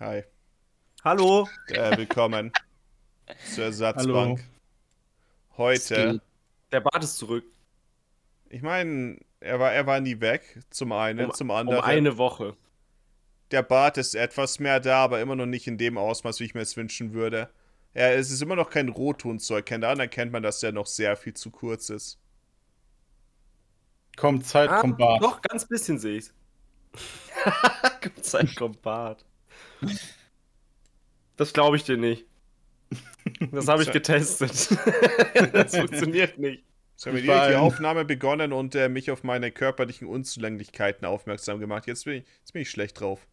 Hi, Hallo. äh, willkommen zur Ersatzbank. Ski. Heute, Der Bart ist zurück. ich meine, er war, er war nie weg, zum einen, Um, zum um anderen. eine Woche. Der Bart ist etwas mehr da, aber immer noch nicht in dem Ausmaß, wie ich mir es wünschen würde. Ja, es ist immer noch kein Rotton zu erkennen, daran erkennt man, dass der noch sehr viel zu kurz ist. Kommt Zeit, Ah, kommt Bart. Ah, Doch, ganz bisschen sehe ich's. Kommt Zeit, kommt Bart. Das glaube ich dir nicht. Das habe ich getestet. das funktioniert nicht. Jetzt haben wir Ich direkt die war- Aufnahme begonnen und äh, mich auf meine körperlichen Unzulänglichkeiten aufmerksam gemacht. Jetzt bin ich, jetzt bin ich schlecht drauf.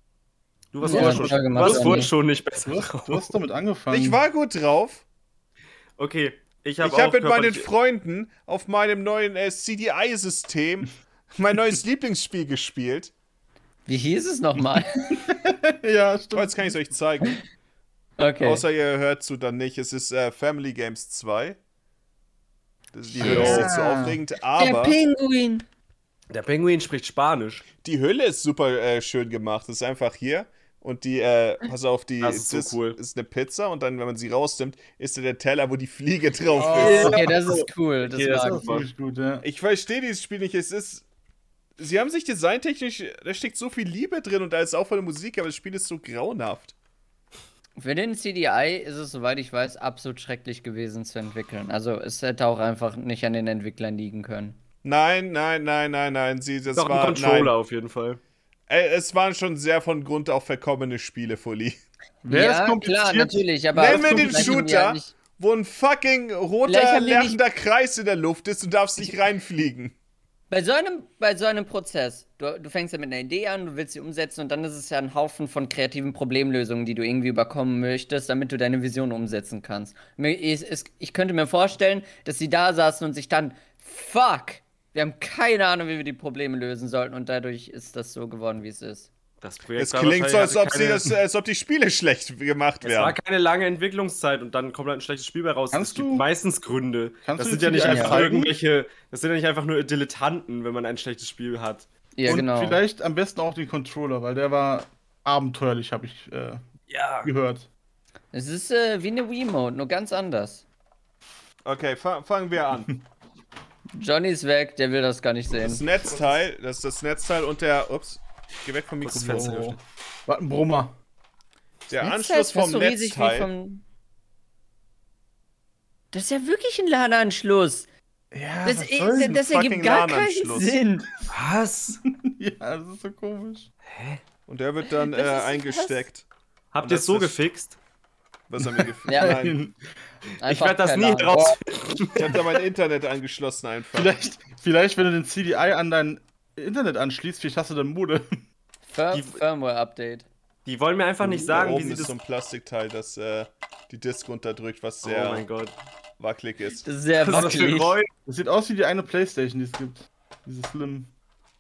Du warst Ja, vorher das schon, hat er du gemacht, warst Andi. vorher schon nicht besser. Du hast, du hast damit angefangen. Ich war gut drauf. Okay, ich Ich habe habe auch hab mit meinen körperliche- Freunden auf meinem neuen äh, CDI-System mein neues Lieblingsspiel gespielt. Wie hieß es nochmal? ja, Oh, stimmt. jetzt kann ich es euch zeigen. Okay. Außer ihr hört zu dann nicht. Es ist äh, Family Games 2. Das, die Hülle Ja. ist jetzt so aufregend, aber Pinguin. Der Penguin spricht Spanisch. die Hülle ist super äh, schön gemacht. Das ist einfach hier. Und die, äh, pass auf, die Das ist so cool. ist eine Pizza und dann, wenn man sie rausnimmt, ist da der Teller, wo die Fliege drauf Oh. ist. Okay, das ist cool. Das Okay, das mag Das ist wirklich gut, ja. Ich verstehe dieses Spiel nicht. Es ist. Sie haben sich designtechnisch. Da steckt so viel Liebe drin und da ist auch von der Musik, aber das Spiel ist so grauenhaft. ich. Für den CDI ist es, soweit ich weiß, absolut schrecklich gewesen zu entwickeln. Also es hätte auch einfach nicht an den Entwicklern liegen können. Nein, nein, nein, nein, nein. Sie, das Doch ein war, Controller Nein. auf jeden Fall. Äh, Es waren schon sehr von Grund auf verkommene Spiele, Fully. Wer ist kompliziert? klar, natürlich. Aber Nenn mir den vielleicht haben die Shooter, halt nicht- wo ein fucking Vielleicht roter, haben die nicht- lärmender Kreis in der Luft ist und darfst nicht reinfliegen. Bei so einem, bei so einem Prozess, du, du fängst ja mit einer Idee an, du willst sie umsetzen und dann ist es ja ein Haufen von kreativen Problemlösungen, die du irgendwie überkommen möchtest, damit du deine Vision umsetzen kannst. Mir- Ich, es- ich könnte mir vorstellen, dass sie da saßen und sich dann, fuck, wir haben keine Ahnung, wie wir die Probleme lösen sollten und dadurch ist das so geworden, wie es ist. Das Projekt Es war klingt so, als wahrscheinlich- ob, hatte sie keine- das, als ob die Spiele schlecht gemacht Es war wären. keine lange Entwicklungszeit und dann kommt halt ein schlechtes Spiel bei raus. Kannst es gibt du- meistens Gründe. Kannst das du sind die ja nicht Idee einfach folgen? irgendwelche, das sind ja nicht einfach nur Dilettanten, wenn man ein schlechtes Spiel hat. Ja, und genau. vielleicht am besten auch den Controller, weil der war abenteuerlich, habe ich äh, Ja. gehört. Es ist äh, wie eine Wiimote, nur ganz anders. Okay, fa fangen wir an. Johnny ist weg, der will das gar nicht Das sehen. Netzteil, das ist das Netzteil und der. Ups, geh weg vom Das Mikrofon. Fenster Oh. öffnet. War ein Brummer. Der Netzteil Anschluss ist fast vom so riesig wie Netzteil. vom- Das ist ja wirklich ein LAN-Anschluss. Ja, Das, was eh- soll denn? das ergibt fucking gar keinen LAN-Anschluss? Sinn. Was? Ja, das ist so komisch. Und der wird dann äh, Das ist eingesteckt. Habt Und ihr das es so ist- gefixt? Was haben wir gefunden? Ja. Nein, Einfach Ich werde das keine nie Ahnung. herausfinden. ich hab da mein Internet angeschlossen einfach. Vielleicht, vielleicht, wenn du den CDI an dein Internet anschließt, vielleicht hast du dann Mode. Fir Die- Firmware-Update. Die wollen mir einfach nicht da sagen, wie oben sie ist das. so ein Plastikteil, das äh, die Disk runterdrückt, was oh sehr mein Gott. wackelig ist. Das ist sehr Was ist das für ein wackelig. Geräusch? Das sieht aus wie die eine Playstation, die es gibt. Diese Slim.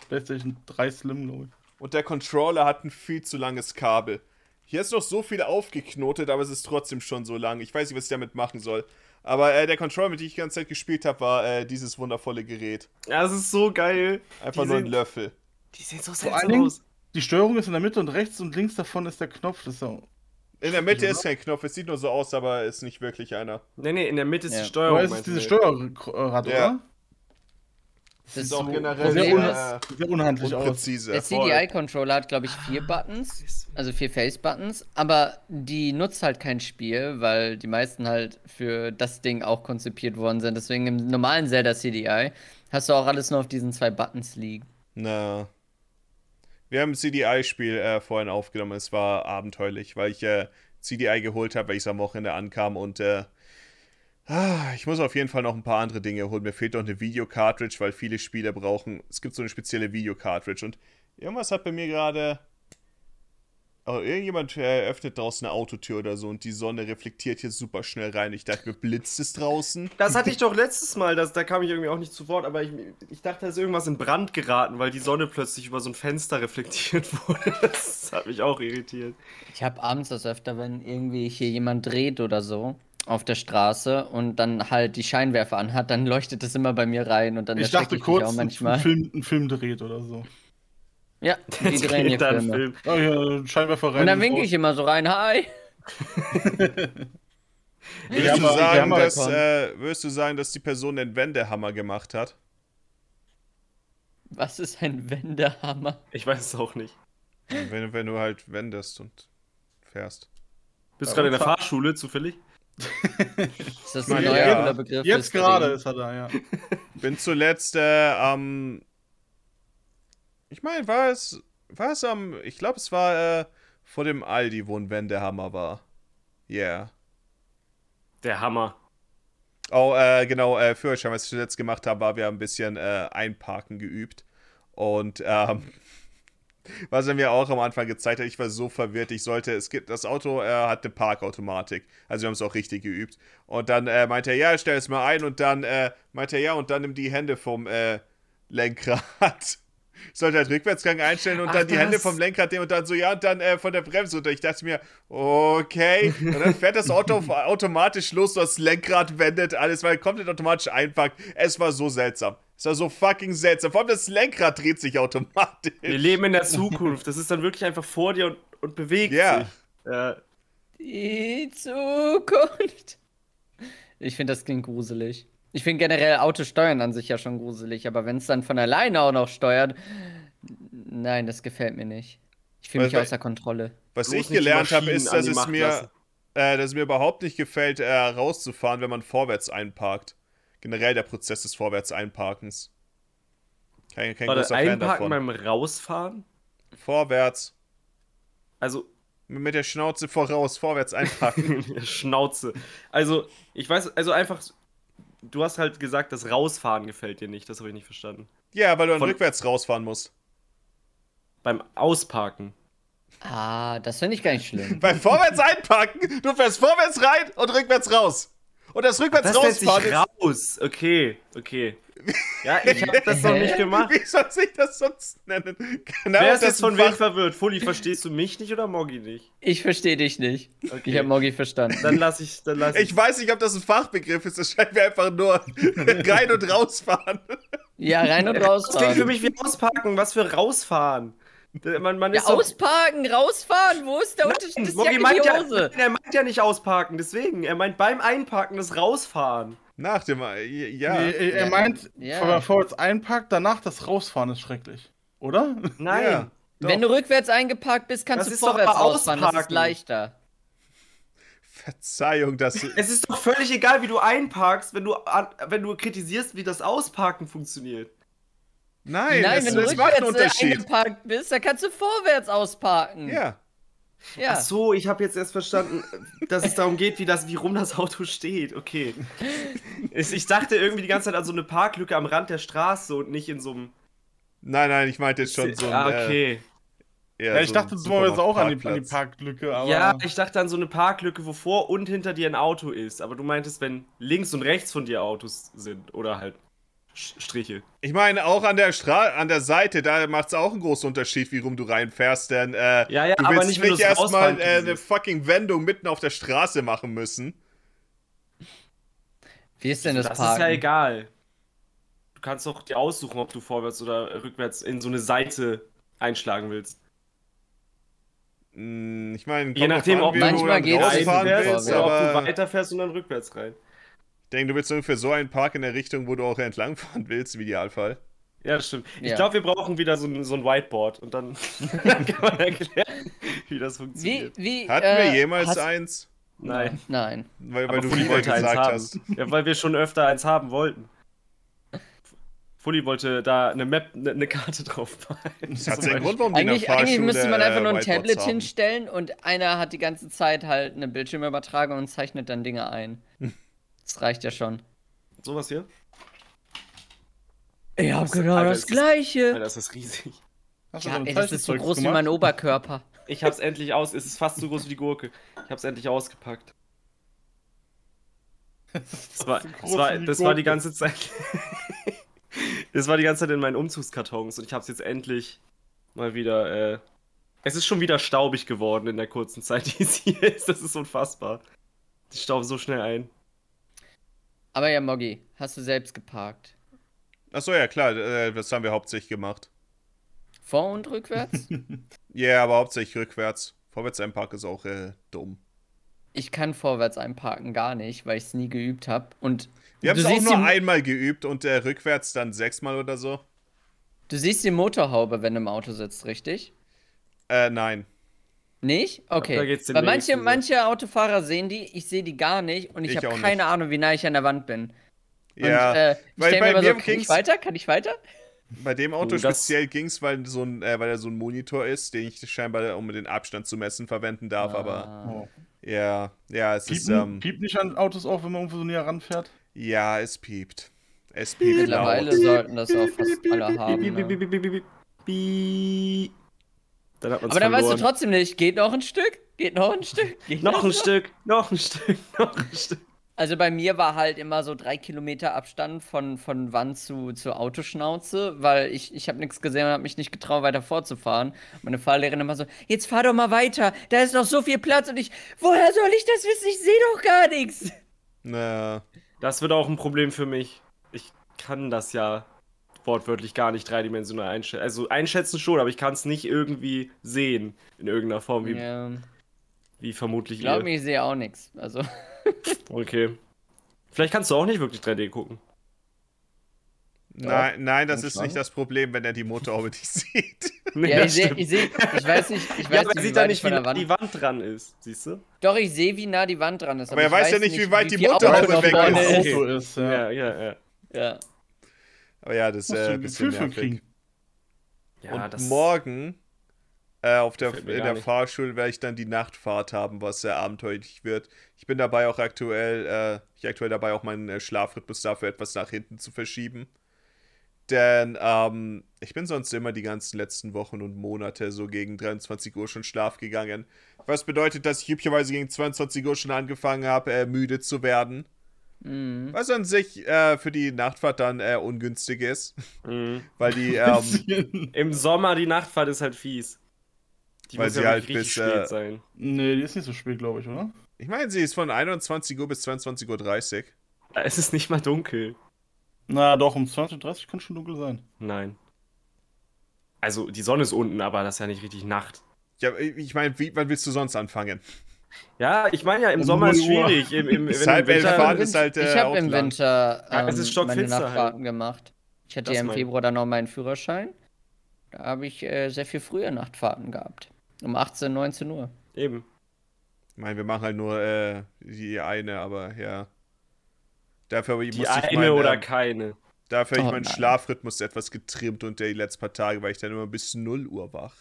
Playstation 3 Slim, glaube ich. Und der Controller hat ein viel zu langes Kabel. Hier ist noch so viel aufgeknotet, aber es ist trotzdem schon so lang. Ich weiß nicht, was ich damit machen soll. Aber äh, der Controller, mit dem ich die ganze Zeit gespielt habe, war äh, dieses wundervolle Gerät. Ja, das ist so geil. Einfach Die nur ein sehen- Löffel. Die sehen so allen seltsam Dingen- aus. Die Steuerung ist in der Mitte und rechts und links davon ist der Knopf. Das ist ja In der Mitte ist kein Knopf, es sieht nur so aus, aber ist nicht wirklich einer. Nee, nee, in der Mitte ist Ja. die Du Steuerung. weißt, meinst ist dieses du? Steuerrad, Ja. oder? Das ist auch so generell Problem sehr, Sieht Sehr unhandlich aus. Unpräzise. Der CDI-Controller hat, glaube ich, vier Buttons, also vier Face-Buttons, aber die nutzt halt kein Spiel, weil die meisten halt für das Ding auch konzipiert worden sind. Deswegen im normalen Zelda CDI hast du auch alles nur auf diesen zwei Buttons liegen. Na. Wir haben ein CDI-Spiel äh, vorhin aufgenommen. Es war abenteuerlich, weil ich äh, CDI geholt habe, weil ich es am Wochenende ankam und äh, ah, ich muss auf jeden Fall noch ein paar andere Dinge holen. Mir fehlt noch eine Videocartridge, weil viele Spiele brauchen. Es gibt so eine spezielle Videocartridge und irgendwas hat bei mir gerade. Oh, irgendjemand äh, öffnet draußen eine Autotür oder so und die Sonne reflektiert hier super schnell rein. Ich dachte mir, blitzt es draußen? Das hatte ich doch letztes Mal, das, da kam ich irgendwie auch nicht zu Wort, aber ich, ich dachte, da ist irgendwas in Brand geraten, weil die Sonne plötzlich über so ein Fenster reflektiert wurde. Das hat mich auch irritiert. Ich habe abends das öfter, wenn irgendwie hier jemand dreht oder so auf der Straße und dann halt die Scheinwerfer anhat, dann leuchtet das immer bei mir rein und dann Ich erschreck dachte mich kurz, auch ein manchmal. Film, ein Film dreht oder so. Ja, die Jetzt drehen ne? hier geht da ein Filme. Film. Oh ja, Scheinwerfer rein. Und dann winke ich immer so rein, hi. Würdest haben du, mal- wir sagen, haben mal dass, getan. äh, würdest du sagen, dass die Person den Wendehammer gemacht hat? Was ist ein Wendehammer? Ich weiß es auch nicht. Wenn, wenn du halt wendest und fährst. Bist du Ja, gerade in der unfair. Fahrschule zufällig? Ist Ich das ein meine, neuer ja. oder Begriff? Jetzt ist drin? gerade ist er da, ja. Bin zuletzt äh, am. Ich meine, war es. War es am. Ich glaube, es war äh, vor dem Aldi, wo ein Wendehammer war. Yeah. Der Hammer. Oh, äh, genau, äh, Führerschein, was ich zuletzt gemacht habe, war, wir haben ein bisschen äh, einparken geübt. Und ähm, was er mir auch am Anfang gezeigt hat, ich war so verwirrt, ich sollte, es gibt, das Auto äh, hat eine Parkautomatik. Also wir haben es auch richtig geübt. Und dann äh, meinte er, ja, stell es mal ein und dann äh, meinte er, ja, und dann nimm die Hände vom äh, Lenkrad. Ich sollte halt Rückwärtsgang einstellen und Ach, dann die Hände das. vom Lenkrad nehmen und dann so, ja, und dann äh, von der Bremse. Und ich dachte mir, okay. Und dann fährt das Auto auf- automatisch los, das Lenkrad wendet alles, weil komplett automatisch einpackt. Es war so seltsam. Es war so fucking seltsam. Vor allem das Lenkrad dreht sich automatisch. Wir leben in der Zukunft. Das ist dann wirklich einfach vor dir und, und bewegt Ja. sich. Äh, Ja. Die Zukunft. Ich finde, das klingt gruselig. Ich finde generell Autosteuern an sich ja schon gruselig, aber wenn es dann von alleine auch noch steuert, nein, das gefällt mir nicht. Ich fühle mich Weil- außer Kontrolle. Was Bloß ich nicht die gelernt habe, Maschinen ist, an dass die es Macht mir, lassen. äh, dass es mir überhaupt nicht gefällt, äh, rauszufahren, wenn man vorwärts einparkt. Generell der Prozess des Vorwärts-Einparkens. Kein, kein Warte, großer Fan einparken davon. beim Rausfahren? Vorwärts. Also, Mit der Schnauze voraus, vorwärts einparken. Schnauze. Also, ich weiß, also einfach, du hast halt gesagt, das Rausfahren gefällt dir nicht. Das habe ich nicht verstanden. ja, weil du dann Von- rückwärts rausfahren musst. Beim Ausparken. Ah, das finde ich gar nicht schlimm. Beim vorwärts einparken, du fährst vorwärts rein und rückwärts raus. Und das rückwärts Das nennt sich rausfahren ist. raus. Okay, okay. Ja, ich habe das noch nicht gemacht. Wie soll sich das sonst nennen? Genau, Wer ist das jetzt von Fach- wem verwirrt? Fully, verstehst du mich nicht oder Moggi nicht? Ich verstehe dich nicht. Ich Okay. habe Moggi verstanden. Dann lass ich, dann lass Ich weiß nicht, ob das ein Fachbegriff ist. Das scheint mir einfach nur rein und rausfahren. Ja, rein und Das klingt für rausfahren. mich wie ausparken. Was für rausfahren? Man, man Ja, ist doch- ausparken, rausfahren, wo ist der Unterschied? Das ist Jack Moggi in meint die ja, Hose. nein, er meint ja nicht ausparken, deswegen. Er meint beim Einparken das Rausfahren. Nach dem. Ja. Nee, er- Ja. er meint, Ja. wenn man vorwärts einpackt, danach das Rausfahren ist schrecklich. Oder? Nein. Ja. Wenn du rückwärts eingeparkt bist, kannst Das du ist doch vorwärts aber rausfahren. Das ist ausparken. leichter. Verzeihung, das. Es ist doch völlig egal, wie du einparkst, wenn du, an- wenn du kritisierst, wie das Ausparken funktioniert. Nein, Nein, es, wenn du es macht einen rückwärts äh, Unterschied. eingeparkt bist, dann kannst du vorwärts ausparken. Ja. ja. Ach so, ich habe jetzt erst verstanden, dass es darum geht, wie, das, wie rum das Auto steht. Okay. Es- Ich dachte irgendwie die ganze Zeit an so eine Parklücke am Rand der Straße und nicht in so einem. Nein, nein, ich meinte jetzt schon so ein. ah, okay. Äh, eher Ja, ich so dachte, ein du warst auch an die, an die Supermarktparkplatz. Parklücke, aber. ja, ich dachte an so eine Parklücke, wo vor und hinter dir ein Auto ist. Aber du meintest, wenn links und rechts von dir Autos sind oder halt Sch- Striche. Ich meine, auch an der Stra an der Seite, da macht es auch einen großen Unterschied, wie rum du reinfährst, denn äh, Ja, ja, du aber willst nicht, wenn nicht du's erstmal rausfahren äh, eine kriegst. fucking Wendung mitten auf der Straße machen müssen. Wie ist denn das, Das Parken? ist ja egal. Du kannst doch dir aussuchen, ob du vorwärts oder rückwärts in so eine Seite einschlagen willst. Hm, Ich meine, Je nachdem, ob wie Manchmal du geht's dann rausfahren einwärts willst, oder ob aber du weiterfährst und dann rückwärts rein. ich denke, du willst ungefähr so einen Park in der Richtung, wo du auch entlangfahren willst, im Idealfall. Ja, das stimmt. Ich Ja. glaube, wir brauchen wieder so ein, so ein Whiteboard und dann, dann kann man erklären, wie das Wie, funktioniert. wie, Hatten äh, wir jemals hast- eins? Nein. Nein. Weil, Aber weil du Fully wieder wollte eins gesagt haben. hast. Ja, weil wir schon öfter eins haben wollten. Fully wollte da eine Map, ne, eine, eine Karte drauf malen. Das hat Zum seinen Grund, warum die in der Eigentlich, eigentlich Fahrschule, müsste man einfach äh, nur ein Whiteboards Tablet haben. hinstellen und einer hat die ganze Zeit halt eine Bildschirmübertragung und zeichnet dann Dinge ein. Das reicht ja schon. Beispiel. Sowas hier? Ich hab genau Alter, das ist- Gleiche. Alter, ist das riesig. Hast du ja, damit ey, das ist so Zeichentricks groß wie gemacht? mein Oberkörper. Ich hab's endlich aus. Es ist fast so groß wie die Gurke. Ich hab's endlich ausgepackt. Das war, das groß war, wie die das war die Gurke. ganze Zeit. das war die ganze Zeit in meinen Umzugskartons und ich hab's jetzt endlich mal wieder. Äh, es ist schon wieder staubig geworden in der kurzen Zeit, die es hier ist. Das ist unfassbar. Die stauben so schnell ein. Aber ja, Moggi, hast du selbst geparkt? Achso, ja, klar, äh, das haben wir hauptsächlich gemacht. Vor- und rückwärts? Ja, aber hauptsächlich rückwärts. Vorwärts einparken ist auch äh, dumm. ich kann vorwärts einparken gar nicht, weil ich es nie geübt habe. Und Wir haben du es auch siehst, nur die, einmal geübt und äh, rückwärts dann sechsmal oder so. du siehst die Motorhaube, wenn du im Auto sitzt, richtig? Äh, nein. Nicht? Okay. Da geht's dem Weil manche, wenigsten so. manche Autofahrer sehen die, ich sehe die gar nicht und ich, Ich habe auch nicht. keine Ahnung, wie nah ich an der Wand bin. Ja, und, äh, ich weil stell bei mir immer so, mir kann ging's- ich weiter? Kann ich weiter? bei Oh, dem Auto das- speziell ging es, weil, so ein, äh, weil er so ein Monitor ist, den ich scheinbar, um den Abstand zu messen, verwenden darf. Aber Ah. Oh. ja, ja, es ist, Piepen, ähm, piept nicht an Autos auf, wenn man irgendwo so näher ranfährt? ja, es piept. Es piept Mittlerweile laut. sollten das auch fast alle haben. Bi- bi- bi- Ne? bi- bi- bi- bi- Dann hat man's Aber dann weißt du verloren. trotzdem nicht, geht noch ein Stück? Geht noch ein Stück? Geht Noch ein Stück, noch ein Stück, noch ein Stück. Also bei mir war halt immer so drei Kilometer Abstand von, von Wand zu, zu Autoschnauze, weil ich, ich habe nichts gesehen und habe mich nicht getraut, weiter vorzufahren. Meine Fahrlehrerin immer so, jetzt fahr doch mal weiter, da ist noch so viel Platz und ich, woher soll ich das wissen? Ich sehe doch gar nichts. Na, Das wird auch ein Problem für mich. Ich kann das ja wortwörtlich gar nicht dreidimensional einschätzen. Also einschätzen schon, aber ich kann es nicht irgendwie sehen in irgendeiner Form, wie, Ja, wie vermutlich ich glaube, ihr. ich sehe auch nichts. Also, Okay. Vielleicht kannst du auch nicht wirklich 3D gucken. nein, nein, das kann ist schon. nicht das Problem, wenn er die Motorhaube nicht sieht. Nee, ja, das ich, sehe, stimmt. ich, sehe, ich weiß nicht, ich ja, aber weiß er nicht, wie sieht ja weit nicht, ich wie von der nah Wand die Wand dran ist, siehst du? Doch, ich sehe, wie nah die Wand dran ist. Aber er weiß ich ja nicht, wie weit die viel Motorhaube Auto noch weg vorne ist. Auto Okay. ist, ja. Ja, ja, ja. Ja. Aber ja, das ist Musst äh, du ein ein bisschen Gefühl für nervig. kriegen. ja und morgen äh, auf der, Gefällt in mir gar der nicht. Fahrschule werde ich dann die Nachtfahrt haben, was sehr abenteuerlich wird. Ich bin dabei auch aktuell, äh, ich aktuell dabei auch meinen äh, Schlafrhythmus dafür etwas nach hinten zu verschieben. Denn ähm, ich bin sonst immer die ganzen letzten Wochen und Monate so gegen 23 Uhr schon schlaf gegangen. Was bedeutet, dass ich üblicherweise gegen 22 Uhr schon angefangen habe, äh, müde zu werden. Mhm. Was an sich äh, für die Nachtfahrt dann äh, ungünstig ist. Mhm. Weil die ähm, Im Sommer die Nachtfahrt ist halt fies. Die Weil muss sie ja halt wirklich richtig bis, äh, spät sein. nee, die ist nicht so spät, glaube ich, oder? Ich meine, sie ist von 21 Uhr bis 22.30 Uhr. Da ist es nicht mal dunkel. Na doch, um 20.30 Uhr kann schon dunkel sein. Nein. Also die Sonne ist unten, aber das ist ja nicht richtig Nacht. Ja, ich meine, wie, wann willst du sonst anfangen? Ja, ich meine ja, im Um Sommer ist 0 Uhr. schwierig. Im, im, Ist wenn halb im elf Winter- Fahren ist halt äh, Ähm, ich habe auch im lang. Ah, Winter Ja, es ähm, ist stockfinster meine halt. Nachfahrten gemacht. Ich hatte Das ja im meine ich. Februar dann noch meinen Führerschein. Da habe ich äh, sehr viel früher Nachtfahrten gehabt. Um 18, 19 Uhr. Eben. Ich meine, wir machen halt nur äh, die eine, aber ja. Dafür aber ich Die musste eine ich meinen, oder ähm, keine. dafür habe ich Oh meinen nein. Schlafrhythmus etwas getrimmt unter die letzten paar Tage, weil ich dann immer bis 0 Uhr wach.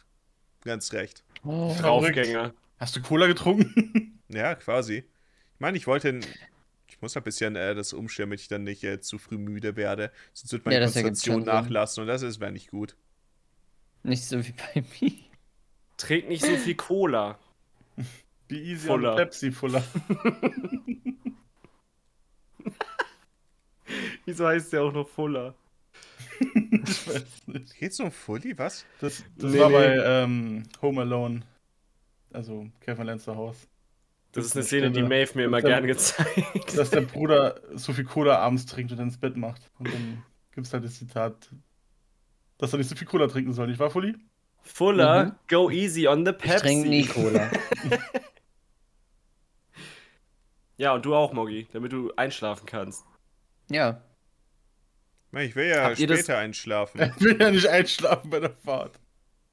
Ganz recht. Oh. Verrückt. Draufgänger. Hast du Cola getrunken? Ja, quasi. Ich meine, ich wollte. n- Ich muss ein bisschen äh, das umstellen, damit ich dann nicht äh, zu früh müde werde. Sonst wird meine Ja, das ergibt Konzentration schon Sinn. nachlassen und das ist wäre nicht gut. Nicht so wie bei mir. Trinkt nicht so viel Cola. Die Easy Fuller. und Pepsi Fuller. Wieso heißt der auch noch Fuller? Ich weiß nicht. Geht's um Fully? Was? Das, das Nee, war nee. bei ähm, Home Alone. Also Kevin Lancer Haus. Das ist eine Szene, die Stelle. Maeve mir immer Dann- gern gezeigt. Dass der Bruder so viel Cola abends trinkt und dann ins Bett macht. Und dann gibt's halt das Zitat, dass er nicht so viel Cola trinken soll, nicht wahr, Fully? Fuller, Mhm. go easy on the Ich Pepsi. trinke nie Cola. Ja, und du auch, Moggi, damit du einschlafen kannst. ja. Ich meine, Ich will ja Habt ihr später das- einschlafen. Er will ja nicht einschlafen bei der Fahrt.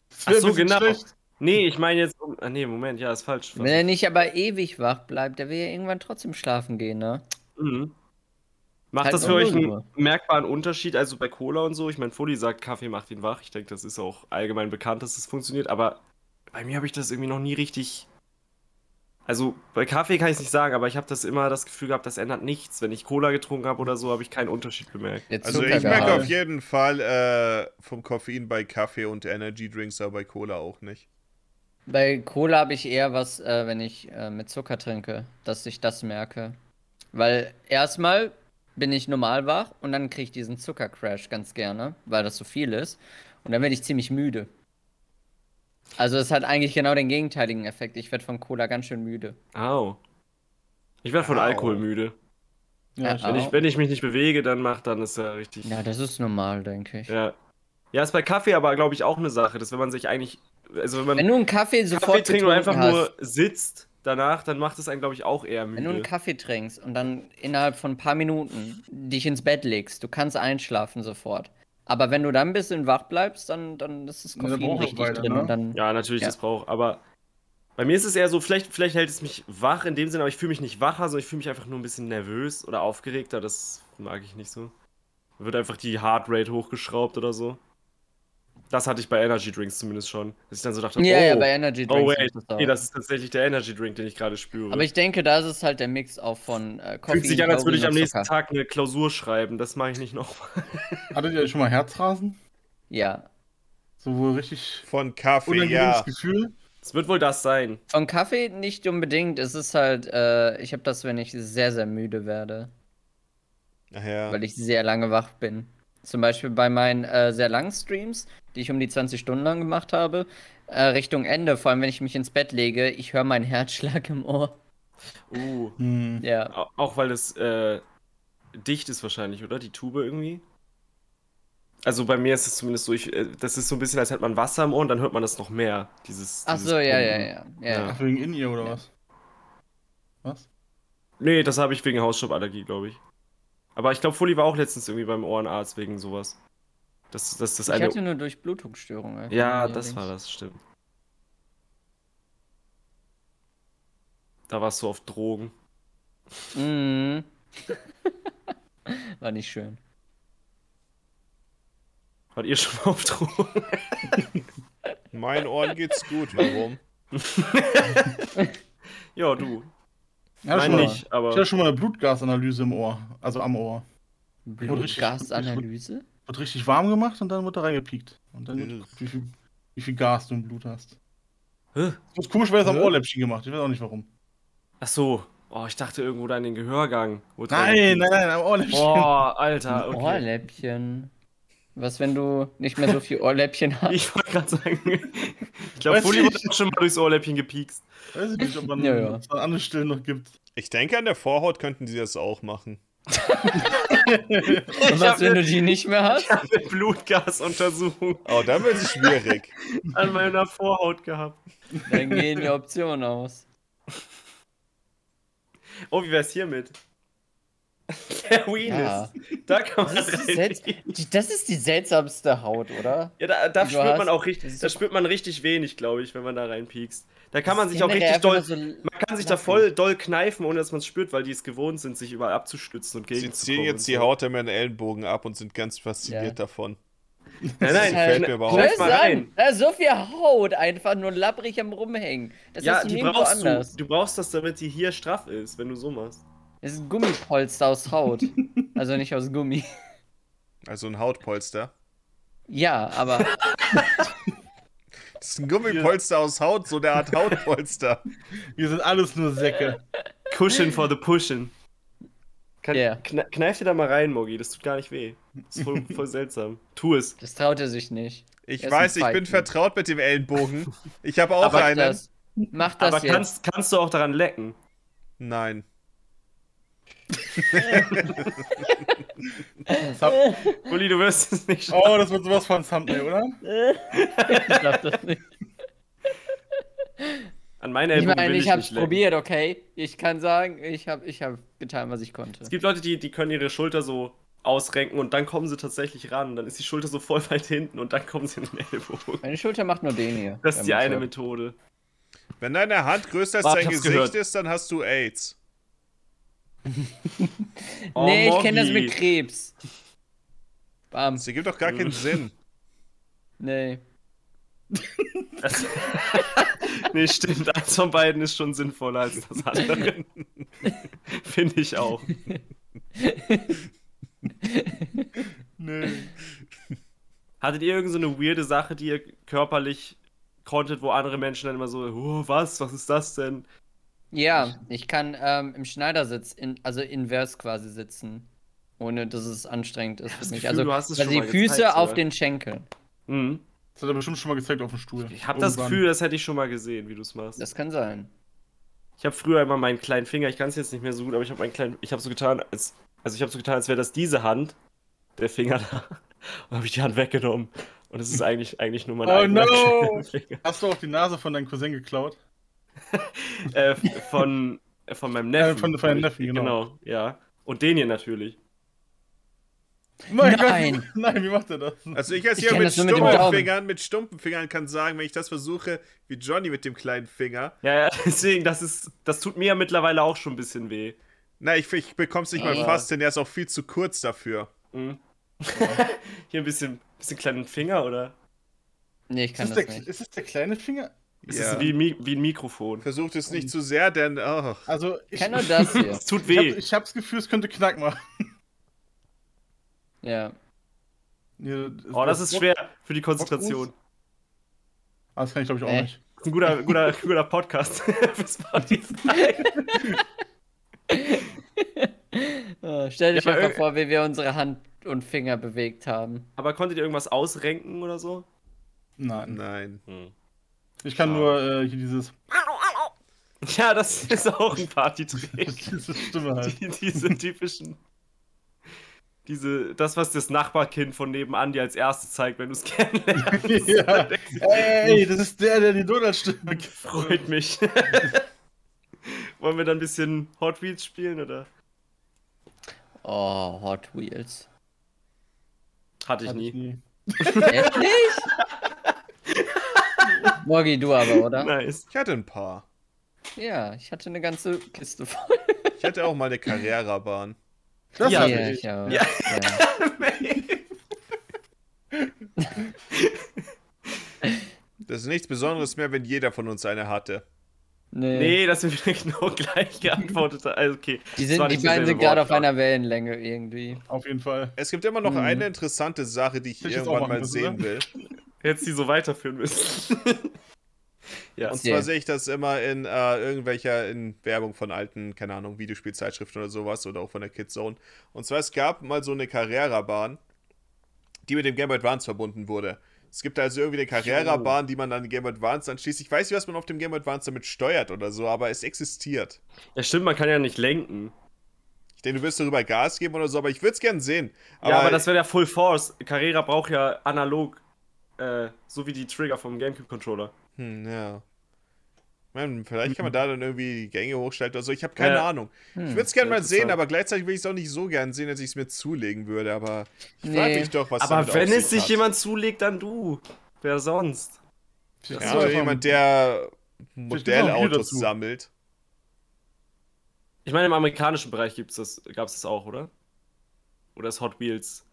Das wär Ach ein so, bisschen genau. Nee, ich meine jetzt. Um, ah, nee, Moment, ja, ist falsch. Wenn er nicht aber ewig wach bleibt, der will ja irgendwann trotzdem schlafen gehen, ne? Mhm. Macht Halt das um für euch 0 einen Uhr. merkbaren Unterschied? Also bei Cola und so, ich meine, Fully sagt, Kaffee macht ihn wach. Ich denke, das ist auch allgemein bekannt, dass das funktioniert, aber bei mir habe ich das irgendwie noch nie richtig. Also bei Kaffee kann ich es nicht sagen, aber ich habe das immer das Gefühl gehabt, das ändert nichts. Wenn ich Cola getrunken habe oder so, habe ich keinen Unterschied bemerkt. Der Also ich Zuckergehalt. merke Zuckergehalt. auf jeden Fall äh, vom Koffein bei Kaffee und Energy Drinks, aber bei Cola auch nicht. Bei Cola habe ich eher was, äh, wenn ich äh, mit Zucker trinke, dass ich das merke. Weil erstmal bin ich normal wach und dann kriege ich diesen Zuckercrash ganz gerne, weil das so viel ist. Und dann werde ich ziemlich müde. Also es hat eigentlich genau den gegenteiligen Effekt. Ich werde von Cola ganz schön müde. Au. Ich werde von Au. Alkohol müde. Ja, ich Au. Äh, also Wenn ich, wenn ich mich nicht bewege, dann macht, dann ist er richtig. Ja, das ist normal, denke ich. Ja. Ja, ist bei Kaffee aber, glaube ich, auch eine Sache, dass wenn man sich eigentlich, also wenn man Wenn du einen Kaffee Kaffee sofort trinkt oder einfach getrunken hast, nur sitzt danach, dann macht es einen, glaube ich, auch eher müde. Wenn du einen Kaffee trinkst und dann innerhalb von ein paar Minuten dich ins Bett legst, du kannst einschlafen sofort. Aber wenn du dann ein bisschen wach bleibst, dann, dann ist das Ja, dann Koffein braucht es richtig weiter, drin. ne? Und dann, Ja, natürlich, Ja. das braucht. Aber bei mir ist es eher so, vielleicht, vielleicht hält es mich wach in dem Sinne, aber ich fühle mich nicht wacher, sondern ich fühle mich einfach nur ein bisschen nervös oder aufgeregter. Das mag ich nicht so. Wird einfach die Heartrate hochgeschraubt oder so. Das hatte ich bei Energy Drinks zumindest schon. Dass ich dann so dachte, ja, oh, ja, bei Energy Drinks. oh ist wait, das auch. nee, das ist tatsächlich der Energy Drink, den ich gerade spüre. aber ich denke, da ist es halt der Mix auch von äh, Koffein. Fühlt sich an, als würde ich am Kalorien und nächsten Zucker. Tag eine Klausur schreiben. Das mache ich nicht nochmal. Hattet ihr schon mal Herzrasen? Ja. So wo richtig Von Kaffee, unangenehmes ja. Gefühl? Es wird wohl das sein. Von Kaffee nicht unbedingt. Es ist halt, äh, ich habe das, wenn ich sehr, sehr müde werde, Ach ja. weil ich sehr lange wach bin. Zum Beispiel bei meinen äh, sehr langen Streams, die ich um die 20 Stunden lang gemacht habe, äh, Richtung Ende, vor allem wenn ich mich ins Bett lege, ich höre meinen Herzschlag im Ohr. Uh. Hm. Ja. Au- Auch weil es äh, dicht ist wahrscheinlich, oder? Die Tube irgendwie. Also bei mir ist es zumindest so, ich, äh, das ist so ein bisschen, als hätte man Wasser im Ohr und dann hört man das noch mehr. Dieses, Ach dieses so, ja, ja, Pumpen. ja, ja. Ach, wegen in ihr oder was? Was? Nee, das habe ich wegen Hausstauballergie, glaube ich. Aber ich glaube, Fully war auch letztens irgendwie beim Ohrenarzt wegen sowas. Das, das, das Ich eine. hatte nur Durchblutungsstörung. einfach Ja, nur das links. war das, stimmt. Da warst du auf Drogen. Mhm. war nicht schön. Wart ihr schon mal auf Drogen? Meinen Ohren geht's gut, warum? ja, du. Ja, Nein, schon mal. nicht, aber. Ich hatte schon mal eine Blutgasanalyse im Ohr, also am Ohr. richtig- Blutgasanalyse? Wird richtig warm gemacht und dann wird da reingepiekt. Und dann wird geguckt, wie viel, wie viel Gas du im Blut hast. Hä? Das ist komisch, weil es am Hä? Ohrläppchen gemacht. Ich weiß auch nicht warum. Ach so. Oh, ich dachte irgendwo da in den Gehörgang. Wurde Nein, nein, nein, am Ohrläppchen. Oh, Alter, okay. Ohrläppchen. Was, wenn du nicht mehr so viel Ohrläppchen hast? Ich wollte gerade sagen, ich glaube, Weiß Fully nicht. wurde auch schon mal durchs Ohrläppchen gepiekst. Weiß ich nicht, ob man Ja, ja. ob es da andere Stellen noch gibt. Ich denke, an der Vorhaut könnten sie das auch machen. Und hab was, wenn ne- du die nicht mehr hast? eine Blutgasuntersuchung Oh, dann wird es schwierig. an meiner Vorhaut gehabt. Dann gehen die Optionen aus. Oh, wie wär's hiermit? Der Weenis. Ja. Da kann man Das ist, die rein. selts- die- das ist die seltsamste Haut, oder? Ja, da, da Du spürt hast- man auch das richtig, ist da so- spürt man richtig wenig, glaube ich, wenn man da reinpiekst. Da kann man sich auch Generell richtig doll, einfach nur so man kann sich da lassen. voll doll kneifen, ohne dass man es spürt, weil die es gewohnt sind, sich überall abzustützen und gegen Sie ziehen jetzt die Haut an meinen Ellenbogen ab und sind ganz fasziniert Ja. davon. Nein, Das nein, ist halt- Fällt mir überhaupt Schau Lass Greif es mal an! rein. Da ist so viel Haut einfach nur labbrig am Rumhängen. Das ja, hast du die nirgendwo brauchst anders. du. Du brauchst das, damit die hier straff ist, wenn du so machst. Es ist ein Gummipolster aus Haut. also nicht aus Gummi. Also ein Hautpolster. Ja, aber Das ist ein Gummipolster aus Haut, so eine Art Hautpolster. Wir sind alles nur Säcke. Cushion for the Pushin. Kann, Ja. kne- Kneif dir da mal rein, Mogi, das tut gar nicht weh. Das ist voll, voll seltsam. Tu es. das traut er sich nicht. Ich Er ist weiß, ich ein bin Feigling. vertraut mit dem Ellenbogen. Ich habe auch Mach einen. das. Mach das Aber jetzt. kannst, kannst du auch daran lecken? Nein. Thumb- Uli, du wirst es nicht schaffen. Oh, das wird sowas von Thumbnail, oder? ich glaub das nicht. An meinen Ich Ellbogen meine, will ich, ich hab's nicht lecken. probiert, okay? Ich kann sagen, ich hab, ich hab getan, was ich konnte. Es gibt Leute, die, die können ihre Schulter so ausrenken und dann kommen sie tatsächlich ran. Dann ist die Schulter so voll weit hinten und dann kommen sie in den Ellbogen. Meine Schulter macht nur den hier. Das ist die Wenn man's eine hört. Methode. Wenn deine Hand größer als Warte, dein ich hab's Gesicht gehört. ist, dann hast du AIDS. Oh, nee, ich kenne das Mogi. mit Krebs. Bam. Das ergibt doch gar keinen Sinn. Nee. Das- nee, stimmt. Eins von beiden ist schon sinnvoller als das andere. Finde ich auch. Nee. Hattet ihr irgendeine so eine weirde Sache, die ihr körperlich konntet, wo andere Menschen dann immer so, oh, was, was ist das denn? Ja, ich kann ähm, im Schneidersitz, in, also invers quasi sitzen, ohne dass es anstrengend ist das für mich. Gefühl, also du hast es quasi schon mal Füße gezeigt, auf oder? den Schenkel. Mhm. Das hat er bestimmt schon mal gezeigt auf dem Stuhl. Ich habe das Irgendwann. Gefühl, das hätte ich schon mal gesehen, wie du es machst. Das kann sein. Ich habe früher immer meinen kleinen Finger, ich kann es jetzt nicht mehr so gut, aber ich habe meinen kleinen, ich habe so getan, als, also ich habe so getan, als wäre das diese Hand, der Finger da. Und habe ich die Hand weggenommen. Und es ist eigentlich, eigentlich nur mein Oh eigener no! Finger. Hast du auch die Nase von deinem Cousin geklaut? äh, von, äh, von meinem Äh, Neffen. von- von deinem hab ich- Neffen, genau. Genau, ja. Und den hier natürlich. Mein Nein. Gott, nein, wie macht er das? Also ich als Ich hier kenn mit das nur mit dem stummen Daumen. Fingern, mit stumpfen Fingern kann sagen, wenn ich das versuche, wie Johnny mit dem kleinen Finger. Ja, ja, deswegen, das ist, das tut mir ja mittlerweile auch schon ein bisschen weh. Na, ich, ich bekomm's nicht mal Ah. fast hin, der ist auch viel zu kurz dafür. Mhm. Hier ein bisschen, bisschen kleinen Finger, oder? Nee, ich kann ist, das, das der, nicht. ist das der kleine Finger? Es Ja. ist wie, ein Mi- wie ein Mikrofon. Versucht es nicht zu sehr, denn ach, Also ich, Kann nur das hier. Es tut ich, hab, weh. ich hab's Gefühl, es könnte Knack machen. ja. Hier, Oh, das ist schwer für die Konzentration. Ah, das kann ich glaube ich auch Nee. nicht. Das ist ein guter, guter, guter Podcast für Spotify. Oh, stell dich Ja, aber einfach irg- vor, wie wir unsere Hand und Finger bewegt haben. Aber konntet ihr irgendwas ausrenken oder so? Nein. nein. Ich kann Ah. nur äh, hier dieses, Ja, das ist auch ein Partytrick. diese Stimme halt. Die, diese typischen. Diese, das, was das Nachbarkind von nebenan dir als erstes zeigt, wenn du es kennenlernst. ja. Ey, das ist der, der die Donut-Stimme gibt. Freut mich. Wollen wir dann ein bisschen Hot Wheels spielen oder? Oh, Hot Wheels. Hatte ich Hab nie. Echt nicht? Morgi, du aber, oder? Nice. Ich hatte ein paar. Ja, ich hatte eine ganze Kiste voll. Ich hatte auch mal eine Carrera-Bahn. Das Ja, hab will ich. ich auch. Ja. Ja. Das ist nichts Besonderes mehr, wenn jeder von uns eine hatte. Nee. Nee, dass wir wieder genau gleich geantwortet haben. Also, okay. Die, Das war sind, die nicht beiden dasselbe sind gerade Wort, auf klar. einer Wellenlänge irgendwie. Auf jeden Fall. Es gibt immer noch Mhm. eine interessante Sache, die ich Das ist auch irgendwann mal anders, sehen oder? will. Jetzt die so weiterführen müssen. ja. Und Erzähl. zwar sehe ich das immer in äh, irgendwelcher in Werbung von alten, keine Ahnung, Videospielzeitschriften oder sowas oder auch von der Kidzone. Und zwar, es gab mal so eine Carrera-Bahn, die mit dem Game Boy Advance verbunden wurde. Es gibt also irgendwie eine Carrera-Bahn, die man an den Game Boy Advance anschließt. Ich weiß nicht, was man auf dem Game Boy Advance damit steuert oder so, aber es existiert. ja, stimmt, man kann ja nicht lenken. Ich denke, du wirst darüber Gas geben oder so, aber ich würde es gern sehen. Aber, ja, aber das wäre ja Full Force. Carrera braucht ja analog, äh, so wie die Trigger vom GameCube-Controller. hm, ja. Man, vielleicht kann man da dann irgendwie die Gänge hochschalten oder so. Ich habe keine Mhm. Ja. Ahnung. Hm. Ich würde es gerne mal Interessant. sehen, aber gleichzeitig will ich es auch nicht so gern sehen, dass ich es mir zulegen würde. Aber ich frage Nee. mich doch, was aber damit auf wenn sich es sich hat. jemand zulegt, dann du. Wer sonst? Vielleicht ja, gibt's oder auch jemand, der Video Modellautos dazu. sammelt. Ich meine, im amerikanischen Bereich gibt's das, gab's das auch, oder? Oder ist Hot Wheels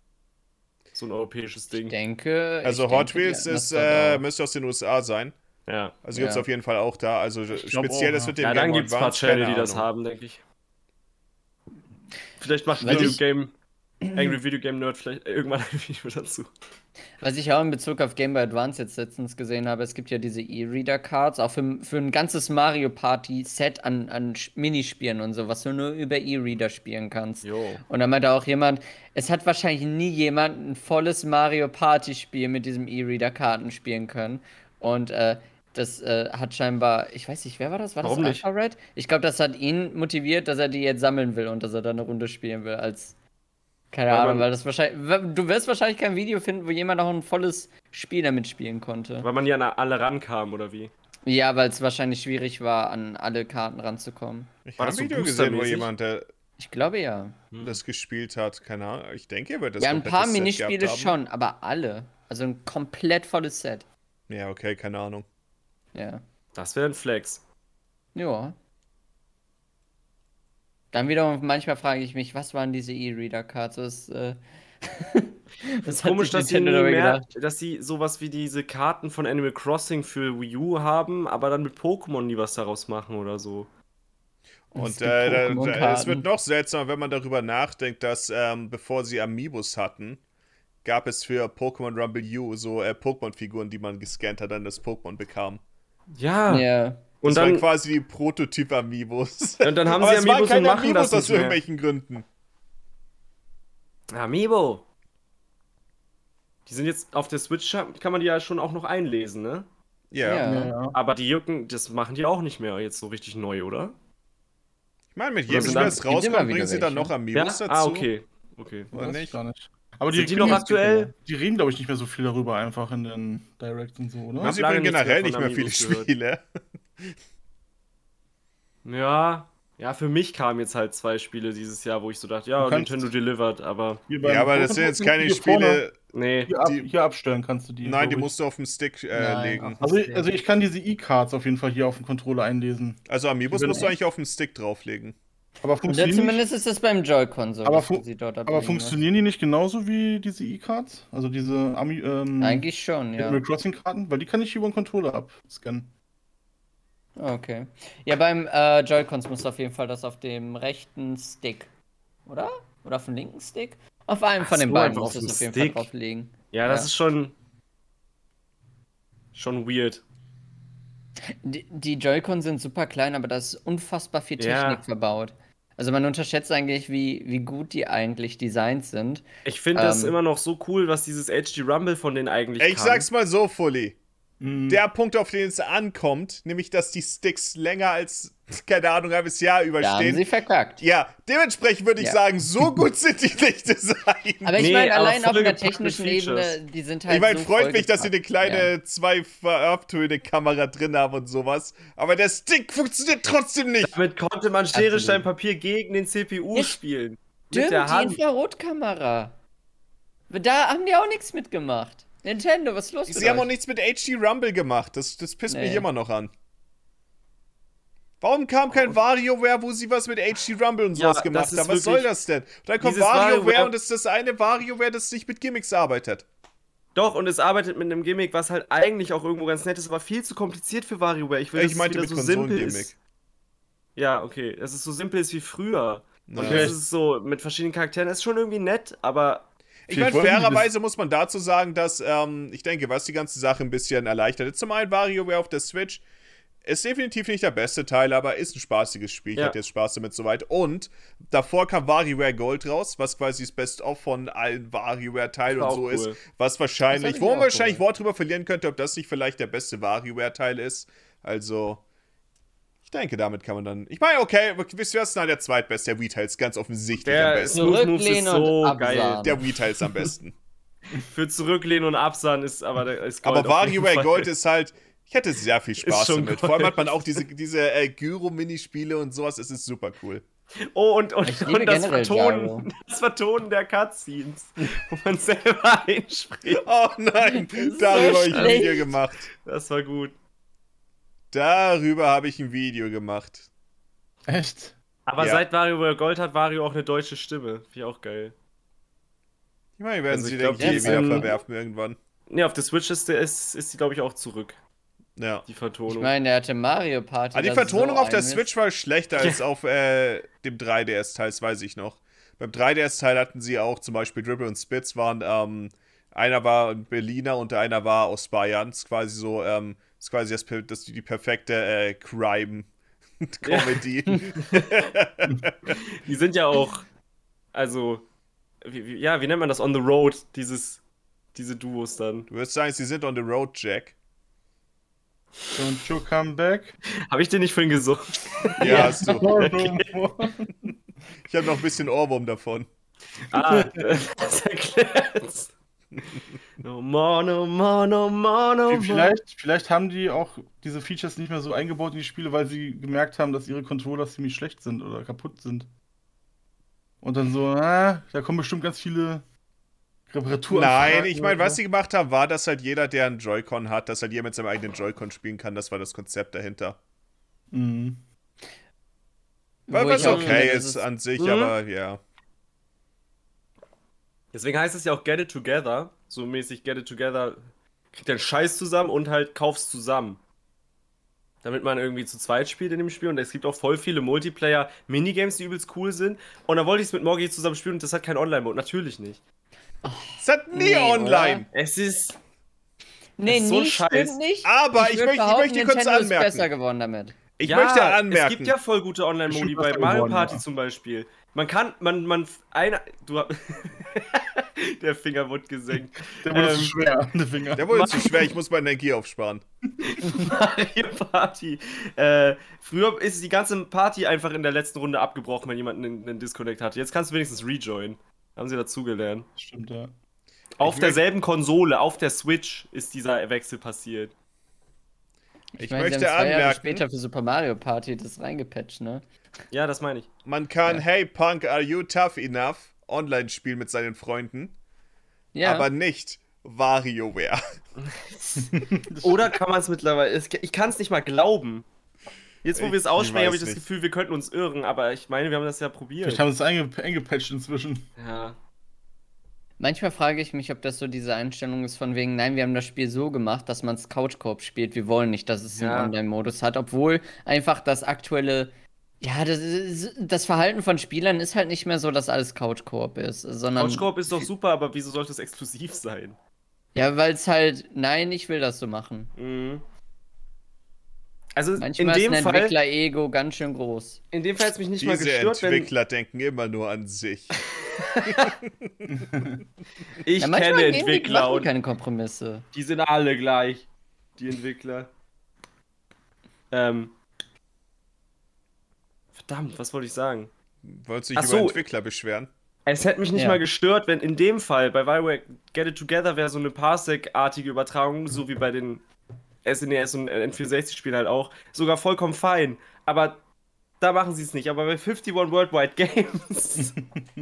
so ein europäisches Ich Ding? denke. Also ich Hot denke, die Wheels hatten ist, das da äh, drauf. müsste aus den USA sein. Ja. Also gibt es Ja. auf jeden Fall auch da. Also glaub speziell auch, das ja. mit dem Ja, Game dann Boy gibt's ein paar Advance, Channel, keine die das Ahnung. haben, denke ich. Vielleicht macht Weiß Video ich- Game, Angry Video Game Nerd vielleicht irgendwann ein Video dazu. Was ich auch in Bezug auf Game Boy Advance jetzt letztens gesehen habe, es gibt ja diese E-Reader-Cards, auch für, für ein ganzes Mario Party-Set an, an Sch- Minispielen und so, was du nur über E-Reader spielen kannst. Jo. Und da meinte auch jemand, es hat wahrscheinlich nie jemand ein volles Mario Party-Spiel mit diesem E-Reader-Karten spielen können. Und äh, das äh, hat scheinbar, ich weiß nicht, wer war das? War Warum das nicht? Alpha Red? Ich glaube, das hat ihn motiviert, dass er die jetzt sammeln will und dass er da eine Runde spielen will als. Keine Weil Ahnung, man- weil das wahrscheinlich. wa- Du wirst wahrscheinlich kein Video finden, wo jemand noch ein volles Spiel damit spielen konnte. Weil man hier an alle rankam, oder wie? Ja, weil es wahrscheinlich schwierig war, an alle Karten ranzukommen. Ich War habe das ein so Video gesehen, wo boostermäßig? Hm. jemand der Ich glaube ja. das gespielt hat. Keine Ahnung. Ich denke, er wird das ja, ein komplette paar Set gehabt Minispiele haben. schon, aber alle. Also ein komplett volles Set. Ja, okay, keine Ahnung. Ja. Das wäre ein Flex. Ja. Dann wiederum, manchmal frage ich mich, was waren diese E-Reader-Cards? Was, äh, was hat Komisch, sich dass sie, nie Nintendo dabei mehr, gedacht? dass sie sowas wie diese Karten von Animal Crossing für Wii U haben, aber dann mit Pokémon nie was daraus machen oder so. Und gibt äh, da, da, es Pokémon-Karten. wird noch seltsamer, wenn man darüber nachdenkt, dass ähm, bevor sie Amiibos hatten, gab es für Pokémon Rumble U so äh, Pokémon-Figuren, die man gescannt hat, dann das Pokémon bekam. Ja. Ja. Und das waren dann, quasi die Prototyp-Amiibos. und dann haben Aber sie es waren Amiibos und keine machen das aus nicht mehr. irgendwelchen Gründen. Amiibo. Die sind jetzt auf der Switch, kann man die ja schon auch noch einlesen, ne? Ja. Ja. Ja, ja. Aber die Jucken, das machen die auch nicht mehr jetzt so richtig neu, oder? Ich meine, mit Oder jedem sind Spiel, dann- das gibt immer rauskommt, wieder bringen sie dann welche. noch Amiibos dazu. Ah, okay. Okay. Oder Weiß ich nicht? Gar nicht. Aber Sind die noch reden- aktuell? Die reden, glaube ich, nicht mehr so viel darüber, einfach in den Direct und so, oder? Sie lange bringen nichts mehr generell von nicht mehr viele Amiibos gehört. Spiele. Ja, ja, für mich kamen jetzt halt zwei Spiele dieses Jahr, wo ich so dachte, ja, Du kannst- Nintendo delivered, aber Hier beim Ja, aber das großen sind jetzt Kuchen keine hier Spiele. vorne, nee. Hier, ab, die- hier abstellen kannst du die. Nein, die glaub ich. musst du auf den Stick äh, Nein, legen. auf- Also, also ich kann diese E-Cards auf jeden Fall hier auf dem Controller einlesen. Also Amiibos Die musst du werden- eigentlich auf den Stick drauflegen. Aber Oder funktionieren, die, zumindest ist das beim Joy-Con so, Aber dass du fu- sie dort aber ablegen funktionieren die nicht genauso wie diese E-Cards? Also diese Ami, ähm, musst. Eigentlich schon, ja. Animal Crossing-Karten? Weil die kann ich hier über den Controller abscannen. Okay. Ja, beim äh, Joy-Cons musst du auf jeden Fall das auf dem rechten Stick. Oder? Oder auf dem linken Stick? Auf einem Ach von den so, beiden einfach musst du auf es auf dem jeden Fall Stick. drauflegen. Ja, das Ja. ist schon schon weird. Die, die Joy-Con sind super klein, aber da ist unfassbar viel Technik Ja. verbaut. Also man unterschätzt eigentlich, wie, wie gut die eigentlich designt sind. Ich finde das Ähm. immer noch so cool, was dieses HD Rumble von denen eigentlich Ich kann. sag's mal so, Fully. Mhm. Der Punkt, auf den es ankommt, nämlich dass die Sticks länger als, keine Ahnung, ein halbes Jahr Da haben überstehen. sie verkackt. Ja, dementsprechend würde ich Ja. sagen, so gut sind die nicht designt. Aber ich Nee, meine, aber allein auf einer vollgepackte technischen Features. Ebene, die sind halt. Ich meine, so freut mich, dass sie eine vollgepackt. kleine Ja. zwei Farbtöne-Kamera drin haben und sowas. Aber der Stick funktioniert trotzdem nicht. Damit konnte man Schere, Absolut. Stein, Papier gegen den CPU Also Ich- spielen. Stimmt, Mit der die Hand. Infrarotkamera. Da haben die auch nichts mitgemacht. Nintendo, was ist los mit Sie haben auch euch? nichts mit HD Rumble gemacht. Das, das pisst mich Nee. immer noch an. Warum kam kein WarioWare, wo sie was mit HD Rumble und Ja, sowas das gemacht ist haben? Was soll wirklich- das denn? Und dann kommt Dieses WarioWare WarioWare- und das ist das eine WarioWare, das nicht mit Gimmicks arbeitet. Doch, und es arbeitet mit einem Gimmick, was halt eigentlich auch irgendwo ganz nett ist, aber viel zu kompliziert für WarioWare. Ich will, dass Ich es meinte wieder mit so simpel Konsolengimmick. ist. Ja, okay. Dass es so simpel ist wie früher. Und Naja. das ist so mit verschiedenen Charakteren. Das ist schon irgendwie nett, aber Ich Viel meine, wollen die das- fairerweise muss man dazu sagen, dass ähm, ich denke, was die ganze Sache ein bisschen erleichtert. Jetzt Zum einen WarioWare auf der Switch ist definitiv nicht der beste Teil, aber ist ein spaßiges Spiel. Ich Ja. hatte jetzt Spaß damit soweit. Und davor kam WarioWare Gold raus, was quasi das Best-of von allen WarioWare-Teilen War und auch so cool. ist. Was Das wahrscheinlich, hab ich wo mir man auch wahrscheinlich geholt. Wort drüber verlieren könnte, ob das nicht vielleicht der beste WarioWare-Teil ist. Also, ich denke, damit kann man dann. Ich meine, okay, wisst ihr was? Na, der zweitbeste, der Retail ist ganz offensichtlich am der besten. Smooth Moves ist Zurücklehnen und so absahen. geil. Der Retail ist am besten. Für zurücklehnen und absahen ist aber der ist Gold Aber auf jeden WarioWare Fall. Gold ist halt. Ich hatte sehr viel Spaß Ist schon damit. Vor allem Gold. hat man auch diese, diese äh, Gyro-Minispiele und sowas. Es ist super cool. Oh, und, Ich und, liebe und das, generell Vertonen, das Vertonen der Cutscenes, wo man selber einspricht. Oh nein, ist darüber so habe ich ein Video schlecht. gemacht. Das war gut. Darüber habe ich ein Video gemacht. Echt? Aber Ja. seit WarioWare Gold hat Wario auch eine deutsche Stimme. Finde ich auch geil. Ich meine, wir werden Also sie, ich denke ich, glaub, eh jetzt, wieder ähm, verwerfen irgendwann. Ne, auf der Switch ist, der, ist, ist die, glaube ich, auch zurück, Ja. die Ich Vertonung. meine, der hatte Mario Party. Aber Ah, die da Vertonung so auf der ein Mist. Switch war schlechter als auf äh, dem 3DS-Teil, das weiß ich noch. Beim 3DS-Teil hatten sie auch zum Beispiel Dribble und Spitz waren, ähm, einer war ein Berliner und einer war aus Bayern. Das ist quasi so, ähm, das ist quasi das, per- das, die perfekte äh, Crime-Comedy. die sind ja auch, also, wie, wie, ja, wie nennt man das? On the Road, dieses, diese Duos dann. Du würdest sagen, sie sind on the road, Jack. Don't you come back? Habe ich den nicht vorhin gesucht? Ja, hast du. No, no more. Ich habe noch ein bisschen Ohrwurm davon. Ah, das erklärt's. No more, no more, no more, oh no more. Vielleicht, vielleicht haben die auch diese Features nicht mehr so eingebaut in die Spiele, weil sie gemerkt haben, dass ihre Controller ziemlich schlecht sind oder kaputt sind. Und dann so, ah, da kommen bestimmt ganz viele Reparaturen. Nein, ich meine, was sie gemacht haben, war, dass halt jeder, der einen Joy-Con hat, dass halt jeder mit seinem eigenen Joy-Con spielen kann. Das war das Konzept dahinter. Mhm. Weil Wo was ich auch okay finde, das ist an sich, Mhm. aber ja. Deswegen heißt es ja auch Get It Together. So mäßig Get It Together. Kriegt deinen Scheiß zusammen und halt kaufst zusammen. Damit man irgendwie zu zweit spielt in dem Spiel. Und es gibt auch voll viele Multiplayer-Minigames, die übelst cool sind. Und da wollte ich es mit Morgi zusammen spielen und das hat keinen Online-Mode. Natürlich nicht. Es hat nie Nee, online. Es ist. Nee, ist so nie scheiß. stimmt nicht. Aber ich würd möchte- ich behaupten, möchte kurz Nintendo anmerken. Ist besser geworden damit. Ich möchte anmerken. Es gibt ja voll gute Online-Modi Schon bei besser Mario geworden, Party ja. zum Beispiel. Man kann, man, man, einer, du hast. Der Finger wurde gesenkt. Der wurde Ähm, zu schwer, der Finger. Der wurde zu schwer, ich muss meine Energie aufsparen. Mario Party. Äh, früher ist die ganze Party einfach in der letzten Runde abgebrochen, wenn jemand einen, einen Disconnect hatte. Jetzt kannst du wenigstens rejoin. Haben sie dazugelernt. Stimmt, ja. Auf möcht- derselben Konsole, auf der Switch, ist dieser Wechsel passiert. Ich meine, sie möchte haben zwei Jahre anmerken- später für Super Mario Party das reingepatcht, ne? Ja, das meine ich. Man kann Ja. Hey Punk, are you tough enough? online spielen mit seinen Freunden, Ja. aber nicht WarioWare. Oder kann man es mittlerweile. es- Ich kann es nicht mal glauben. Jetzt, wo Ich- wir es ich aussprechen, weiß habe ich das nicht. Gefühl, wir könnten uns irren, aber ich meine, wir haben das ja Vielleicht probiert. haben sie es einge eingepatcht inzwischen. Ja. Manchmal frage ich mich, ob das so diese Einstellung ist von wegen, nein, wir haben das Spiel so gemacht, dass man es Couchkorb spielt. Wir wollen nicht, dass es Ja. einen Online-Modus hat, obwohl einfach das aktuelle, ja, das, ist, das Verhalten von Spielern ist halt nicht mehr so, dass alles Couchkorb ist, sondern Couchcorp ist doch super, aber wieso sollte es exklusiv sein? ja, weil es halt, nein, ich will das so machen. Mhm. Also Manchmal in ist dem ein Fall Entwickler-Ego ganz schön groß. In dem Fall hat es mich nicht mal Diese gestört, wenn Entwickler denken immer nur an sich. ich Ja, manchmal kenne gehen die- Entwickler machen und keine Kompromisse. die sind alle gleich, die Entwickler. Ähm. Verdammt, was wollte ich sagen? Wolltest du dich Ach über so. Entwickler beschweren? Es hätte mich nicht Ja. mal gestört, wenn in dem Fall bei Bioware Get It Together wäre so eine Parsec-artige Übertragung, so wie bei den SNES und N64-Spielen halt auch, sogar vollkommen fein. Aber da machen sie es nicht. Aber bei 51 Worldwide Games,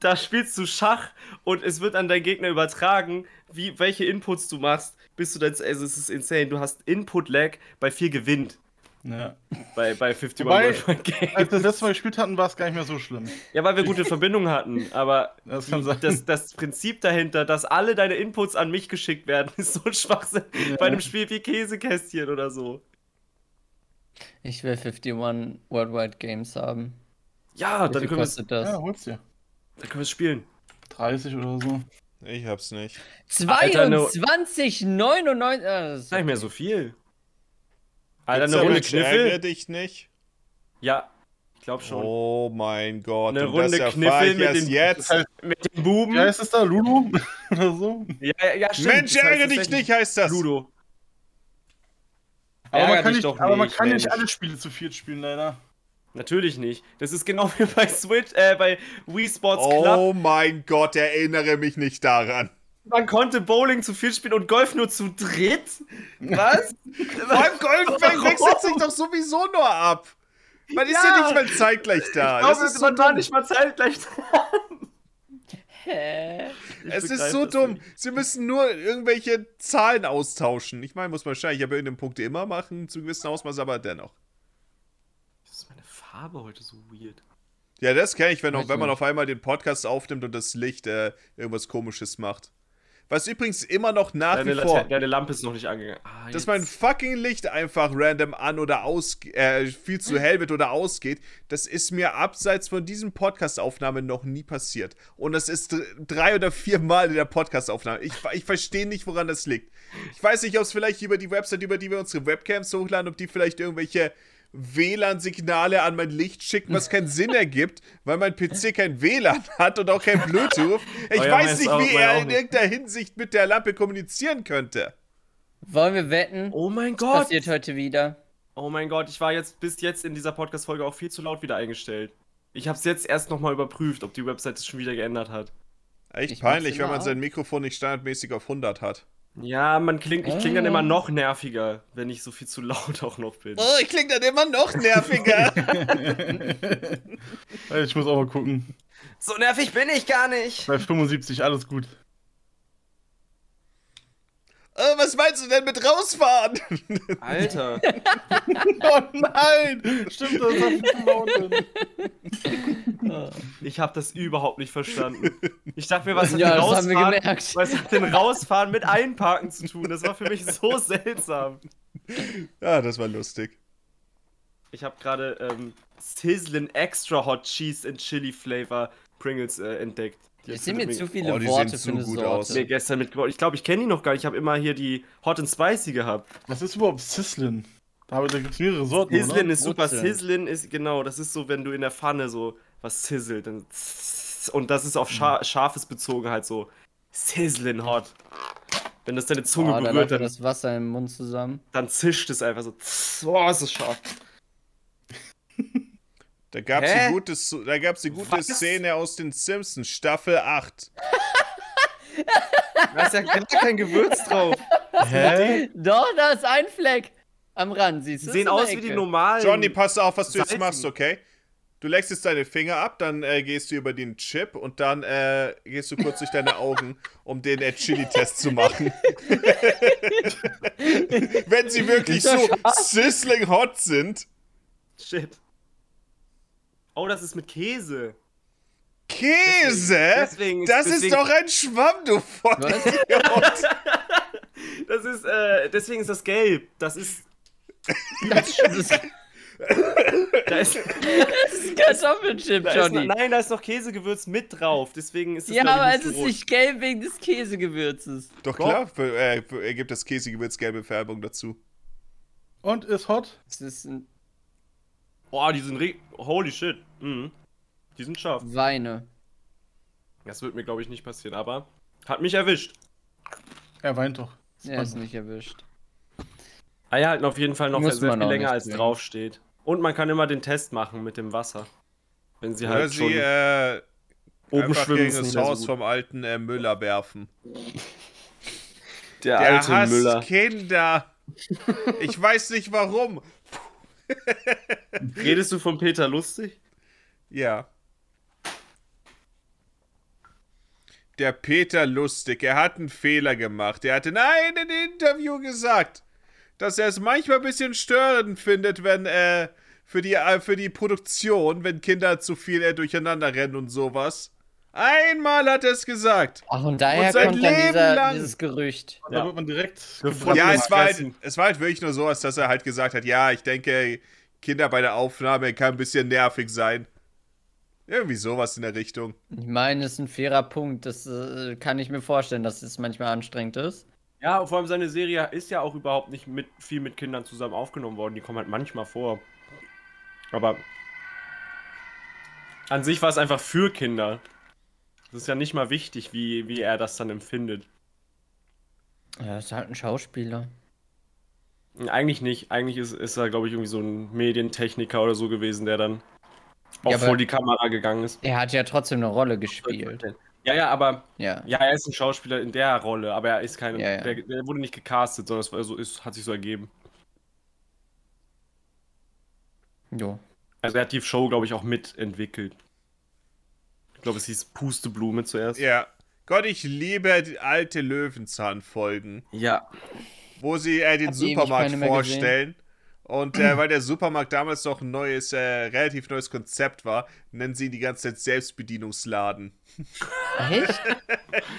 da spielst du Schach und es wird an deinen Gegner übertragen, wie, welche Inputs du machst, bis du dann. Also es ist insane. Du hast Input-Lag bei 4 gewinnt. Ja. Bei, bei 51 Wobei- Worldwide Games. Als wir das letzte Mal gespielt hatten, war es gar nicht mehr so schlimm. Ja, weil wir gute Verbindung hatten, aber Das kann sein. das, das Prinzip dahinter, dass alle deine Inputs an mich geschickt werden, ist so ein Schwachsinn Ja. bei einem Spiel wie Käsekästchen oder so. Ich will 51 Worldwide Games haben. Ja, Wie dann viel können, wir es, kostet das? Ja, hol's dir. dann können wir es spielen. 30 oder so. Ich hab's nicht. 22,99. Ah, das ist- Das ist nicht mehr so viel. Alter, Gibt's eine aber Runde Ärgere Kniffel? dich nicht? Ja, ich glaube schon. Oh mein Gott. Eine und Runde das Kniffel erfahr ich mit erst den- jetzt. Mit dem Buben? Wie heißt es da? Lulu? oder so? Ja, ja, ja, stimmt. Mensch, das heißt ärgere dich tatsächlich nicht, heißt das. Ludo. Aber Ärger man kann, dich nicht, doch aber man nicht, kann nicht Mensch. alle Spiele zu viert spielen, leider. Natürlich nicht. Das ist genau wie bei Switch, äh, bei Wii Sports Club. Oh mein Gott, erinnere mich nicht daran. Man konnte Bowling zu viert spielen und Golf nur zu dritt? Was? Vor allem Golf Warum? wechselt sich doch sowieso nur ab. Man ist ja Ja. nicht mal zeitgleich da. Aber das ist so man war dumm. nicht mal zeitgleich Hä? Es ist so dumm. Sie müssen nur irgendwelche Zahlen austauschen. Ich meine, muss man wahrscheinlich aber irgendeinen Punkt immer machen, zu gewissem Ausmaß, aber dennoch. Das ist meine Farbe heute so weird. Ja, das kenne ich, wenn, Weiß wenn man nicht. auf einmal den Podcast aufnimmt und das Licht äh, irgendwas Komisches macht. Was übrigens immer noch nach Deine, wie vor. Late- deine Lampe ist noch nicht angegangen. Ah, dass jetzt. mein fucking Licht einfach random an oder aus äh, viel zu hell wird oder ausgeht, das ist mir abseits von diesen Podcast-Aufnahmen noch nie passiert. Und das ist dr- drei oder vier Mal in der Podcast-Aufnahme. Ich, ich verstehe nicht, woran das liegt. Ich weiß nicht, ob es vielleicht über die Website, über die wir unsere Webcams hochladen, ob die vielleicht irgendwelche WLAN-Signale an mein Licht schicken, was keinen Sinn ergibt, weil mein PC kein WLAN hat und auch kein Bluetooth. Ich Oh ja, weiß meins nicht, auch- wie mein er auch in nicht. irgendeiner Hinsicht mit der Lampe kommunizieren könnte. Wollen wir wetten? oh mein Was Gott! passiert heute wieder? Oh mein Gott, ich war jetzt bis jetzt in dieser Podcast-Folge auch viel zu laut wieder eingestellt. Ich hab's jetzt erst nochmal überprüft, ob die Website es schon wieder geändert hat. Echt Ich mach's peinlich, wenn immer man auch. sein Mikrofon nicht standardmäßig auf 100 hat. Ja, man klingt, ich klinge dann Ah. immer noch nerviger, wenn ich so viel zu laut auch noch bin. Oh, ich klinge dann immer noch nerviger. Ey, Ich muss auch mal gucken. So nervig bin ich gar nicht! Bei 75, alles gut. Oh, was meinst du denn mit rausfahren? Alter! Oh nein! Stimmt, das hat nicht laut. Ich habe das überhaupt nicht verstanden. Ich dachte mir, was hat Ja, denn das haben wir rausfahren, gemerkt. was hat denn rausfahren mit einparken zu tun? Das war für mich so seltsam. Ja, das war lustig. Ich habe gerade ähm, Sizzlin Extra Hot Cheese and Chili Flavor Pringles äh, entdeckt. Die Es hat sind mir mit zu mir- viele Oh, die Worte sehen für eine zu gut Sorte. aus. mir gestern mitgebracht. Ich glaube, ich kenne die noch gar nicht. Ich habe immer hier die Hot and Spicy gehabt. Was ist überhaupt Sislin? Da, da gibt es mehrere Sorten. Sizzlin oder? ist super. Wurzeln. Sizzlin ist, genau, das ist so, wenn du in der Pfanne so was sizzelt. Dann zzzz. und das ist auf scha scharfes bezogen halt so. Sizzlin Hot. Wenn das deine Zunge Oh, da berührt, läuft mir dann das Wasser im Mund zusammen. oh, dann zischt es einfach so. Boah, ist das scharf. Da gab es Hä? eine gute, S- da gab's eine gute Was? Szene aus den Simpsons, Staffel 8. Da ist ja gar kein Gewürz drauf. Hä? Doch, da ist ein Fleck am Rand, siehst Die du? sehen Ist in der aus wie die Ecke. normalen. Johnny, pass auf, was du jetzt Salzen. machst, okay? Du leckst jetzt deine Finger ab, dann äh, gehst du über den Chip und dann äh, gehst du kurz durch deine Augen, um den äh, Chili-Test zu machen. Wenn sie wirklich Ist das so sizzling hot sind. Shit. Oh, das ist mit Käse. Käse? Deswegen- deswegen ist- das ist deswegen- doch ein Schwamm, du Vollidiot. Das ist, äh, deswegen ist das gelb. Das ist. Das ist, Da ist, das ist ein Kartoffelchip, da ist Johnny. nein, da ist noch Käsegewürz mit drauf. Deswegen ist es. ja, glaub ich, aber nicht es ist so rot. nicht gelb wegen des Käsegewürzes. doch klar, für, äh, für, äh, gibt das Käsegewürz gelbe Färbung dazu. Und ist hot? Es ist ein Boah, die sind. ri- Holy shit. Mhm. Die sind scharf. Weine. Das wird mir, glaube ich, nicht passieren, aber. Hat mich erwischt. Er weint doch. Er ist nicht erwischt. Eier halten auf jeden Fall noch Muss sehr man viel auch länger nicht als trinken. draufsteht. Und man kann immer den Test machen mit dem Wasser. Wenn sie Oder halt schon sie äh, oben einfach schwimmen. gegen Ist nicht das mehr Haus so gut. vom alten äh, Müller werfen. Der Der, alte hasst Müller. Kinder. Ich weiß nicht warum. Redest du von Peter Lustig? Ja. Der Peter Lustig, er hat einen Fehler gemacht. Er hatte in einem Interview gesagt, dass er es manchmal ein bisschen störend findet, wenn äh, für die äh, für die Produktion, wenn Kinder zu viel äh, durcheinander rennen und sowas. Einmal hat er es gesagt. Ach, und daher Und sein kommt dann Leben dieser, lang. dieses Gerücht. Da Ja. wird man direkt. Gefunden. gebrannt. ja, mal es war, halt, fressen. es war halt wirklich nur so, als dass er halt gesagt hat, ja, ich denke, Kinder bei der Aufnahme kann ein bisschen nervig sein. Irgendwie sowas in der Richtung. Ich meine, es ist ein fairer Punkt. Das äh, kann ich mir vorstellen, dass es manchmal anstrengend ist. Ja, vor allem seine Serie ist ja auch überhaupt nicht mit, viel mit Kindern zusammen aufgenommen worden. Die kommen halt manchmal vor. Aber an sich war es einfach für Kinder. Das ist ja nicht mal wichtig, wie, wie er das dann empfindet. Ja, ist halt ein Schauspieler. Eigentlich nicht. Eigentlich ist, ist er, glaube ich, irgendwie so ein Medientechniker oder so gewesen, der dann auch Ja, aber- vor die Kamera gegangen ist. Er hat ja trotzdem eine Rolle gespielt. Ja, ja, aber Ja. ja, er ist ein Schauspieler in der Rolle, aber er ist kein, Ja, ja. Der, der wurde nicht gecastet, sondern es war so, ist, hat sich so ergeben. Jo. Also er hat die Show, glaube ich, auch mitentwickelt. Ich glaube, es hieß Pusteblume zuerst. Ja. Gott, ich liebe die alte Löwenzahn-Folgen, Ja. wo sie äh, den Hab die ewig Supermarkt keine mehr vorstellen. Und äh, weil der Supermarkt damals noch ein neues, äh, relativ neues Konzept war, nennen sie ihn die ganze Zeit Selbstbedienungsladen. Echt?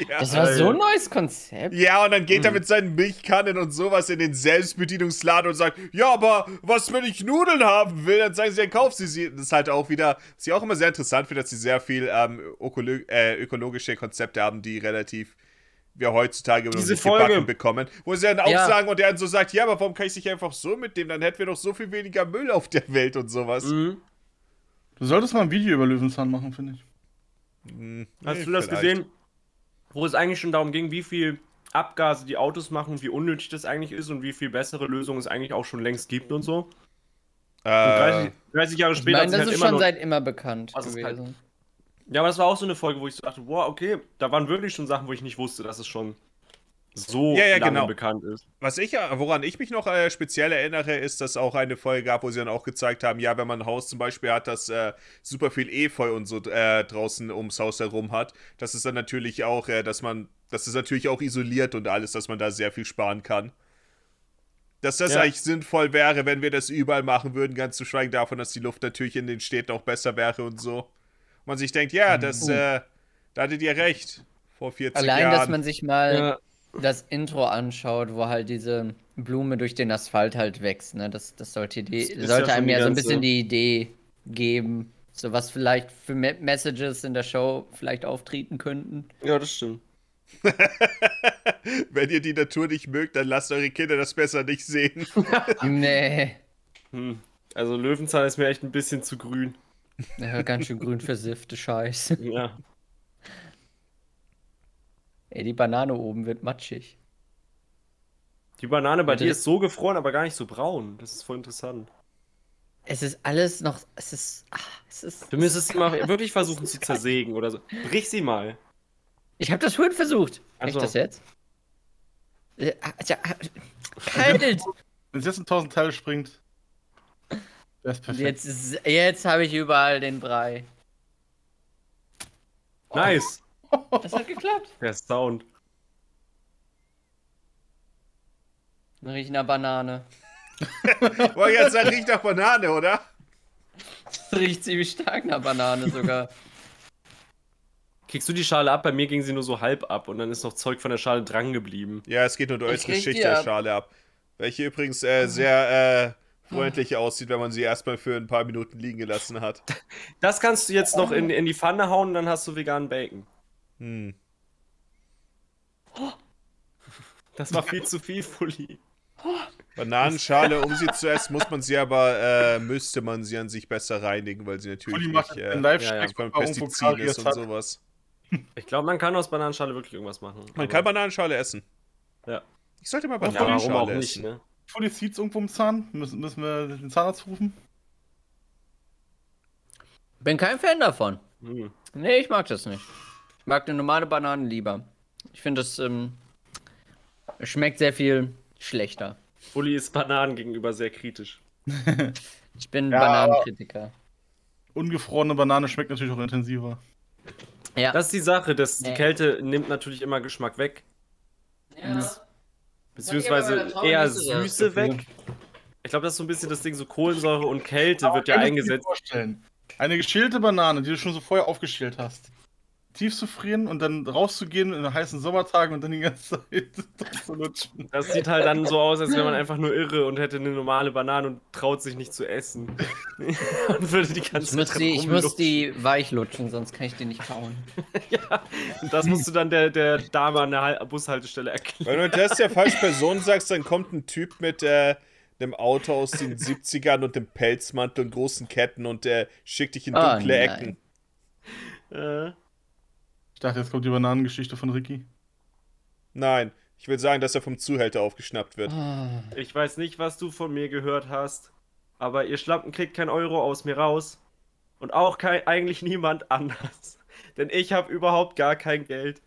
Ja. Das war also so ein neues Konzept. Ja, und dann geht Mhm. er mit seinen Milchkannen und sowas in den Selbstbedienungsladen und sagt, ja, aber was, wenn ich Nudeln haben will? Dann sagen sie, dann kauf sie sie. Das ist halt auch wieder, was ich auch immer sehr interessant finde, dass sie sehr viel ähm, ökolo äh, ökologische Konzepte haben, die relativ wir heutzutage noch Diese nicht Folge. gebacken bekommen. Wo sie dann auch Ja. sagen und der dann so sagt, ja, aber warum kann ich sich einfach so mitnehmen? Dann hätten wir doch so viel weniger Müll auf der Welt und sowas. Mhm. Du solltest mal ein Video über Löwenzahn machen, finde ich. Hm, Hast nee, du das vielleicht. gesehen, wo es eigentlich schon darum ging, wie viel Abgase die Autos machen, wie unnötig das eigentlich ist und wie viel bessere Lösungen es eigentlich auch schon längst gibt und so? Und Äh, 30, 30 Jahre Ich später meine, hat das sich ist halt immer schon noch seit immer bekannt Was ist halt gewesen. Ja, aber das war auch so eine Folge, wo ich so dachte, wow, okay, da waren wirklich schon Sachen, wo ich nicht wusste, dass es schon so Ja, ja, lange genau. bekannt ist. Was ich, ja- woran ich mich noch äh, speziell erinnere, ist, dass auch eine Folge gab, wo sie dann auch gezeigt haben, ja, wenn man ein Haus zum Beispiel hat, das äh, super viel Efeu und so äh, draußen ums Haus herum hat, dass es dann natürlich auch, äh, dass man, dass es natürlich auch isoliert und alles, dass man da sehr viel sparen kann. Dass das Ja. eigentlich sinnvoll wäre, wenn wir das überall machen würden, ganz zu schweigen davon, dass die Luft natürlich in den Städten auch besser wäre und so. Man sich denkt, Mhm. ja, das, äh, da hattet ihr recht. Vor 40 Oh. Allein, Jahren. dass man sich mal Ja. das Intro anschaut, wo halt diese Blume durch den Asphalt halt wächst, ne? Das, das sollte, die, Das ist sollte ja schon einem die ja so ein ganze- bisschen die Idee geben, so was vielleicht für Me Messages in der Show vielleicht auftreten könnten. Ja, das stimmt. Wenn ihr die Natur nicht mögt, dann lasst eure Kinder das besser nicht sehen. Nee. Hm. Also Löwenzahn ist mir echt ein bisschen zu grün. Ja, ganz schön grün versiffte Scheiße. Ja. Ey, die Banane oben wird matschig. Die Banane bei Bitte? dir ist so gefroren, aber gar nicht so braun. Das ist voll interessant. Es ist alles noch. Es ist. ah, es ist Du müsstest sie mal wirklich versuchen zu zersägen oder so. Brich sie mal. ich habe das vorhin versucht. Kann Ach ich so. das jetzt? Äh, ah, tja, ah, Kalt! Wenn es jetzt in tausend Teile springt, wär's perfekt. Jetzt, ist- jetzt habe ich überall den Brei. Nice. Das hat geklappt. Der Sound. Dann riech ich nach Banane. Wollte jetzt sagen, riecht nach Banane, oder? Das riecht ziemlich stark nach Banane sogar. Kriegst du die Schale ab? Bei mir ging sie nur so halb ab und dann ist noch Zeug von der Schale dran geblieben. Ja, es geht nur die Ich äußere krieg Schicht die der ab. Schale ab. Welche übrigens äh, sehr äh, freundlich aussieht, wenn man sie erstmal für ein paar Minuten liegen gelassen hat. Das kannst du jetzt noch in, in die Pfanne hauen und dann hast du veganen Bacon. Hm. Das war viel zu viel, Fully. Bananenschale, um sie zu essen, muss man sie aber, äh, müsste man sie an sich besser reinigen, weil sie natürlich Uli macht nicht einen äh, ja, Live-Stream, ja, von wo irgendwo Pestiziden Karies ist und hat. sowas. Ich glaube, man kann aus Bananenschale wirklich irgendwas machen. Man Aber- kann Bananenschale essen. Ja. Ich sollte mal ja, warum auch Bananenschale nicht, essen. ne? Fully Seeds irgendwo im Zahn? Müssen, müssen wir den Zahnarzt rufen? Bin kein Fan davon. Hm. Nee, ich mag das nicht. Ich mag eine normale Banane lieber. Ich finde, das ähm, schmeckt sehr viel schlechter. Fully ist Bananen gegenüber sehr kritisch. Ich bin Ja, Bananenkritiker. Ungefrorene Banane schmeckt natürlich auch intensiver. Ja. Das ist die Sache, dass die Nee. Kälte nimmt natürlich immer Geschmack weg. ja. Beziehungsweise aber bei der eher Traube nicht Süße weg. Ich glaube, das ist so ein bisschen das Ding, so Kohlensäure und Kälte wird ja eingesetzt. Vorstellen. Eine geschälte Banane, die du schon so vorher aufgeschält hast. Tief zu frieren und dann rauszugehen in den heißen Sommertagen und dann die ganze Zeit drauf zu lutschen. Das sieht halt dann so aus, als wäre man einfach nur irre und hätte eine normale Banane und traut sich nicht zu essen. und würde die ganze Ich muss, Zeit die, ich muss rumlutschen. die weich lutschen, sonst kann ich die nicht kauen. Und das musst du dann der, der Dame an der Hal- Bushaltestelle erklären. Wenn du das der falschen Person sagst, dann kommt ein Typ mit äh, einem Auto aus den 70ern und dem Pelzmantel und großen Ketten und äh, schickt dich in Ah, Oh, dunkle nein. Ecken. Äh, Ich dachte, jetzt kommt die Bananengeschichte von Ricky. Nein, ich will sagen, dass er vom Zuhälter aufgeschnappt wird. Ah. ich weiß nicht, was du von mir gehört hast, aber ihr Schlampen kriegt kein Euro aus mir raus. Und auch kein, eigentlich niemand anders. Denn ich habe überhaupt gar kein Geld.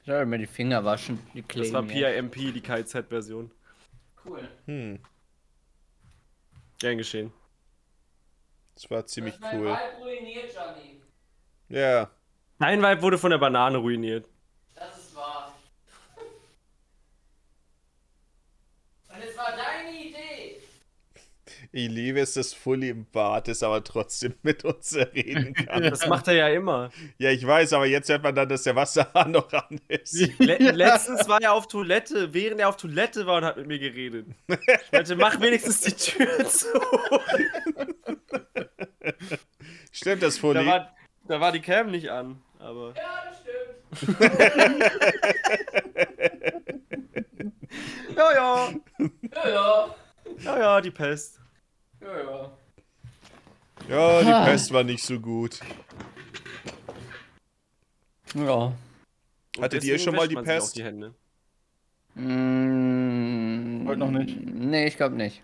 Ich soll mir die Finger waschen. Die Das war kleben jetzt. PIMP, die KZ-Version. Hm, Gern geschehen. das war ziemlich cool. Ja, Dein Weib wurde von der Banane ruiniert. Das ist wahr. Und es war deine Idee. ich liebe es, dass Fully im Bad ist, aber trotzdem mit uns reden kann. Das macht er ja immer. ja, ich weiß, aber jetzt hört man dann, dass der Wasserhahn noch an ist. Le Letztens war er auf Toilette, während er auf Toilette war und hat mit mir geredet. Ich meinte, mach wenigstens die Tür zu. Stimmt das, Da Fully? war, da war die Cam nicht an, aber. Ja, das stimmt. Ja, ja, Ja, ja. ja, ja, die Pest. Ja, ja. Ja, Ah. die Pest war nicht so gut. Ja. Und Hattet ihr deswegen schon mal wäscht die man sich auch Pest? Die Hände. Mm, Heute noch nicht. Nee, ich glaube nicht.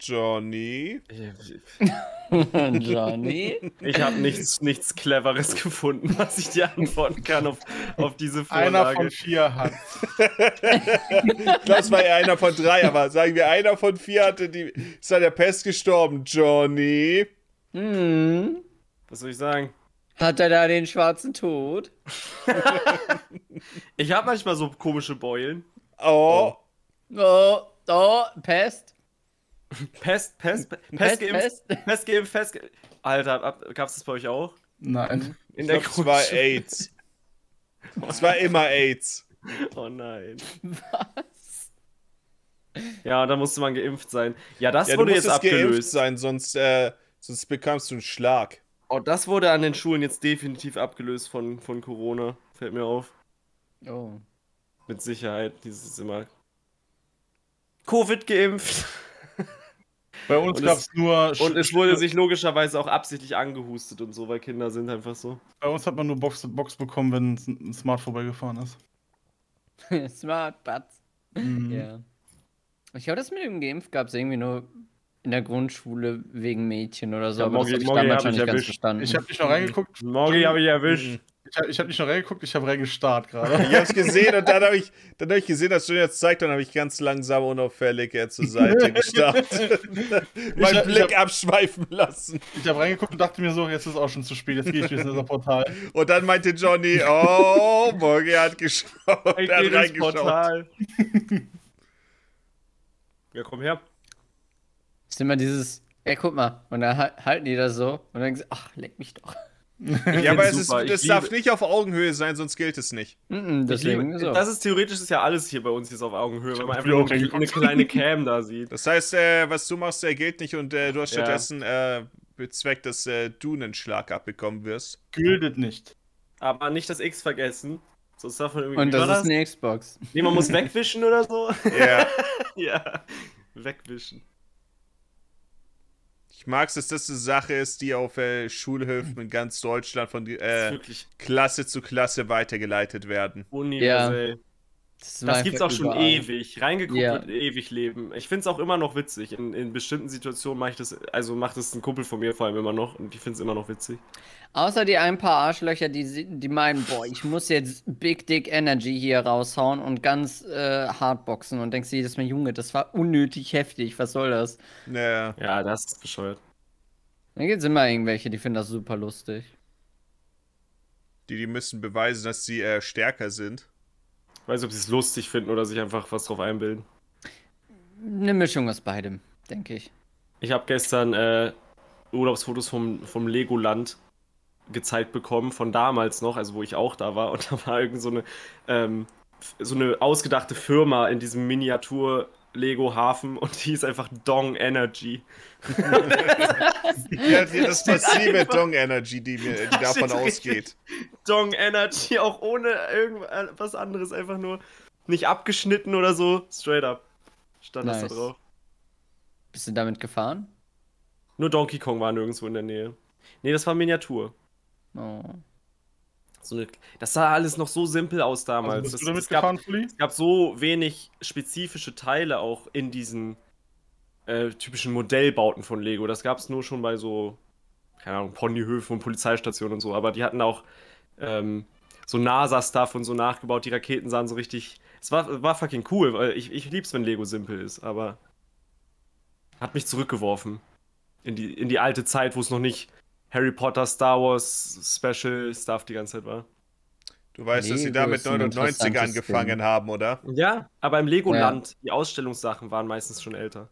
Johnny? Johnny? Ich habe nichts, nichts Cleveres gefunden, was ich dir antworten kann auf, auf diese Vorlage. Einer von vier hat. Ich glaube, es war eher einer von drei, aber sagen wir, einer von vier hatte die, ist an der Pest gestorben. Johnny? Hm. was soll ich sagen? Hat er da den schwarzen Tod? Ich habe manchmal so komische Beulen. Oh. Oh, oh, Pest. Pest, Pest, Pest, Pest, Pest geimpft, Pest, geimpft, Pest geimpft. Alter, ab, gab's das bei euch auch? Nein. In Ich glaub, es war AIDS. Es war immer AIDS. Oh nein. Was? Ja, da musste man geimpft sein. Ja, das ja, du wurde musst jetzt jetzt geimpft abgelöst. sein, sonst, äh, sonst bekommst du einen Schlag. Oh, das wurde an den Schulen jetzt definitiv abgelöst von, von Corona. Fällt mir auf. Oh. Mit Sicherheit. Dieses ist immer. Covid geimpft. Bei uns Und gab es- es nur. Und es wurde sich logischerweise auch absichtlich angehustet und so, weil Kinder sind einfach so. Bei uns hat man nur Box, Box bekommen, wenn ein Smart vorbeigefahren ist. Smart Butts. Mhm. Mhm. Ja. Ich glaube, das mit dem Geimpft gab es irgendwie nur in der Grundschule wegen Mädchen oder so. Ja, aber das Morgi- hab ich Morgi damals hab schon ich nicht ganz erwischt. verstanden. Ich habe nicht noch reingeguckt. Morgi habe ich erwischt. Ich habe hab nicht noch reingeguckt, ich habe reingestarrt gerade. Ich hab's gesehen und dann habe ich, dann hab ich gesehen, dass du mir das zeigst, dann habe ich ganz langsam unauffällig äh, zur Seite gestartet. Ich Mein hab- ich Blick hab- abschweifen lassen. Ich habe reingeguckt und dachte mir so, jetzt ist auch schon zu spät, jetzt gehe ich wieder in das Portal. Und dann meinte Johnny, oh, Morgi hat geschaut. Ich Er hat geh ins reingeschaut. Portal. ja, komm her. Es ist immer dieses, ey, guck mal. Und dann ha- halten die das so und dann gesagt, ach, leck mich doch. Ja, aber es, ist, Super, ich es darf liebe- nicht auf Augenhöhe sein, sonst gilt es nicht. Mm -mm, Ich liebe, deswegen so. Das ist theoretisch ist ja alles hier bei uns jetzt auf Augenhöhe, wenn man hab einfach wieder nur auch eine, eine kleine Cam da sieht. Das heißt, äh, was du machst, äh, gilt nicht und äh, du hast Ja. stattdessen äh, bezweckt, dass äh, du einen Schlag abbekommen wirst. Gildet nicht. Aber nicht das X vergessen. Sonst darf man irgendwie. und wie das war ist eine Xbox. Nee, man muss wegwischen oder so. Ja. ja. Wegwischen. Ich mag es, dass das eine Sache ist, die auf äh, Schulhöfen in ganz Deutschland von Das ist äh, wirklich Klasse zu Klasse weitergeleitet werden. universell. Das, war Das gibt's auch einfach schon überall. ewig. Reingeguckt Ja. wird ewig leben. Ich find's auch immer noch witzig. In, in bestimmten Situationen mache ich das, also macht das ein Kumpel von mir vor allem immer noch und ich find's immer noch witzig. Außer die ein paar Arschlöcher, die, sie- die meinen, boah, ich muss jetzt Big Dick Energy hier raushauen und ganz äh, hart boxen und denkst dir jedes Mal, Junge, das war unnötig heftig, was soll das? Naja. Ja, das ist bescheuert. Dann gibt's immer irgendwelche, die finden das super lustig. Die, die müssen beweisen, dass sie äh, stärker sind. Ich weiß nicht, ob sie es lustig finden oder sich einfach was drauf einbilden. Eine Mischung aus beidem, denke ich. Ich habe gestern äh, Urlaubsfotos vom, vom Legoland gezeigt bekommen, von damals noch, also wo ich auch da war. Und da war irgend so eine, ähm, f- so eine ausgedachte Firma in diesem Miniatur-Lego-Hafen und die ist einfach Dong Energy. Ja, die, das massive einfach- Dong Energy, die, mir, die Da steht davon so ausgeht. Dong Energy, auch ohne irgendwas anderes, einfach nur nicht abgeschnitten oder so, straight up. Stand das da Nice. drauf. Bist du damit gefahren? Nur Donkey Kong war nirgendwo in der Nähe. Nee, das war Miniatur. Oh. So eine, das sah alles noch so simpel aus damals. Also bist das, du damit es, gab, gefahren, Fully? es gab so wenig spezifische Teile auch in diesen äh, typischen Modellbauten von Lego. Das gab es nur schon bei so, keine Ahnung, Ponyhöfen und Polizeistationen und so. Aber die hatten auch ähm, so NASA-Stuff und so nachgebaut. Die Raketen sahen so richtig. Es war, war fucking cool. Weil ich, ich lieb's, wenn Lego simpel ist. Aber hat mich zurückgeworfen in die, in die alte Zeit, wo es noch nicht Harry Potter, Star Wars, Special Stuff die ganze Zeit war. Du weißt, dass sie Lego damit ist ein 99 interessantes angefangen Ding. haben, oder? Ja, aber im Legoland, die Ausstellungssachen waren meistens schon älter.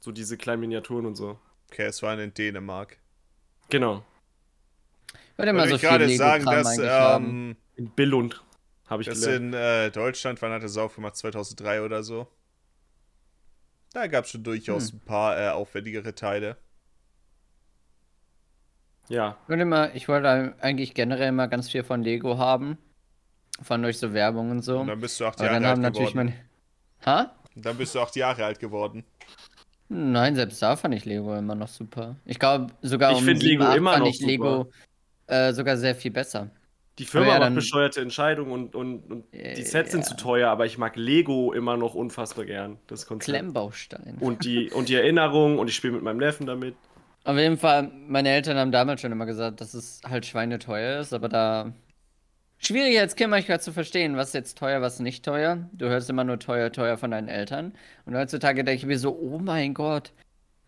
So diese kleinen Miniaturen und so. Okay, es waren in Dänemark. Genau. Wollte Würde mal so ich viel gerade sagen, Lego-Kram dass eigentlich haben. ähm, In Billund habe ich Das gelernt. in äh, Deutschland, wann hat das aufgemacht? 2003 oder so. Da gab es schon durchaus ein paar äh, aufwendigere Teile. Ja. Würde mal, ich wollte eigentlich generell mal ganz viel von Lego haben. Von durch so Werbung und so. Und dann bist du acht Aber dann Jahre haben alt natürlich geworden. meine. Ha? Und dann bist du acht Jahre alt geworden. Nein, selbst da fand ich Lego immer noch super. Ich glaube, sogar um Ich find Lego acht immer fand noch ich Lego äh, sogar sehr viel besser. Die Firma Aber ja, macht dann- bescheuerte Entscheidungen und, und, und die Äh, Sets sind ja. zu teuer, aber ich mag Lego immer noch unfassbar gern. Das Konzept. Klemmbaustein. Und die, und die Erinnerung und ich spiele mit meinem Neffen damit. Auf jeden Fall, meine Eltern haben damals schon immer gesagt, dass es halt schweineteuer ist, aber da. Schwierig als Kind manchmal zu verstehen, was ist jetzt teuer, was nicht teuer. Du hörst immer nur teuer, teuer von deinen Eltern. Und heutzutage denke ich mir so, oh mein Gott.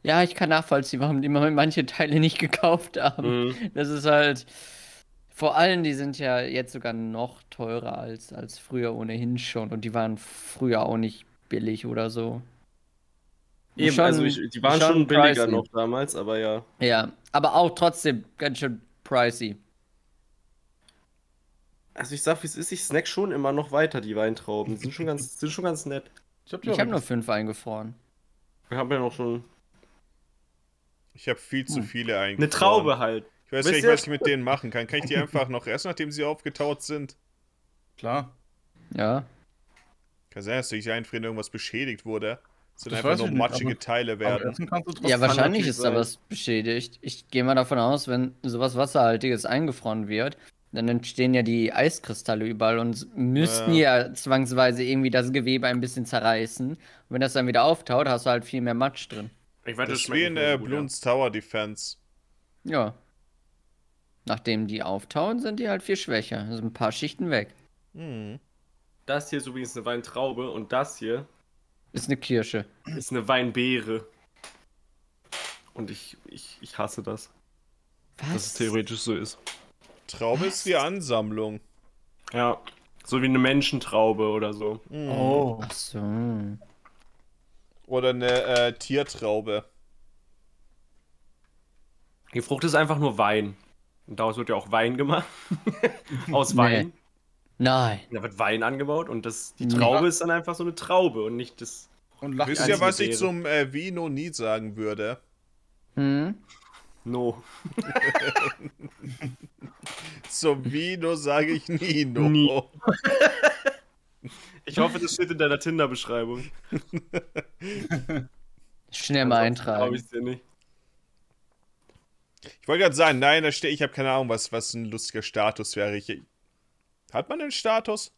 Ja, ich kann nachvollziehen, warum die mal manche Teile nicht gekauft haben. Mhm. Das ist halt. Vor allem, die sind ja jetzt sogar noch teurer als, als früher ohnehin schon. Und die waren früher auch nicht billig oder so. Eben, Schon- also ich, die waren schon, schon billiger pricey. noch damals, aber ja. Ja, aber auch trotzdem ganz schön pricey. Also ich sag, wie es ist, ich snack schon immer noch weiter, die Weintrauben. Sind schon ganz, sind schon ganz nett. Ich habe Ich habe nur fünf eingefroren. Wir haben ja noch schon. Ich habe viel zu viele eigentlich. Eine Traube halt. Ich weiß Wisst gar nicht, ihr- was ich mit denen machen kann. Kann ich die einfach noch erst, nachdem sie aufgetaut sind? Klar. Ja. Kann sein, dass durch die Einfrieren irgendwas beschädigt wurde. Es sind Das einfach weiß nur ich nicht, matschige aber- Teile Aber werden. essen kannst du trotzdem. Ja, wahrscheinlich natürlich ist sein. da was beschädigt. Ich gehe mal davon aus, wenn sowas Wasserhaltiges eingefroren wird, Dann entstehen ja die Eiskristalle überall und müssten ja. zwangsweise irgendwie das Gewebe ein bisschen zerreißen. Und wenn das dann wieder auftaut, hast du halt viel mehr Matsch drin. Ich weiß, Das ist schmeckt wie in nicht mehr äh, gut, Bloons Tower Defense. Ja. Nachdem die auftauen, sind die halt viel schwächer. Also ein paar Schichten weg. Hm. ja. Das hier ist übrigens eine Weintraube und das hier Ist eine Kirsche. ist eine Weinbeere. Und ich, ich, ich hasse das, Was? dass es theoretisch so ist. Traube ist die Ansammlung. Ja, so wie eine Menschentraube oder so. Oh. Ach so. Oder eine äh, Tiertraube. Die Frucht ist einfach nur Wein. Und daraus wird ja auch Wein gemacht. Aus Wein. Nee. Nein. Da wird Wein angebaut und das, die Nee. Traube ist dann einfach so eine Traube und nicht das. Und Also, lacht Wisst die ihr, ja einzige was ich Beere. zum äh, Vino nie sagen würde? Hm? No. Zum Vino sage ich Nino. Hm. Nie. Ich hoffe, das steht in deiner Tinder-Beschreibung. Schnell mal Glaube eintragen. ich dir nicht. Ich wollte gerade sagen, nein, da steht, ich habe keine Ahnung, was, was ein lustiger Status wäre. Ich, hat man einen Status?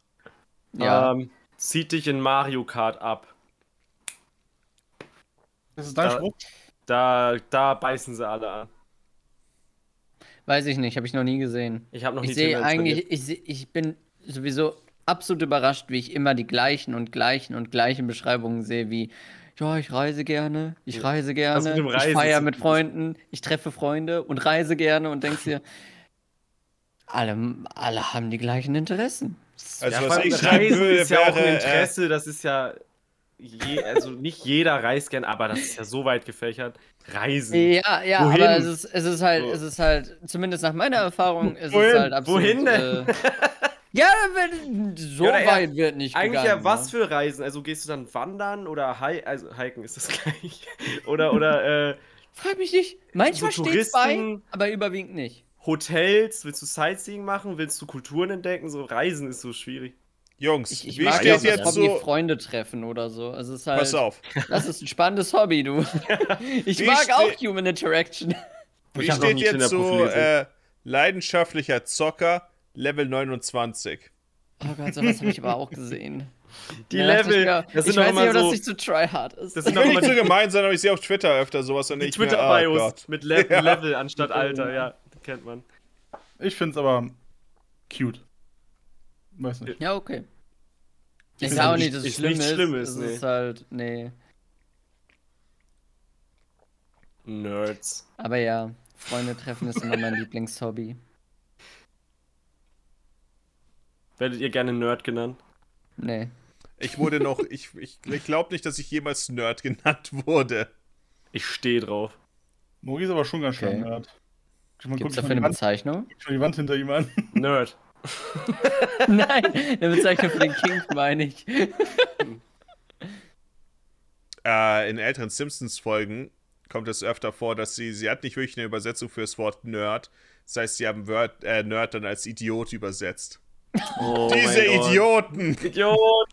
Ja. Ähm, zieht dich in Mario Kart ab. Das ist dein Da- Spruch. Da, da beißen sie alle an. Weiß ich nicht, habe ich noch nie gesehen. Ich habe noch nie ich sehe Tinder installiert. eigentlich, ich, seh, ich bin sowieso absolut überrascht, wie ich immer die gleichen und gleichen und gleichen Beschreibungen sehe, wie ja, ich reise gerne, ich Das reise mit gerne, dem Reisen ich feiere ist mit so Freunden, ich treffe Freunde und reise gerne und denkst dir, alle, alle haben die gleichen Interessen. Also, ja, was vor allem ich schreiben Reisen würde, ist ja auch wäre, äh, ein Interesse, das ist ja. Je, also nicht jeder reist gern, aber das ist ja so weit gefächert. Reisen. Ja, ja, Wohin? aber es ist, es ist halt, So. es ist halt, zumindest nach meiner Erfahrung, ist Wohin? es halt absolut. Wohin denn? Äh, ja, wenn- so Ja, oder eher- weit wird nicht Eigentlich gegangen. ne? ja, was für Reisen? Also gehst du dann wandern oder hi also hiken ist das gleich. oder oder äh, Frag mich nicht. Manchmal So steht's bei, Touristen- aber überwiegend nicht. Hotels, willst du Sightseeing machen, willst du Kulturen entdecken? So Reisen ist so schwierig. Jungs, Ich, ich wie mag ja auch steht das jetzt Hobby so. Freunde treffen oder so. Also es ist halt, Pass auf. Das ist ein spannendes Hobby, du. Ich Wie mag ste- auch Human Interaction. Wie Ich hab noch steht nie jetzt Tinder-Profil so gesehen. äh, leidenschaftlicher Zocker, Level 29? Oh Gott, sowas habe ich aber auch gesehen. äh, Die Da dachte Level, Ich, mir, das ich sind doch weiß nicht, immer ob das so nicht zu tryhard ist. Das Ich sind will doch immer nicht so die, gemein sein, aber ich sehe auf Twitter öfter sowas und die ich mir, ah, Twitter-Bios Gott. mit Le Ja. Level anstatt Alter, ja, das kennt man. Ich find's aber cute. Weiß nicht. ja, okay. Ich Ist sage auch nicht- nicht, dass es ist schlimm nichts ist. Schlimmes, es nee. ist halt, nee. Nerds. Aber ja, Freunde treffen ist immer mein Lieblingshobby. Werdet ihr gerne Nerd genannt? Nee. Ich wurde noch, ich, ich, ich glaube nicht, dass ich jemals Nerd genannt wurde. Ich stehe drauf. Mogi ist aber schon ganz schön Okay. okay. nerd. Guck mal, Gibt's guck dafür mal die eine Wand, Bezeichnung? guck mal die Wand hinter ihm an. Nerd. Nein, eine Bezeichnung für den King meine ich. Äh, in älteren Simpsons-Folgen kommt es öfter vor, dass sie, sie hat nicht wirklich eine Übersetzung für das Wort Nerd. Das heißt, sie haben Word, äh, Nerd dann als Idiot übersetzt. Oh Diese mein Gott. Idioten! Idiot!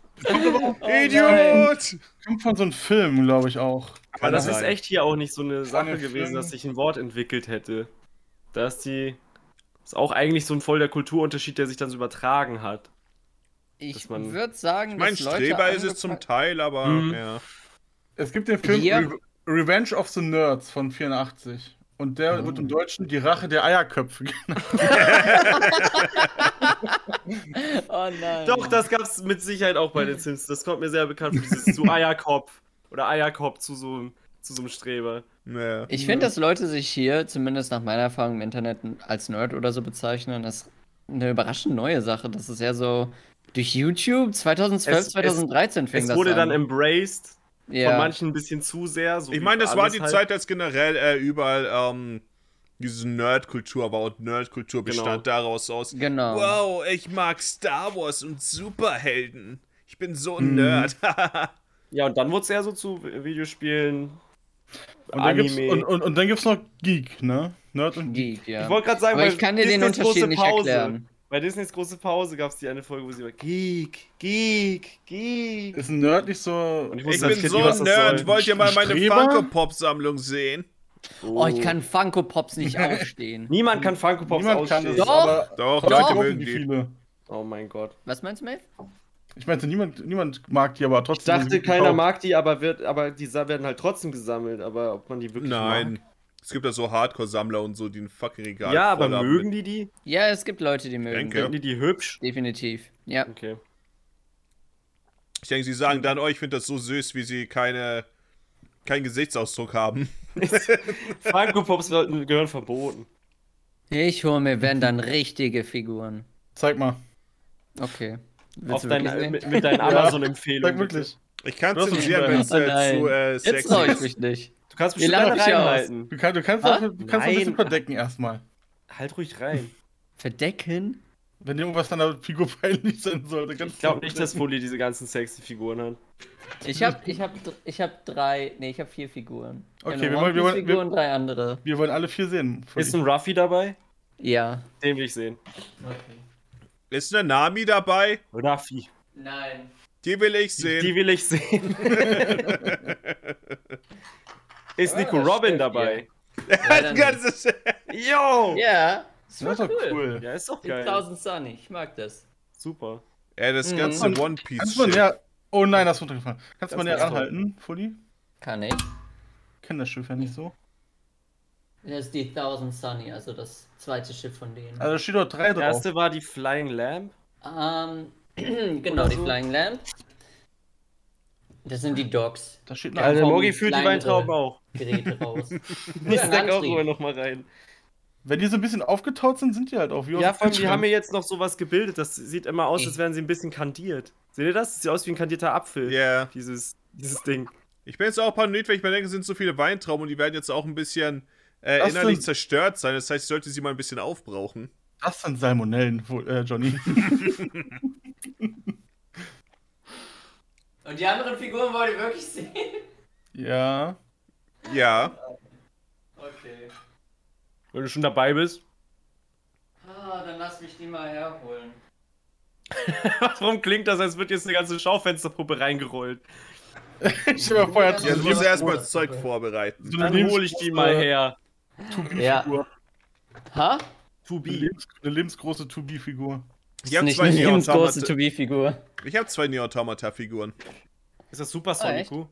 Idiot! Kommt von so einem Film, glaube ich auch. Aber das sein. ist echt hier auch nicht so eine Sache Schlange gewesen, schwimmen. dass sich ein Wort entwickelt hätte. Da ist die. Ist auch eigentlich so ein voll der Kulturunterschied, der sich dann so übertragen hat. Ich Dass man- würde sagen, Ich meine, dass Leute Streber ist es zum angefangen- Teil, aber Mhm. ja. Es gibt den Film Ja. Re Revenge of the Nerds von 84. Und der Ah. wird im Deutschen die Rache der Eierköpfe genannt. Oh nein. Doch, das gab's mit Sicherheit auch bei den Sims. Das kommt mir sehr bekannt vor, dieses zu Eierkopf. Oder Eierkopf zu so, einem- zu so einem Streber. Naja. Ich finde, dass Leute sich hier, zumindest nach meiner Erfahrung im Internet, als Nerd oder so bezeichnen, ist eine überraschend neue Sache. Das ist ja so durch YouTube 2012, Es- es- 2013 fing Es das wurde an. dann embraced, ja. von manchen ein bisschen zu sehr. So Ich wie meine, das war alles die halt. Zeit, als generell äh, überall ähm, diese Nerdkultur war und Nerdkultur Genau. bestand daraus aus. Genau. Wow, ich mag Star Wars und Superhelden. Ich bin so Hm. ein Nerd. Ja, und dann wurde es eher so zu Videospielen. Und dann, gibt's, Anime. und, und, und dann gibt's noch Geek, ne? Nerd und Geek. Geek, ja. Ähm, Ich wollte gerade sagen, Aber bei ich kann dir den Disneys Unterschied große nicht Pause- erklären. Bei Disneys große Pause gab es die eine Folge, wo sie war Geek, Geek, Geek. Ist ein Nerd nicht so. Und ich Ich wusste als bin Kind so nie, was ein das Nerd. soll. Wollt ihr mal meine Streber? Funko Pop Sammlung sehen? Oh, ich kann Funko Pops nicht ausstehen. Niemand kann Funko Pops Niemand kann ausstehen. das, Doch. aber Doch, trotzdem Leute kaufen mögen die. viele. Oh mein Gott. Was meinst du, Maeve? Ich meinte, niemand, niemand mag die, aber Ich trotzdem. werden sie dachte, gut keiner gekauft. mag die, aber wird, aber die sa- werden halt trotzdem gesammelt. Aber ob man die wirklich Nein. mag? Es gibt da so Hardcore-Sammler und so, die ein fucking Regal Ja, aber voll haben mögen mit- die die? Ja, es gibt Leute, die mögen. Denke. Ja. Finden die die hübsch? Definitiv. Ja. Okay. Ich denke, sie sagen dann, oh, ich finde das so süß, wie sie keine, keinen Gesichtsausdruck haben. Funko Pops werden- gehören verboten. Ich hole mir, wenn dann richtige Figuren. Zeig mal. Okay. Auf Willst du dein, wirklich sehen? mit, mit deinen Ja. Amazon-Empfehlungen. Sag wirklich. Ich kann Das es ist nicht sehen, schwer. wenn es Oh äh, nein. zu äh, Jetzt sexy trau ich ist. mich nicht. Du kannst Ihr bestimmt da lacht mich aus. reinhalten. Du, kann, du kannst Ah? auch du kannst auch ein bisschen Nein. verdecken erstmal. Halt ruhig rein. Verdecken? Wenn dir irgendwas an der Figur peinlich sein sollte, kannst Ich glaube nicht, dass Bulli diese ganzen sexy Figuren hat. Ich hab, ich hab, dr- ich hab drei, nee, ich hab vier Figuren. Genau, Okay, Eine wir wollen- wir wollen- One-Piece-Figur und drei andere. Wir wollen alle vier sehen. Ist ein Ruffy dabei? Ja. Den will ich sehen. Ist eine Nami dabei? Ruffy. Nein. Die will ich Die, sehen. die will ich sehen. Ist Ah, Nico das Robin stimmt, dabei? Ein ganzes- Yo! Ja. Das das war ist doch cool. cool. cool. Ja, ist doch geil. 1000 Sunny, ich mag das. Super. Ey, das Mhm. ganze Und- One Kannst Piece. du mal Shit. näher. Oh nein, das ist runtergefallen. Kannst du mal Das näher ist toll. anhalten, Fully? Kann ich. Kenn das Schiff ja nicht so. Das ist die 1000 Sunny, also das zweite Schiff von denen. Also da steht doch drei Der drauf. erste war die Flying Lamb. Ähm, genau, Oder die so. Flying Lamb. Das sind die Dogs. Da steht Ja, eine der kommen Mogi fühlt Also die kleinere. Weintrauben auch. Geräte raus. Ich ein sag auch Antrieb. immer nochmal rein. Wenn die so ein bisschen aufgetaut sind, sind die halt auch wie Ja, auf vor allem, die Bildschirm. haben mir jetzt noch sowas gebildet. Das sieht immer aus, Ey. als wären sie ein bisschen kandiert. Seht ihr das? Das sieht aus wie ein kandierter Apfel. Ja. Dieses, dieses Ding. Ich bin jetzt auch paranoid, weil ich mir denke, es sind so viele Weintrauben und die werden jetzt auch ein bisschen äh, Das innerlich sind- zerstört sein. Das heißt, ich sollte sie mal ein bisschen aufbrauchen. Das sind Salmonellen, Fu- äh, Johnny. Und die anderen Figuren wollt ihr wirklich sehen? ja. Ja. Okay. Wenn du schon dabei bist. Ah, dann lass mich die mal herholen. Warum klingt das, als würde jetzt eine ganze Schaufensterpuppe reingerollt? Ich stell mir vor, er hat so Ja, eine du musst erstmal das Zeug vorbereiten. so eine Dann Lebens- hole ich die mal her. Ja. Figur. Ha? To Eine, be. Lebens eine lebensgroße to be figur Ich Das ist habe nicht zwei eine lebensgroße Neo-Automata- To-Be-Figur. ich hab zwei Neo-Automata-Figuren. Ist das Super Oh, echt? Sonic?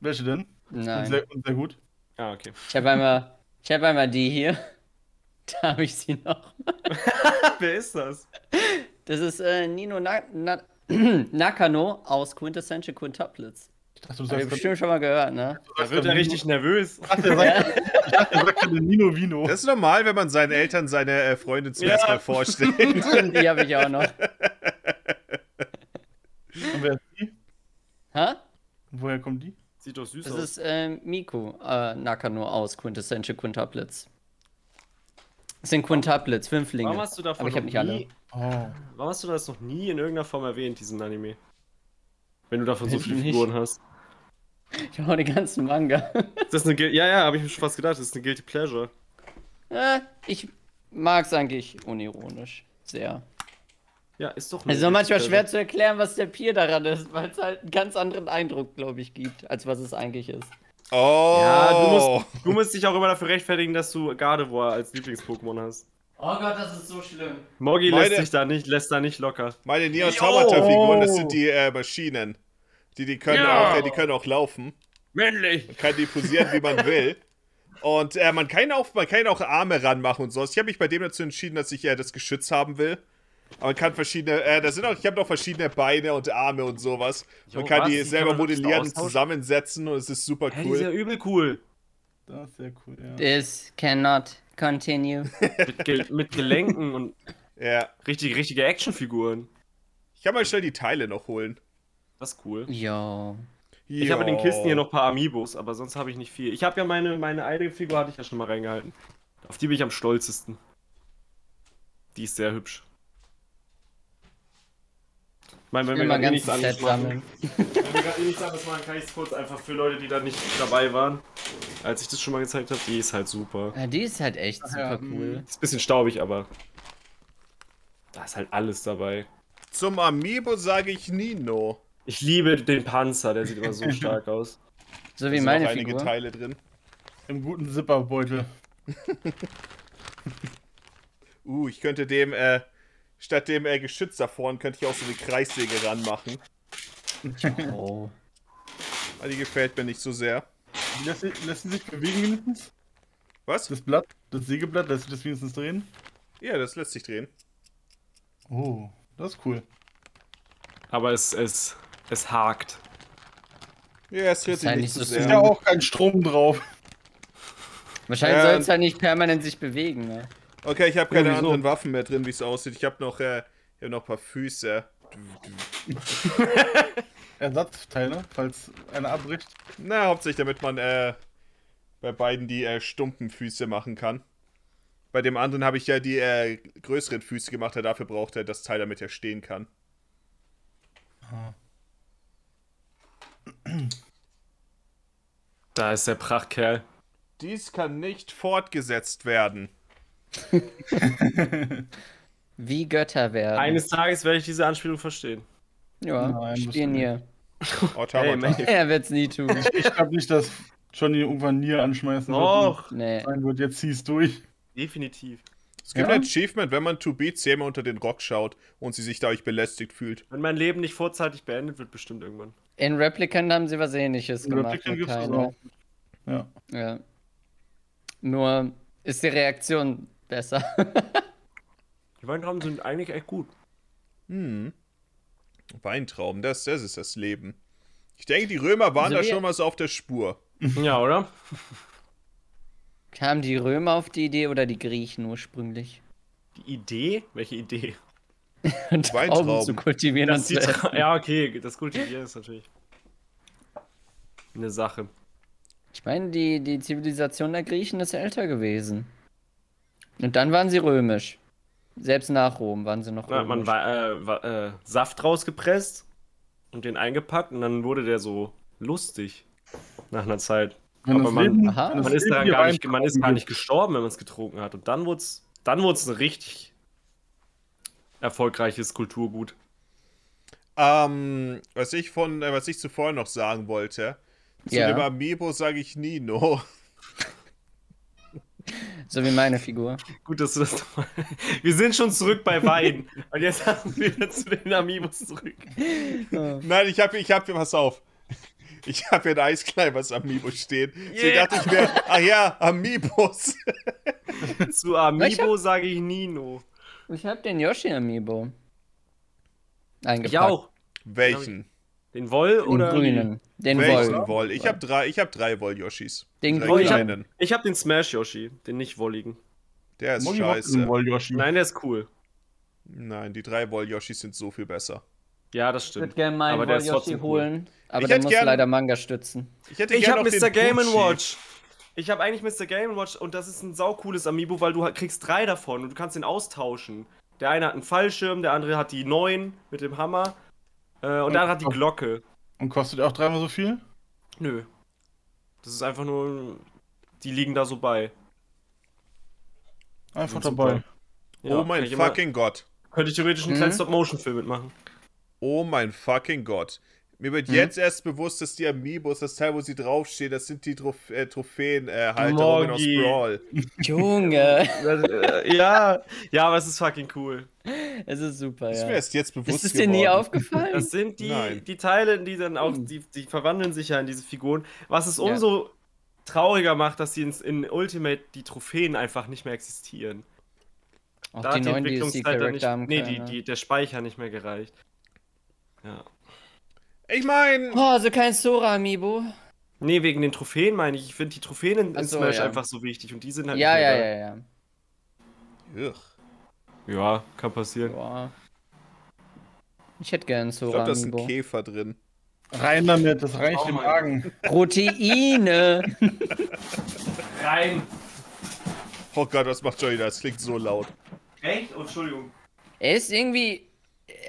Welche denn? Und Nein. sehr, und sehr gut. Ah, okay. Ich habe einmal, ich hab einmal die hier. Da habe ich sie noch. Wer ist das? Das ist äh, Nino Na Na Nakano aus Quintessential Quintuplets. Ich dachte, du Habt ihr sagst bestimmt schon mal gehört, ne? Da wird er richtig nervös. Ich sag gerade Nino Vino. Das ist normal, wenn man seinen Eltern seine äh, Freundin zuerst Ja. mal vorstellt. die habe ich auch noch. Und wer ist die? Ha? Woher kommt die? Sieht doch süß Das aus. ist ähm, Miku äh, Nakano aus Quintessential Quintuplets. Das sind Quintuplets, Fünflinge. Warum hast du davon Aber ich habe noch nicht alle. nie, Oh. Warum hast du das noch nie in irgendeiner Form erwähnt, diesen Anime? Wenn du davon so Weiß viele ich nicht. Figuren hast. Ich habe auch den ganzen Manga. Ist das eine Gil ja, ja, habe ich mir schon fast gedacht, das ist eine Guilty Pleasure. Äh, ich mag's eigentlich unironisch. Sehr. Ja, ist doch eine Es ist nur Guilty manchmal Pleasure. schwer zu erklären, was der Pier daran ist, weil es halt einen ganz anderen Eindruck, glaube ich, gibt, als was es eigentlich ist. Oh. Ja, du musst, du musst dich auch immer dafür rechtfertigen, dass du Gardevoir als Lieblings-Pokémon hast. Oh Gott, das ist so schlimm. Morgi Meine- lässt sich da nicht, lässt da nicht locker. Meine Neo-Automata-Figuren, das sind die äh, Maschinen. Die, die, können Ja. auch, äh, die können auch laufen. Männlich! kann die posieren, wie man will. Und äh, man, kann auch, man kann auch Arme ranmachen und sowas. Ich habe mich bei dem dazu entschieden, dass ich äh, das Geschütz haben will. Aber man kann verschiedene, äh, das sind auch, ich habe noch verschiedene Beine und Arme und sowas. Man Jo, kann was? Die die kann selber man wirklich modellieren und austauschen? zusammensetzen und es ist super Hä, die ist ja cool. übel cool. Das ist sehr cool, ja. This cannot continue. Mit, Ge mit Gelenken und Ja. richtig, richtige Actionfiguren. Ich kann mal schnell die Teile noch holen. Das ist cool. Yo. Ich habe in den Jo. Kisten hier noch ein paar Amiibos, aber sonst habe ich nicht viel. Ich habe ja meine, meine eigene Figur, hatte ich ja schon mal reingehalten. Auf die bin ich am stolzesten. Die ist sehr hübsch. Ich meine, wenn Ich will wir mal ein gerade eh nichts anderes ganzes Set machen, sammeln. wenn wir gerade eh nichts anderes machen, kann ich es kurz einfach für Leute, die da nicht dabei waren, als ich das schon mal gezeigt habe, die ist halt super. Ja, die ist halt echt ja, super cool. Ist ein bisschen staubig, aber da ist halt alles dabei. Zum Amiibo sage ich Nino. Ich liebe den Panzer, der sieht immer so stark aus. So Da wie sind noch meine einige Figur. Teile drin. Im guten Zipperbeutel. Uh, ich könnte dem, äh, statt dem äh, Geschütz da vorne, könnte ich auch so eine Kreissäge ranmachen. Oh. Aber die gefällt mir nicht so sehr. Die Lassen, lassen sich bewegen wenigstens? Was? Das Blatt, das Sägeblatt, lässt sich das wenigstens drehen? Ja, das lässt sich drehen. Oh, das ist cool. Aber es, es, es hakt. Ja, es dreht Ist sich halt nicht nicht so so Ist sehr. schlimm. ja auch kein Strom drauf. Wahrscheinlich Ja. soll es halt nicht permanent sich bewegen, ne? Okay, ich habe keine Irgendwie so. anderen Waffen mehr drin, wie es aussieht. Ich habe noch, äh, ich hab noch ein paar Füße. Ersatzteile, falls einer abbricht. Na, hauptsächlich, damit man äh, bei beiden die äh, stumpen Füße machen kann. Bei dem anderen habe ich ja die äh, größeren Füße gemacht, ja, dafür braucht er das Teil, damit er stehen kann. Da ist der Prachtkerl. Dies kann nicht fortgesetzt werden. Wie Götter werden. Eines Tages werde ich diese Anspielung verstehen. ja, Nein, musst du stehen hier. Hey, Automata. Mensch. Er wird's nie tun. Ich glaube nicht, dass Johnny irgendwann Nier anschmeißen wird. Doch, Nee. und Sein wird, jetzt zieh's durch. definitiv. es gibt Ja? ein Achievement, wenn man To Beats jemand unter den Rock schaut und sie sich dadurch belästigt fühlt. Wenn mein Leben nicht vorzeitig beendet wird, bestimmt irgendwann. In Replicant haben sie was ähnliches In gemacht. Replicant nur gibt's das keine. auch. Ja. Ja. Nur ist die Reaktion besser. Die Weintrauben sind eigentlich echt gut. Hm. Weintrauben, das, das ist das Leben. Ich denke, die Römer waren Also da wir- schon mal so auf der Spur. Ja, oder? Kamen die Römer auf die Idee oder die Griechen ursprünglich? Die Idee? Welche Idee? Weintrauben. Trauben zu kultivieren und Das zu die essen. Tra- ja, okay, das Kultivieren ist natürlich eine Sache. Ich meine, die, die Zivilisation der Griechen ist älter gewesen. Und dann waren sie römisch. Selbst nach Rom waren sie noch Da hat man römisch. wa- äh, wa- äh, Saft rausgepresst und den eingepackt und dann wurde der so lustig nach einer Zeit. Wenn Aber das man- Leben, Aha. wenn das Man ist, Leben daran hier gar nicht, man ist gar reinkommt, nicht gestorben, wenn man es getrunken hat. Und dann wurde es dann wurd's ein richtig erfolgreiches Kulturgut. Ähm, was ich von, äh, was ich zuvor noch sagen wollte, zu Ja. dem Amiibo sage ich Nino. So wie meine Figur. Gut, dass du das nochmal. Wir sind schon zurück bei Wein. und jetzt haben wir wieder zu den Amiibos zurück. Nein, ich habe, ich habe, pass auf. Ich habe hier ein Eiskleid, was Amiibo steht. Deswegen Yeah. dachte ich mir, ach Ah ja, Amiibos. Zu Amiibo sage ich Nino. Ich habe den Yoshi Amiibo. Eingepackt. Ich auch. Welchen? Den Woll Den oder. grünen. Den Welchen Woll. Woll? Ich habe drei, ich habe drei Woll-Yoshis. Den Drei Oh, ich kleinen. habe ich hab den Smash Yoshi, den nicht wolligen. Der ist Moggy Bob ist ein scheiße. Wall Yoshi. Nein, der ist cool. Nein, die drei Woll-Yoshis sind so viel besser. Ja, das Ich würde stimmt. gerne meinen Aber der Woll ist Yoshi trotzdem cool. holen. Aber Ich der hätt muss gern- leider Manga stützen. Ich hätte Ich gern habe noch den Mr. Game Pucci. Watch. Ich habe eigentlich Mr. Game Watch und das ist ein saucooles Amiibo, weil du ha- kriegst drei davon und du kannst den austauschen. Der eine hat einen Fallschirm, der andere hat die neun mit dem Hammer äh, und der andere hat die Glocke. Und kostet auch dreimal so viel? Nö. Das ist einfach nur. Die liegen da so bei. Einfach Super. dabei. Ja, oh mein kann ich immer- fucking Gott. Könnte ich theoretisch einen Mhm. kleinen Stop-Motion-Film mitmachen. Oh mein fucking Gott. Mir Hm? wird jetzt erst bewusst, dass die Amiibos, das Teil, wo sie draufstehen, das sind die Trof äh, Trophäenhalterungen aus Morgi. Brawl. Junge. äh, ja. Ja, aber es ist fucking cool. es ist super, Ist ja. mir erst jetzt bewusst Ist es dir nie geworden. aufgefallen? Das sind die, Nein. die Teile, die dann auch, die, die verwandeln sich ja in diese Figuren. Was es umso trauriger macht, dass sie in, in Ultimate die Trophäen einfach nicht mehr existieren. Auch die hat neuen dann nicht, DLC-Charakter haben ne? nee, die, keine. die, der Speicher nicht mehr gereicht. Ja. Ich meine, Oh, also kein Sora-Amiibo. Nee, wegen den Trophäen meine ich. Ich finde die Trophäen in, Ach in so, Smash ja. einfach so wichtig und die sind halt Ja, nicht ja, mehr ja, ja. ich da. Ja, kann passieren. Boah. Ich hätte gern glaube, da ist ein Sora-Amiibo. Käfer drin. Rein damit, das reicht Oh im mein Magen. Proteine. Rein! Oh Gott, was macht Johnny da? Das klingt so laut. Echt? Oh, Entschuldigung. Er ist irgendwie,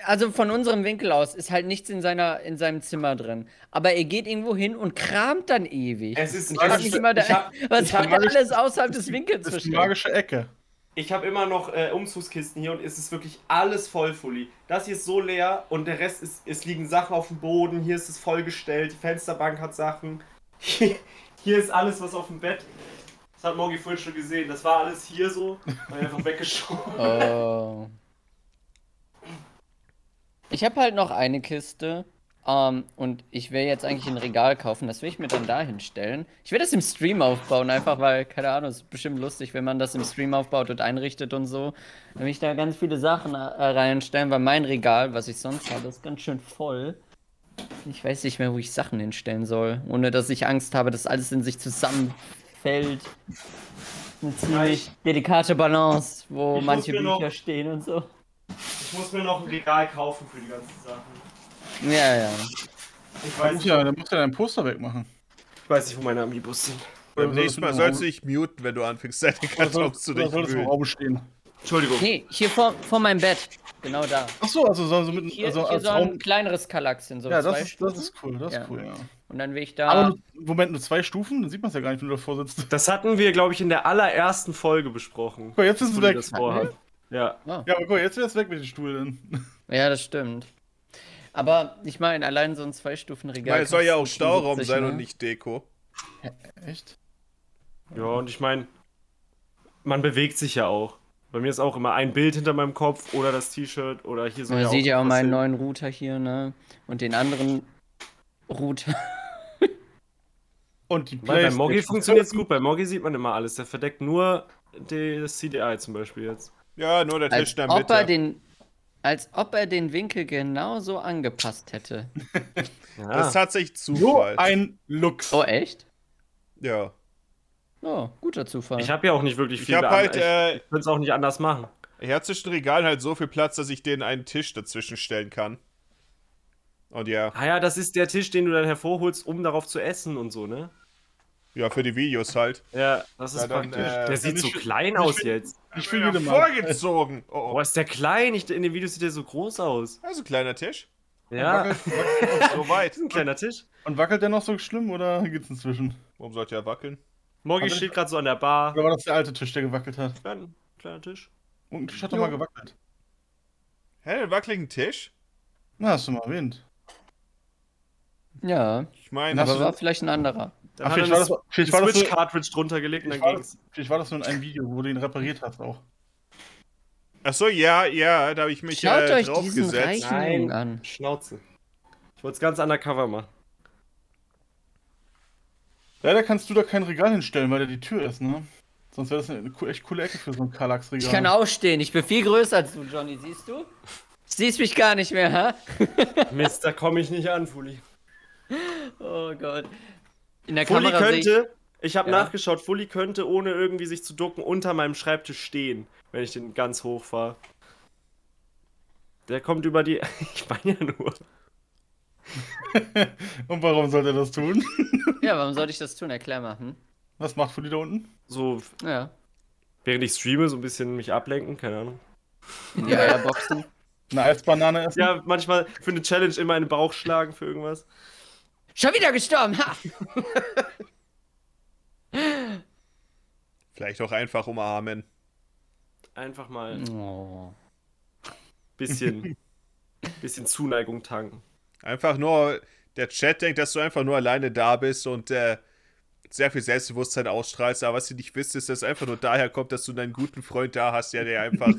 also von unserem Winkel aus, ist halt nichts in, seiner, in seinem Zimmer drin. Aber er geht irgendwo hin und kramt dann ewig. Es ist ich frag mich immer, da, ich hab- was ich hab hat er magisch- alles außerhalb des Winkels Das ist die versteckt? magische Ecke. Ich habe immer noch äh, Umzugskisten hier und es ist wirklich alles voll, Fully. Das hier ist so leer und der Rest ist, es liegen Sachen auf dem Boden. Hier ist es vollgestellt, die Fensterbank hat Sachen. Hier, hier ist alles, was auf dem Bett. Das hat Morgi vorhin schon gesehen. Das war alles hier so. War einfach weggeschoben. Oh. Ich habe halt noch eine Kiste. Ähm, und ich will jetzt eigentlich ein Regal kaufen. Das will ich mir dann dahin stellen. Ich will das im Stream aufbauen, einfach weil, keine Ahnung, es ist bestimmt lustig, wenn man das im Stream aufbaut und einrichtet und so. Dann will ich da ganz viele Sachen äh, reinstellen, weil mein Regal, was ich sonst habe, ist ganz schön voll. Ich weiß nicht mehr, wo ich Sachen hinstellen soll, ohne dass ich Angst habe, dass alles in sich zusammenfällt. Eine ziemlich delikate Balance, wo Ich muss manche mir noch- Bücher stehen und so. Ich muss mir noch ein Regal kaufen für die ganzen Sachen. Ja, ja. Ich Da weiß, muss ja, da muss ja dein Poster wegmachen. ich weiß nicht, wo meine Amiibos sind. Beim nächsten Mal sollst du dich. dich muten, wenn du anfängst, deine Oder Kartons solltest zu oder solltest du im durchwühlen. Raum stehen? Entschuldigung. Nee, hier vor, vor meinem Bett. Genau da. Achso, also sollen so mit Hier, also hier als so ein Raum. kleineres Kallax hin, so Ja, zwei das ist, das Stufen. ist cool, das ist Ja. Ah. cool, ja. Und dann will ich da. Aber nur, Moment, nur zwei Stufen? Dann sieht man es ja gar nicht, wenn du davor sitzt. Das hatten wir, glaube ich, in der allerersten Folge besprochen. Guck mal, jetzt ist Wo es die weg. das vorhaben. Ja. Oh. Ja, aber guck mal, jetzt wär's weg mit dem Stuhl dann. Ja, das stimmt. Aber ich meine, allein so ein Zwei-Stufen-Regal. Weil es soll ja auch kostet Stauraum 75, sein ne? und nicht Deko. Echt? Ja, und ich meine, man bewegt sich ja auch. Bei mir ist auch immer ein Bild hinter meinem Kopf oder das T-Shirt oder hier so. Man sieht ja auch was meinen hin. neuen Router hier, ne? Und den anderen Router. Und die Weil bei Playstation. Moggi funktioniert es gut. Bei Moggi sieht man immer alles. Der verdeckt nur die- das CDI zum Beispiel jetzt. Ja, nur der Tisch Als da in ob, er der Mitte. den, als ob er den Winkel genauso angepasst hätte. Das ist hat tatsächlich So Zufall. ein Lux. Oh, echt? Ja. Oh, guter Zufall. ich habe ja auch nicht wirklich Ich viel. habe beantra- halt, äh, ich könnte es auch nicht anders machen. ich hab zwischen Regalen halt so viel Platz, dass ich denen einen Tisch dazwischen stellen kann. Und ja, Ah ja, das ist der Tisch, den du dann hervorholst, um darauf zu essen und so, ne? ja, für die Videos halt. Ja, das ist Ja, dann, praktisch. äh, der sieht nicht so schön- klein nicht aus schön- jetzt. Ich Ja, will jede mal. vorgezogen. Oh, Boah, oh. ist der klein? Ich, in den Videos sieht der so groß aus. Also kleiner Tisch. Ja, Wackelt, wackelt. So weit. ein kleiner Tisch. Und wackelt der noch so schlimm oder geht's inzwischen? Warum sollte er wackeln? Morgi Aber- steht gerade so an der Bar. Oder war das der alte Tisch, der gewackelt hat? Klein, kleiner Tisch. Und ein Tisch hat doch mal gewackelt. Hä, einen wackeligen Tisch? Na, hast du mal erwähnt. ja, Ich meine, Na, aber Hast du- war vielleicht ein anderer. Dann Ach, hat er Ah, vielleicht war das, das- das vielleicht war das so- Switch-Cartridge drunter gelegt und Vielleicht dann war, ging's. das, vielleicht war das nur in einem Video, wo du ihn repariert hast auch. ach so, ja, ja, da habe ich mich Schaut äh, euch diesen draufgesetzt. reichen Nein. Jungen an. Schnauze. Ich wollte es ganz undercover machen. Leider kannst du da kein Regal hinstellen, weil da die Tür ist, ne? Sonst wäre das eine co- echt coole Ecke für so ein Kallax-Regal. Ich kann aufstehen, ich bin viel größer als du, Johnny, siehst du? Siehst mich gar nicht mehr, ha? Mist, da komme ich nicht an, Fuli. Oh Gott. In der Fully Kamera sehe könnte, ich habe Ja. nachgeschaut, Fully könnte, ohne irgendwie sich zu ducken, unter meinem Schreibtisch stehen, wenn ich den ganz hoch fahre. Der kommt über die. Ich meine ja nur. Und warum sollte er das tun? ich, ja, warum sollte ich das tun? Erklär mal. Hm? Was macht Fully da unten? So, Ja. während ich streame, so ein bisschen mich ablenken, keine Ahnung. In die Eierboxen. Eine Eisbanane essen? Ja, manchmal für eine Challenge immer in den Bauch schlagen für irgendwas. Schon wieder gestorben, ha! Vielleicht auch einfach umarmen. Einfach mal ein Oh. bisschen, bisschen Zuneigung tanken. Einfach nur, der Chat denkt, dass du einfach nur alleine da bist und äh, sehr viel Selbstbewusstsein ausstrahlst, aber was sie nicht wissen, ist, dass es einfach nur daher kommt, dass du deinen guten Freund da hast, der dir einfach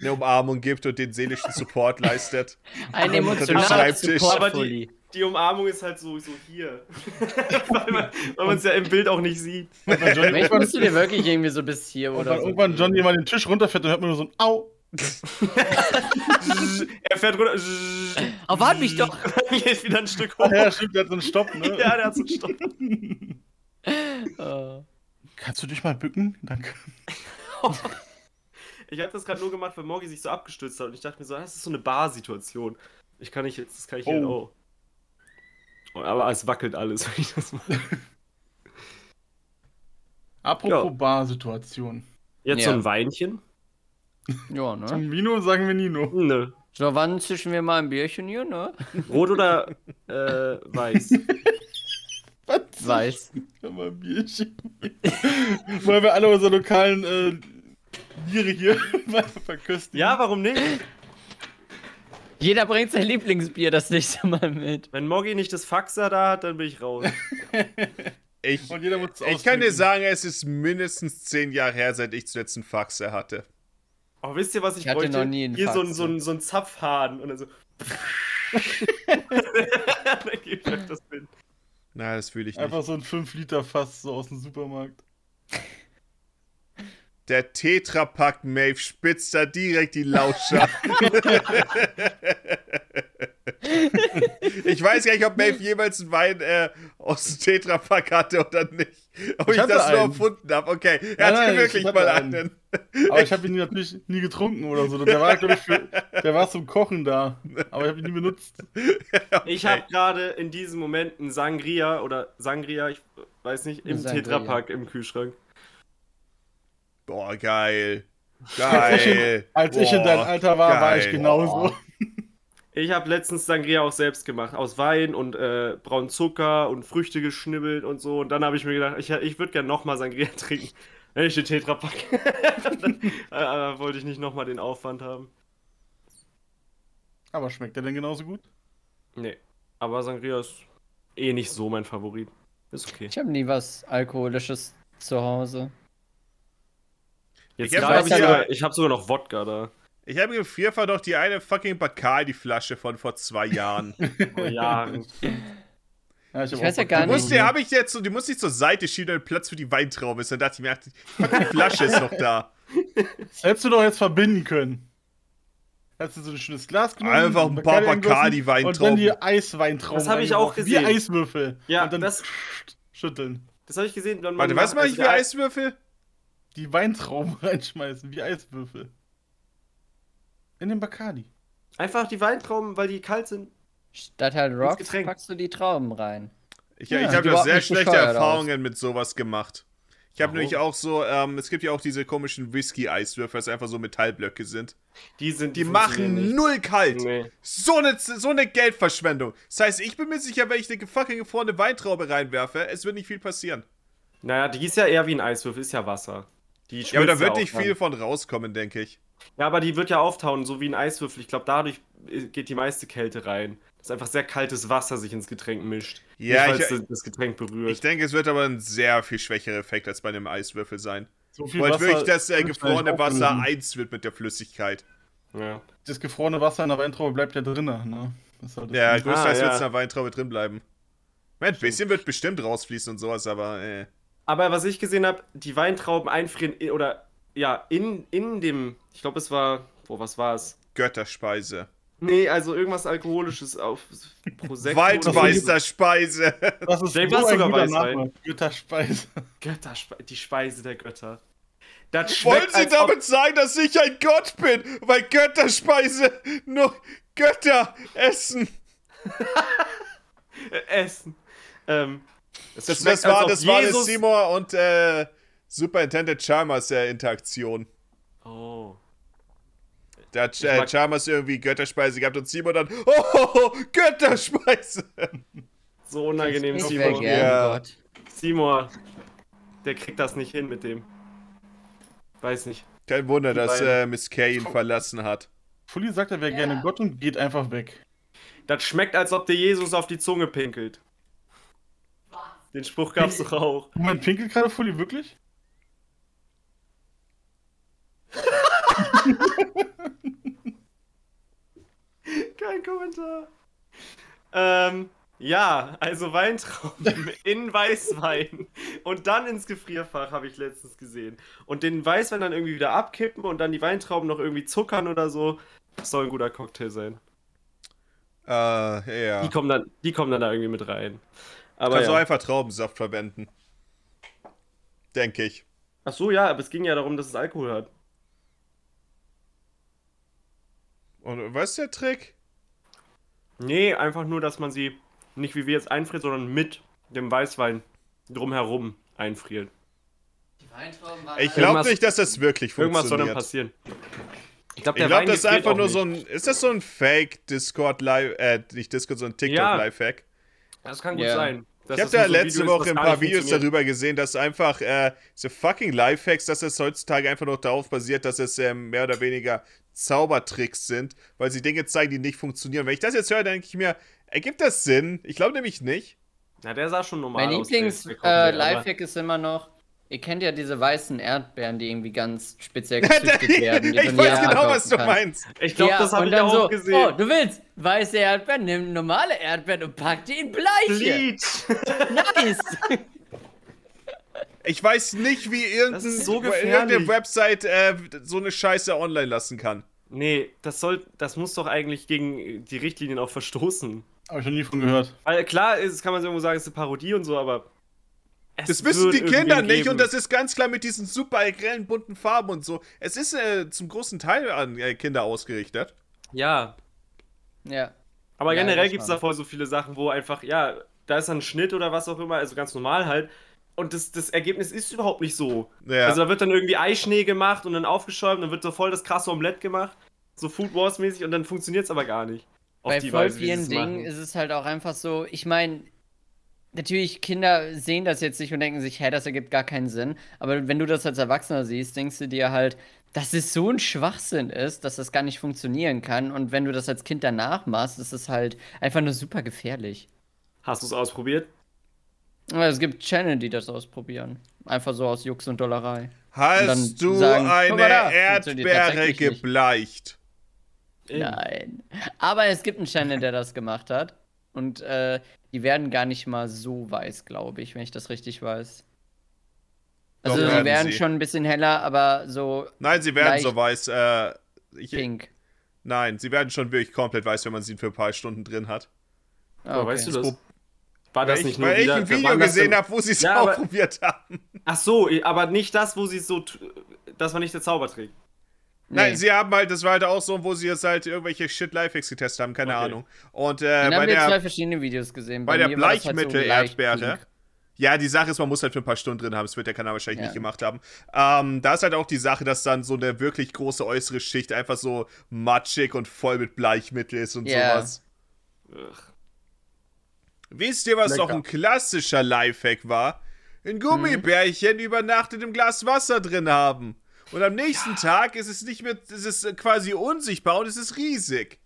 eine Umarmung gibt und den seelischen Support leistet. Ein emotionaler Schreibtisch. Support, Aber Fully. die, die Umarmung ist halt so, so hier. weil man weil es ja im Bild auch nicht sieht. Und wenn Johnny, Vielleicht irgendwann, musst du dir wirklich irgendwie so bis hier und oder wenn so. irgendwann Johnny mal den Tisch runterfährt, dann hört man nur so ein Au. Er fährt runter. Oh, warte mich doch! geht wieder ein Stück hoch. Ja, stimmt, der hat so einen Stopp, ne? Ja, der hat so einen Stopp. Oh. Kannst du dich mal bücken? Danke. Ich habe das gerade nur gemacht, weil Morgi sich so abgestürzt hat und ich dachte mir so, das ist so eine Bar-Situation. Ich kann nicht jetzt, das kann ich nicht. Oh. Oh. Oh, Aber es wackelt alles, wenn ich das mache. Apropos Ja. Bar-Situation. Jetzt so Ja. ein Weinchen? Ja, ne? Zum Vino sagen wir Nino. Nö. So, wann zischen wir mal ein Bierchen hier, ne? Rot oder äh, weiß? Was? Weiß. Ja, mal ein Bierchen. Wollen wir alle unsere lokalen äh, Biere hier mal verköstigen? Ja, warum nicht? Jeder bringt sein Lieblingsbier das nächste Mal mit. Wenn Moggi nicht das Faxer da hat, dann bin ich raus. Ich, Und jeder muss es ich kann ausfinden. dir sagen, es ist mindestens zehn Jahre her, seit ich zuletzt einen Faxe hatte. Oh, wisst ihr, was ich, Ich hatte wollte? noch nie einen Hier so ein, Fax. so, ein, so ein Zapfhahn und dann so. dann geht euch das hin. Na, das fühle ich nicht. Einfach so ein 5-Liter-Fass, so aus dem Supermarkt. Der Tetrapack Maeve spitzt da direkt die Lauscher. ich weiß gar nicht, ob Maeve jemals einen Wein äh, aus dem Tetrapack hatte oder nicht. Ob ich, Ich hatte das nur einen. erfunden habe. Okay, er Nein, hatte nein, ich wirklich hatte mal einen. einen. Aber ich habe ihn natürlich nie getrunken oder so. Der war, glaube ich, für, der war zum Kochen da. Aber ich habe ihn nie benutzt. Ich habe gerade in diesem Moment einen Sangria oder Sangria, ich weiß nicht, im Sangria. Tetrapack im Kühlschrank. Boah, geil. Geil. Als ich in Boah, deinem Alter war, war ich geil. genauso. Ich habe letztens Sangria auch selbst gemacht, aus Wein und äh, braunen Zucker und Früchte geschnibbelt und so. Und dann habe ich mir gedacht, ich, ich würde gerne nochmal Sangria trinken, wenn ich den Tetrapack. dann äh, äh, wollte ich nicht nochmal den Aufwand haben. Aber schmeckt der denn genauso gut? Nee, aber Sangria ist eh nicht so mein Favorit. Ist okay. Ich habe nie was Alkoholisches zu Hause. Jetzt Ich hab gerade habe ich, Wasser- sogar- ich hab sogar noch Wodka da. Ich habe im Vierfach noch die eine fucking Bacardi-Flasche von vor zwei Jahren. Vor Jahren. Ja, Ich hab weiß auch ja gar Die nicht. musste, hab ich jetzt so, die musste ich zur Seite schieben, damit Platz für die Weintraube ist. Dann dachte ich mir, ach, die fucking Flasche ist noch da. Das hättest du doch jetzt verbinden können. Hättest du so ein schönes Glas genommen. Einfach ein paar angegossen Bacardi-Weintrauben. Und dann die Eisweintrauben. Das hab ich auch reingeworfen, gesehen. Wie Eiswürfel. Ja, und dann das- schütteln. Das habe ich gesehen. Wenn man Warte, was mache ich also für der- Eiswürfel? Die Weintrauben reinschmeißen, wie Eiswürfel. In den Bacardi. Einfach die Weintrauben, weil die kalt sind. Statt halt Rocks Getränk. packst du die Trauben rein. Ich, Ja, ich sieht habe ja überhaupt sehr nicht schlechte bescheuert Erfahrungen mit sowas gemacht. Ich habe Warum? nämlich auch so, ähm, es gibt ja auch diese komischen Whisky-Eiswürfel, was einfach so Metallblöcke sind. Die sind. Die funktionieren machen nicht. null kalt. Nee. So eine, so eine Geldverschwendung. Das heißt, ich bin mir sicher, wenn ich eine fucking gefrorene Weintraube reinwerfe, es wird nicht viel passieren. Naja, die ist ja eher wie ein Eiswürfel, ist ja Wasser. Die Ja, aber da schmilzt wird auch nicht dann. viel von rauskommen, denke ich. Ja, aber die wird ja auftauen, so wie ein Eiswürfel. Ich glaube, dadurch äh, geht die meiste Kälte rein. Dass einfach sehr kaltes Wasser sich ins Getränk mischt. Ja, nicht, ich- falls das- das Getränk berührt. Ich denke, es wird aber ein sehr viel schwächerer Effekt als bei einem Eiswürfel sein. So Ich wollte wirklich, dass äh, kannst du gefrorene nicht Wasser auflösen. eins wird mit der Flüssigkeit. ja. Das gefrorene Wasser in der Weintraube bleibt ja drinnen, ne? Das ist halt das Ja, Ding. größtenteils Ah, ja. wird es in der Weintraube drin bleiben. Ein bisschen wird bestimmt rausfließen und sowas, aber äh. Aber was ich gesehen habe, die Weintrauben einfrieren i- oder ja, in, in dem, ich glaube, es war, boah, was war es? Götterspeise. Nee, also irgendwas Alkoholisches auf Prosecco. Waldmeisterspeise. Das ist Dave, so hast ein sogar guter Weißwein. Name. Götterspeise. Götter, die Speise der Götter. Das Wollen schmeckt, Sie als ob- damit sagen, dass ich ein Gott bin? Weil Götterspeise nur Götter essen. äh, Essen. Ähm, es Das, schmeckt, das war, als ob das war eine Jesus- Seymour und äh, Superintendent Chalmers äh, Interaktion. Oh. Da hat äh, mag- Chalmers irgendwie Götterspeise gehabt und Seymour dann, oh, oh, oh Götterspeise. So unangenehm, Ich wäre Simon. gern. gerne Ja. Gott. Simon, der kriegt das nicht hin mit dem. Weiß nicht. Kein Wunder, dass beiden. äh, Miss Kay ihn verlassen hat. Fully sagt, er wäre gerne Gott und geht einfach weg. Das schmeckt, als ob dir Jesus auf die Zunge pinkelt. Den Spruch gab's doch auch. Moment, pinkelt gerade Fully wirklich? Kein Kommentar. Ähm, ja, also Weintrauben in Weißwein und dann ins Gefrierfach habe ich letztens gesehen. Und den Weißwein dann irgendwie wieder abkippen und dann die Weintrauben noch irgendwie zuckern oder so. Das soll ein guter Cocktail sein. Äh, ja. Die kommen dann, die kommen dann da irgendwie mit rein. Aber Kannst du ja. einfach Traubensaft verwenden. Denke ich. Ach so, ja, aber es ging ja darum, dass es Alkohol hat. Und was ist der Trick? Nee, einfach nur, dass man sie nicht wie wir jetzt einfriert, sondern mit dem Weißwein drumherum einfriert. Die Weintrauben waren Ich glaub- glaube Äh, Irgendwas- nicht, dass das wirklich Irgendwas soll funktioniert. dann passieren. Ich glaube, Ich glaube, das ist einfach nur so ein. Ist das so ein Fake-Discord-Live. Äh, nicht Discord, sondern TikTok-Live-Hack? Das kann gut gut Ja. sein, sein. Ich habe da letzte Woche ein paar Videos darüber gesehen, dass einfach äh, diese fucking Lifehacks, dass es heutzutage einfach nur darauf basiert, dass es ähm, mehr oder weniger Zaubertricks sind, weil sie Dinge zeigen, die nicht funktionieren. Wenn ich das jetzt höre, denke ich mir, ergibt das Sinn? Ich glaube nämlich nicht. Na, der sah schon normal Mein äh, aus. der- der Cocktail, aber- Lieblings-Lifehack ist immer noch, ihr kennt ja diese weißen Erdbeeren, die irgendwie ganz speziell gezüchtet werden. die ich du weiß nie genau, was abkaufen du kannst. meinst. Ich glaube, ja, das habe und ich dann auch so, Oh, gesehen. du willst weiße Erdbeeren, nimm normale Erdbeeren und pack die in Bleiche. Bleach! Nice. Ich weiß nicht, wie irgendein, Das ist so irgendeine gefährlich. Website äh, so eine Scheiße online lassen kann. Nee, das soll, das muss doch eigentlich gegen die Richtlinien auch verstoßen. Habe ich noch nie von gehört. Weil klar, ist, kann man irgendwo sagen, es ist eine Parodie und so, aber. es Das wissen wird die irgendwen Kinder nicht geben. und das ist ganz klar mit diesen super grellen, bunten Farben und so. Es ist äh, zum großen Teil an äh, Kinder ausgerichtet. Ja, ja. aber Ja, generell das gibt es schon. da voll so viele Sachen, wo einfach, ja, da ist dann ein Schnitt oder was auch immer, also ganz normal halt. Und das, das Ergebnis ist überhaupt nicht so. Ja. Also da wird dann irgendwie Eischnee gemacht und dann aufgeschäumt, dann wird so voll das krasse Omelett gemacht. So Food Wars mäßig und dann funktioniert es aber gar nicht. Bei voll vielen sie es machen. Dingen ist es halt auch einfach so, ich meine, natürlich, Kinder sehen das jetzt nicht und denken sich, hä, das ergibt gar keinen Sinn. Aber wenn du das als Erwachsener siehst, denkst du dir halt, dass es so ein Schwachsinn ist, dass das gar nicht funktionieren kann. Und wenn du das als Kind danach machst, ist es halt einfach nur super gefährlich. Hast du es ausprobiert? Aber es gibt Channel, die das ausprobieren. Einfach so aus Jux und Dollerei. Hast dann du sagen, guck eine mal da, funktioniert Erdbeere tatsächlich nicht. gebleicht? Eben. Nein. Aber es gibt einen Channel, der das gemacht hat. Und äh, die werden gar nicht mal so weiß, glaube ich, wenn ich das richtig weiß. Doch, Also die werden werden, sie. schon ein bisschen heller, aber so Nein, sie werden Leicht. so weiß. Äh, ich, pink. nein, sie werden schon wirklich komplett weiß, wenn man sie für ein paar Stunden drin hat. Ah, Aber okay. weißt du das? Weil War das ich, nicht nur weil ich wieder, ein waren Video das gesehen denn- habe, wo sie es Ja, auch aber- probiert haben. Ach so, eh, aber nicht das, wo sie es so. t- Das war nicht der Zaubertrick. Nein, Nee. sie haben halt, das war halt auch so, wo sie jetzt halt irgendwelche shit Lifehacks getestet haben, keine Okay. Ahnung. Und äh, Dann bei haben wir zwei der, verschiedene Videos gesehen. bei der mir war das halt so leicht Bleichmittel-Erdbeere. pink. ja, die Sache ist, man muss halt für ein paar Stunden drin haben, das wird der Kanal wahrscheinlich Ja. nicht gemacht haben. Ähm, da ist halt auch die Sache, dass dann so eine wirklich große äußere Schicht einfach so matschig und voll mit Bleichmittel ist und Ja. sowas. Wisst ihr, was Lecker. doch ein klassischer Lifehack war? Ein Gummibärchen Mhm. über Nacht in einem Glas Wasser drin haben. Und am nächsten Tag ist es nicht mehr, ist es ist quasi unsichtbar und es ist riesig.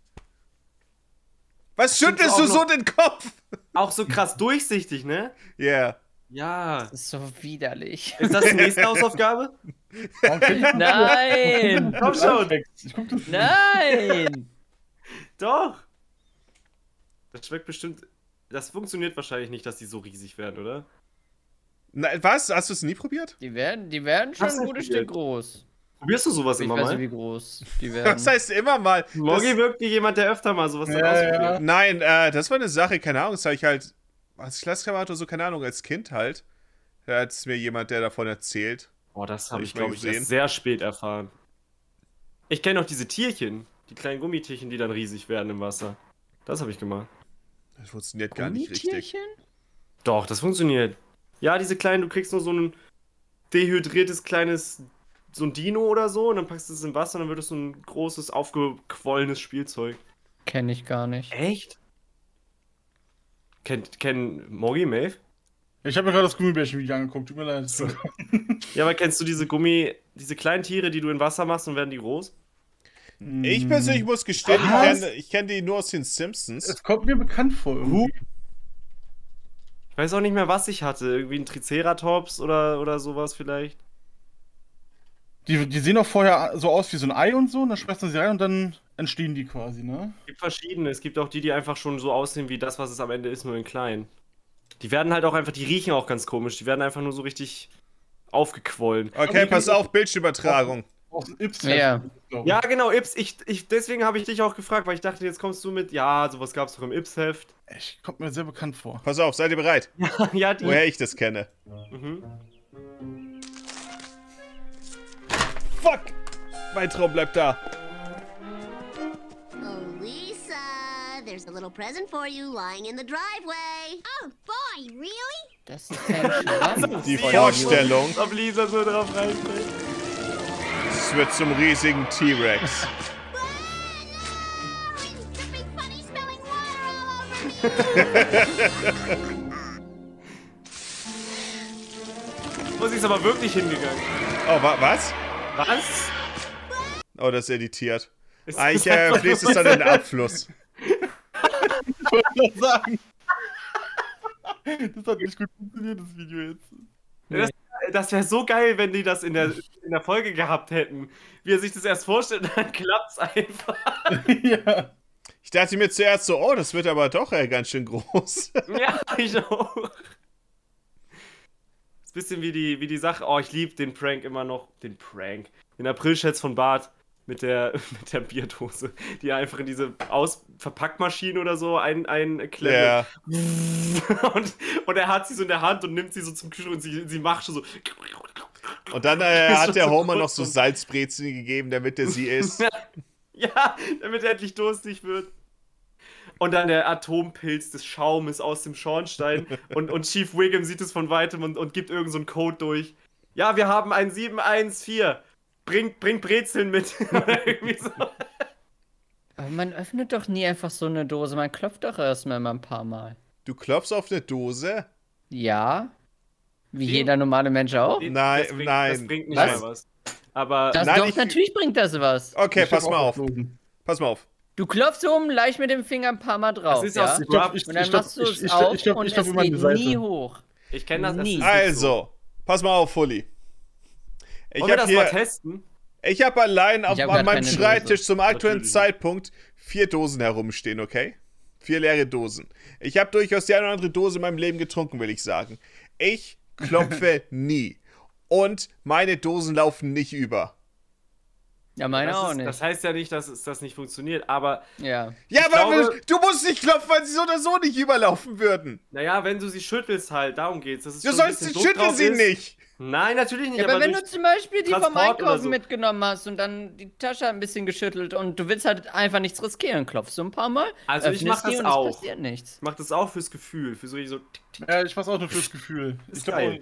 Was stimmt schüttelst auch du so noch. den Kopf? Auch so krass durchsichtig, ne? Ja. Yeah. Ja. Das ist so widerlich. Ist das die nächste Hausaufgabe? Nein! Komm schon. Ich guck das. Nein! Doch. Das schmeckt bestimmt. Das funktioniert wahrscheinlich nicht, dass die so riesig werden, oder? Na, was? Hast du es nie probiert? Die werden, die werden schon Hast du ein gutes probiert? Stück groß. Probierst du sowas Ich immer weiß nicht, mal? wie groß die Das werden. heißt immer mal. Morgi Das, wirkt wie jemand, der öfter mal sowas dann Ja, ausprobiert. ja. nein, äh, das war eine Sache, keine Ahnung, das habe ich halt als Klassenkamerad oder so, keine Ahnung, als Kind halt. Da hat es mir jemand, der davon erzählt. Boah, das habe Hab ich, ich mal glaube ich, gesehen. erst sehr spät erfahren. Ich kenne noch diese Tierchen, die kleinen Gummitierchen, die dann riesig werden im Wasser. Das habe ich gemacht. Das funktioniert gar nicht richtig. Gummibärchen? Doch, das funktioniert. Ja, diese kleinen, du kriegst nur so ein dehydriertes kleines, so ein Dino oder so, und dann packst du es in Wasser und dann wird es so ein großes, aufgequollenes Spielzeug. Kenn ich gar nicht. Echt? Kennt, kennt Morgi Maeve? Ich habe mir gerade das Gummibärchen-Video angeguckt. Tut mir leid. Ja, aber kennst du diese Gummi, diese kleinen Tiere, die du in Wasser machst und werden die groß? Ich persönlich muss gestehen, ich Was? kenne ich kenn die nur aus den Simpsons. Es kommt mir bekannt vor. Irgendwie. Ich weiß auch nicht mehr, was ich hatte. Irgendwie ein Triceratops oder, oder sowas vielleicht. Die, die sehen auch vorher so aus wie so ein Ei und so, und dann schmeißt man sie rein und dann entstehen die quasi, ne? Es gibt verschiedene. Es gibt auch die, die einfach schon so aussehen wie das, was es am Ende ist, nur in klein. Die werden halt auch einfach, die riechen auch ganz komisch. Die werden einfach nur so richtig aufgequollen. Okay, pass auf, Bildschirmübertragung. Aus dem Ips. Ja. glaub ich. Ja, genau, Ips. Ich, ich, deswegen habe ich dich auch gefragt, weil ich dachte, jetzt kommst du mit, ja, sowas gab es doch im Ips-Heft. Ich kommt mir sehr bekannt vor. Pass auf, seid ihr bereit? ja, die. Woher ich das kenne. Mhm. Fuck! Mein Traum bleibt da. Oh, Lisa, there's a little present for you lying in the driveway. Oh, boy, really? Das ist ein Schwamm. Die Voll Vorstellung, Ob Lisa so drauf reinfällt. es wird zum riesigen T-Rex. Wow, I'm dripping funny smelling water all over me. Oh, sie ist aber wirklich hingegangen. Oh, wa was? Was? Oh, das ist editiert. Ist Eigentlich das äh, einfach fließt nur- es dann in den Abfluss. Ich wollte nur sagen. Das hat nicht gut funktioniert, das Video jetzt. Das wäre so geil, wenn die das in der, in der Folge gehabt hätten. Wie er sich das erst vorstellt, dann klappt's einfach. ja. Ich dachte mir zuerst so, oh, das wird aber doch äh, ganz schön groß. Ja, ich auch. Ist bisschen wie die, wie die Sache. Oh, ich liebe den Prank immer noch. Den Prank. Den April-Schätz von Bart mit der, mit der Bierdose, die er einfach in diese Aus Verpackmaschine oder so ein, einklemmt. Ja. Und, und er hat sie so in der Hand und nimmt sie so zum Kühlschrank und sie, sie macht schon so. Und dann äh, hat der so Homer noch kurz so und- Salzbrezeln gegeben, damit er sie isst. Ja, damit er endlich durstig wird. Und dann der Atompilz des Schaumes aus dem Schornstein. Und, und Chief Wiggum sieht es von weitem und, und gibt irgendeinen so einen Code durch. Ja, wir haben ein 714. Bring, bring Brezeln mit. Oder irgendwie so. Aber man öffnet doch nie einfach so eine Dose. Man klopft doch erstmal immer ein paar Mal. Du klopfst auf eine Dose? Ja? Wie Die- jeder normale Mensch auch? Nein, das bringt, nein. Das bringt nicht Was? mehr was. Aber Das Nein, doch, ich- natürlich bringt das was. Okay, Ich hab pass auch mal auf. geflogen. Pass mal auf. Du klopfst oben leicht mit dem Finger ein paar Mal drauf. ist ja? aus- Ich glaub, ich, und ich, dann ich, glaub, machst du es ich, ich, auf ich, glaub, und ich glaub es immer an die geht nie Seite. hoch. ich kenne das. es Nie. ist nicht So. Also, pass mal auf, Fully. Ich Wollen wir habe das mal hier, testen? ich hab allein auf, Ich hab an gar meinem keine Dose. Schreibtisch zum aktuellen Natürlich. Zeitpunkt vier Dosen herumstehen, okay? Vier leere Dosen. Ich habe durchaus die eine oder andere Dose in meinem Leben getrunken, will ich sagen. Ich klopfe nie. Und meine Dosen laufen nicht über. Ja, meine Das, auch ist, nicht. das heißt ja nicht, dass es- das nicht funktioniert. Aber ja. Ja, Ich aber glaube- du musst nicht klopfen, weil sie so oder so nicht überlaufen würden. naja, wenn du sie schüttelst, halt, darum geht's. Das ist Du schon ein sollst bisschen sie Druck schütteln drauf sie ist. nicht. Nein, natürlich nicht. Ja, aber wenn du durch- zum Beispiel die vom Transport oder Einkaufen so. mitgenommen hast und dann die Tasche ein bisschen geschüttelt und du willst halt einfach nichts riskieren, klopfst du ein paar Mal. Also ich mach öffnest die das und auch. Es passiert nichts. Ich mach das auch fürs Gefühl, für so, so tick, tick. Ja, ich mach's auch nur fürs Gefühl. Ist ich glaub, geil.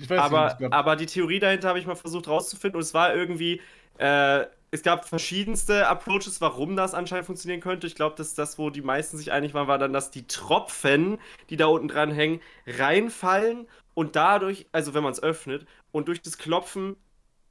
Ich weiß aber, nicht, was ich glaub. aber die Theorie dahinter habe ich mal versucht rauszufinden und es war irgendwie, äh, es gab verschiedenste Approaches, warum das anscheinend funktionieren könnte. Ich glaube, dass das, wo die meisten sich einig waren, war dann, dass die Tropfen, die da unten dran hängen, reinfallen und dadurch, also wenn man es öffnet, und durch das Klopfen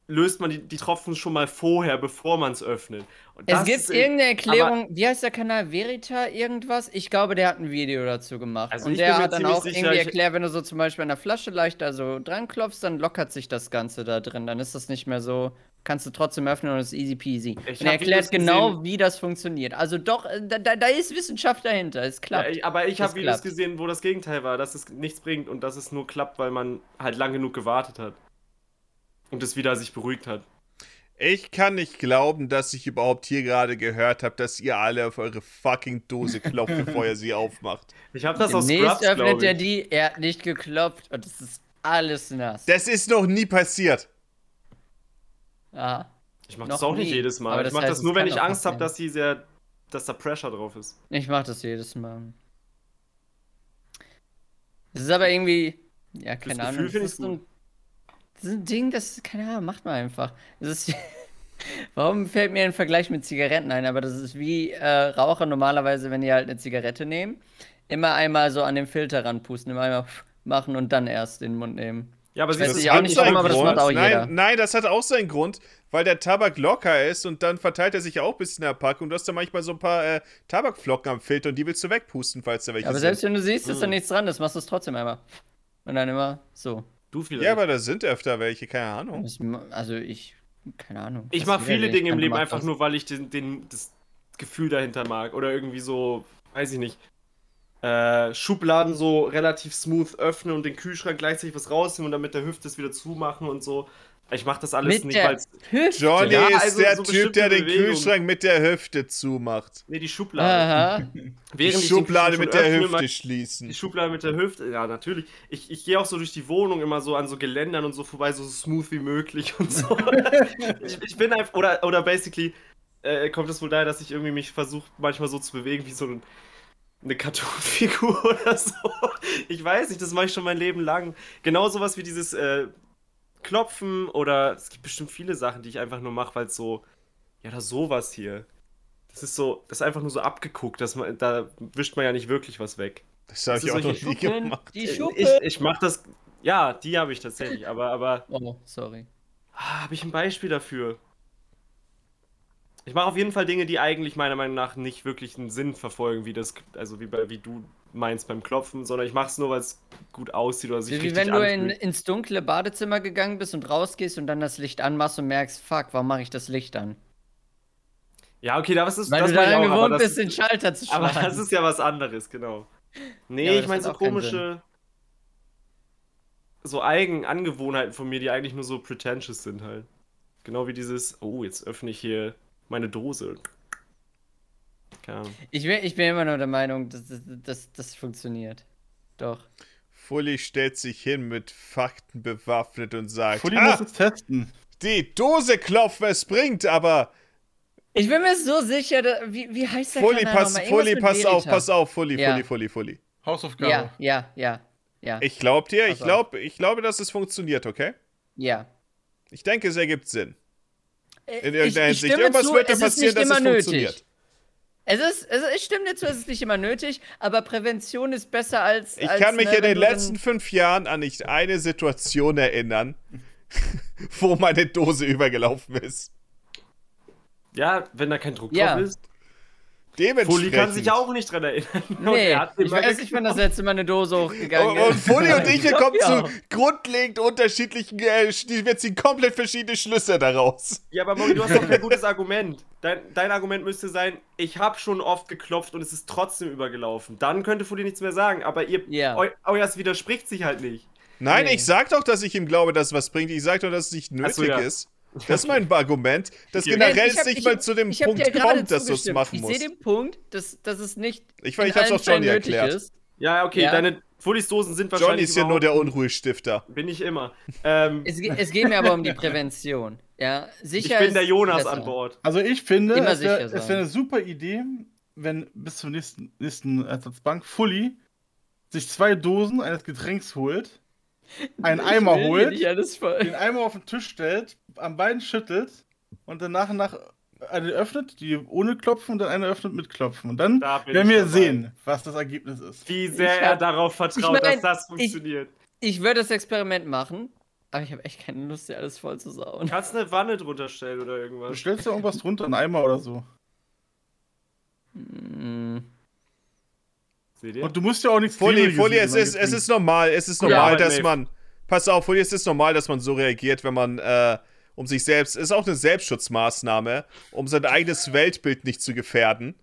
löst man die, die Tropfen schon mal vorher, bevor man es öffnet. Und Es das gibt ist- irgendeine Erklärung, wie heißt der Kanal? Verita irgendwas? Ich glaube, der hat ein Video dazu gemacht. Also und ich der bin mir hat dann ziemlich auch sicher, irgendwie ich- erklärt, wenn du so zum Beispiel an der Flasche leicht da so dran klopfst, dann lockert sich das Ganze da drin. Dann ist das nicht mehr so, kannst du trotzdem öffnen und es ist easy peasy. Ich und er hab Videos erklärt genau, gesehen. wie das funktioniert. Also doch, äh, da, da, da ist Wissenschaft dahinter, es klappt. Ja, ich, Äh, aber ich Das habe Videos klappt. gesehen, wo das Gegenteil war, dass es nichts bringt und dass es nur klappt, weil man halt lang genug gewartet hat. Und es wieder sich beruhigt hat. Ich kann nicht glauben, dass ich überhaupt hier gerade gehört habe, dass ihr alle auf eure fucking Dose klopft, bevor ihr sie aufmacht. Ich habe das aus Scrubs, Demnächst öffnet glaube er ich. die, er hat nicht geklopft und es ist alles nass. Das ist noch nie passiert. ah. Ich mache noch das auch nicht nie. jedes Mal. Aber ich das mache heißt, das es nur, wenn kann ich auch Angst habe, passieren. dass die sehr, dass da Pressure drauf ist. Ich mache das jedes Mal. Es ist aber irgendwie, ja, keine Gefühl Ahnung. find das, ich's ist so ein, das ist ein Ding, das, keine Ahnung, macht man einfach. Es ist, warum fällt mir ein Vergleich mit Zigaretten ein? Aber das ist wie äh, Raucher normalerweise, wenn die halt eine Zigarette nehmen, immer einmal so an den Filter ranpusten, immer einmal machen und dann erst in den Mund nehmen. Ja, aber weiß siehst du, nicht, ich auch hat nicht seinen warum, aber das Grund. macht auch jeder. Nein, nein, das hat auch seinen Grund, weil der Tabak locker ist und dann verteilt er sich auch ein bisschen in der Packung. Du hast da manchmal so ein paar äh, Tabakflocken am Filter und die willst du wegpusten, falls da welche aber selbst wenn du siehst, dass da nichts dran ist, machst du es trotzdem einmal. Und dann immer so. du sind. vielleicht. Ja, aber da sind öfter welche, keine Ahnung. Das ma- Also ich, keine Ahnung. ich Das mache ist viele widerlich. Dinge im Man Leben macht einfach das. nur, weil ich den, den, das Gefühl dahinter mag. Oder irgendwie so, weiß ich nicht, äh, Schubladen so relativ smooth öffnen und den Kühlschrank gleichzeitig was rausnehmen und dann mit der Hüfte es wieder zumachen und so. Ich mache das alles mit nicht, der weil Hüfte. Johnny Ja, ist also der so Typ, der den bestimmte Bewegungen. Kühlschrank mit der Hüfte zumacht. Nee, die Schublade. Aha. Die Während ich den Schublade Kühlschrank mit schon der öffne, Hüfte mein- schließen. Die Schublade mit der Hüfte, ja, natürlich. Ich, ich gehe auch so durch die Wohnung immer so an so Geländern und so vorbei, so smooth wie möglich und so. ich, ich bin einfach, oder, oder basically äh, kommt es wohl daher, dass ich irgendwie mich versuche, manchmal so zu bewegen wie so ein, eine Cartoon-Figur oder so. Ich weiß nicht, das mache ich schon mein Leben lang. Genau sowas wie dieses äh, Klopfen oder es gibt bestimmt viele Sachen, die ich einfach nur mache, weil es so, ja, da sowas hier. Das ist so, das ist einfach nur so abgeguckt, dass man, da wischt man ja nicht wirklich was weg. Das habe Hast ich du auch noch solche nie Schuppen, gemacht. Die Äh, Ich, Schuppe. ich mach das. Ja, die habe ich tatsächlich, aber, aber oh, sorry. ah, habe ich ein Beispiel dafür? Ich mache auf jeden Fall Dinge, die eigentlich meiner Meinung nach nicht wirklich einen Sinn verfolgen, wie das, also wie, bei, wie du meinst beim Klopfen, sondern ich mache es nur, weil es gut aussieht oder sich Wie richtig wenn du in, anfühlt. ins dunkle Badezimmer gegangen bist und rausgehst und dann das Licht anmachst und merkst, fuck, warum mache ich das Licht an? Ja, okay, das ist Weil das du mach ich daran auch, aber gewohnt das- bist, den Schalter zu schlagen. Aber das ist ja was anderes, genau. Ja, Nee, aber ich das meine hat so auch keinen komische. So Eigen Angewohnheiten von mir, die eigentlich nur so pretentious sind halt. Genau wie dieses, oh, jetzt öffne ich hier meine Dose. Keine Ahnung. ich, bin, ich bin immer nur der Meinung, dass das, das, das funktioniert. Doch. Fully stellt sich hin mit Fakten bewaffnet und sagt: Fully muss ah, es testen. Die Dose klopfen, es bringt, aber Ich bin mir so sicher, dass, wie, wie heißt der Fully, Kanal pass, nochmal? Irgendwas Fully, mit pass auf, Verita. pass auf, Fully, Ja. Fully, Fully, Fully. Hausaufgabe. Ja, ja, ja, ja. Ich glaub dir, ich Pass auf. glaub, ich glaube, dass es funktioniert, okay? ja. Ich denke, es ergibt Sinn. In irgendeiner Hinsicht. Irgendwas wird da passieren, dass es funktioniert. Es ist, also ich stimme dir zu, es ist nicht immer nötig, aber Prävention ist besser als. Ich als, kann mich in ne, wenn den du dann- letzten fünf Jahren an nicht eine Situation erinnern, wo meine Dose übergelaufen ist. Ja, wenn da kein Druck Ja. drauf ist. Dementsprechend. Fully kann sich auch nicht dran erinnern. Und Nee, er hat ich immer weiß nicht, wann das letzte Mal eine Dose hochgegangen Und, und ist. Fully und ich, wir glaub kommen ja zu auch. grundlegend unterschiedlichen, äh, die- wir ziehen komplett verschiedene Schlüsse daraus. Ja, aber Mori, du hast doch kein gutes Argument. Dein, dein Argument müsste sein, ich habe schon oft geklopft und es ist trotzdem übergelaufen. Dann könnte Fully nichts mehr sagen, aber ihr, Ja. eu, euers widerspricht sich halt nicht. Nein, Nee. ich sag doch, dass ich ihm glaube, dass es was bringt. Ich sag doch, dass es nicht nötig so, ja. ist. Das ist mein Argument, dass Okay. generell Nein, ich es hab- nicht ich mal hab- zu dem ich hab dir Punkt gerade kommt, dass du es zugestimmt. machen Ich musst. sehe den Punkt, dass, dass es nicht. Ich- ich in hab's allen auch Fällen Johnny nötig erklärt. Ist. Ja, ja, okay, Ja. deine Fullys Dosen sind wahrscheinlich. Johnny ist ja nur überhaupt- der Unruhestifter. Bin ich immer. Ähm, Es, ge- es geht mir aber um die Prävention. Ja, ich sicher. bin ist der Jonas besser. an Bord. Also ich finde, Immer es wäre sicher sein. wär eine super Idee, wenn bis zur nächsten, nächsten Ersatzbank Fully sich zwei Dosen eines Getränks holt, einen Ich Eimer will hier holt, nicht alles voll- den Eimer auf den Tisch stellt, an beiden schüttelt und dann nach und nach eine öffnet, die ohne Klopfen und dann eine öffnet mit Klopfen. Und dann Da bin werden ich wir dabei. sehen, was das Ergebnis ist. Wie sehr Ich er hab- darauf vertraut, Ich dass mein, das ich- funktioniert. Ich würde das Experiment machen, aber ich habe echt keine Lust, dir alles voll zu sauen. Kannst eine Wanne drunter stellen oder Du irgendwas? stellst da irgendwas drunter, einen Eimer oder so. Mm. Seht ihr? Und du musst ja auch nichts Fully, Klebriges Fully, in es dein ist, es Getränk. ist normal, es ist Ja, normal, aber dass nee. man. Pass auf, Fully, es ist normal, dass man so reagiert, wenn man äh, um sich selbst. Ist auch eine Selbstschutzmaßnahme, um sein eigenes Weltbild nicht zu gefährden.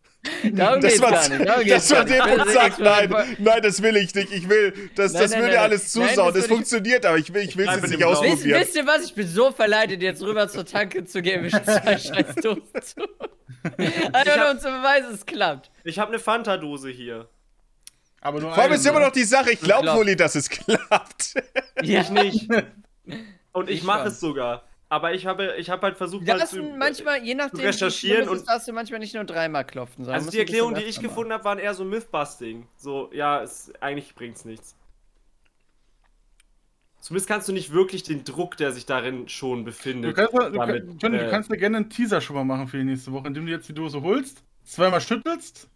Darum Dass geht's man, gar nicht. Also dass man Darum geht's gar dem nicht. Punkt Das sagt, nein, Experiment- nein, das will ich nicht. Ich will, das, Nein, das nein, würde nein, alles zusauen. nein, das das würde ich- funktioniert, aber ich will, ich will es bleibe jetzt in nicht dem Blauen. Wisst, ausprobieren. wisst ihr was? Ich bin so verleitet, jetzt rüber zur Tanke zu gehen, mich zwei scheiß Dosen zu. Einfach nur um zu beweisen, es klappt. Ich habe eine Fanta-Dose hier. Aber nur Vor allem eine. ist immer noch die Sache, ich glaube, klappt. Fully, dass es klappt. Ja. Ich nicht. Und ich, Ich mache schon. es sogar. Aber ich habe, ich habe halt versucht, Da mal zu. lassen manchmal, je nachdem, wie recherchieren schlimm es und- ist, darfst du manchmal nicht nur dreimal klopfen. sondern Also musst die ein bisschen Erklärungen, die ich öfter machen. gefunden habe, waren eher so Mythbusting. So, ja, es, eigentlich bringt's nichts. Zumindest kannst du nicht wirklich den Druck, der sich darin schon befindet. Du kannst, ja- du, damit, kann- Johnny, äh, du kannst ja gerne einen Teaser schon mal machen für die nächste Woche, indem du jetzt die Dose holst, zweimal schüttelst,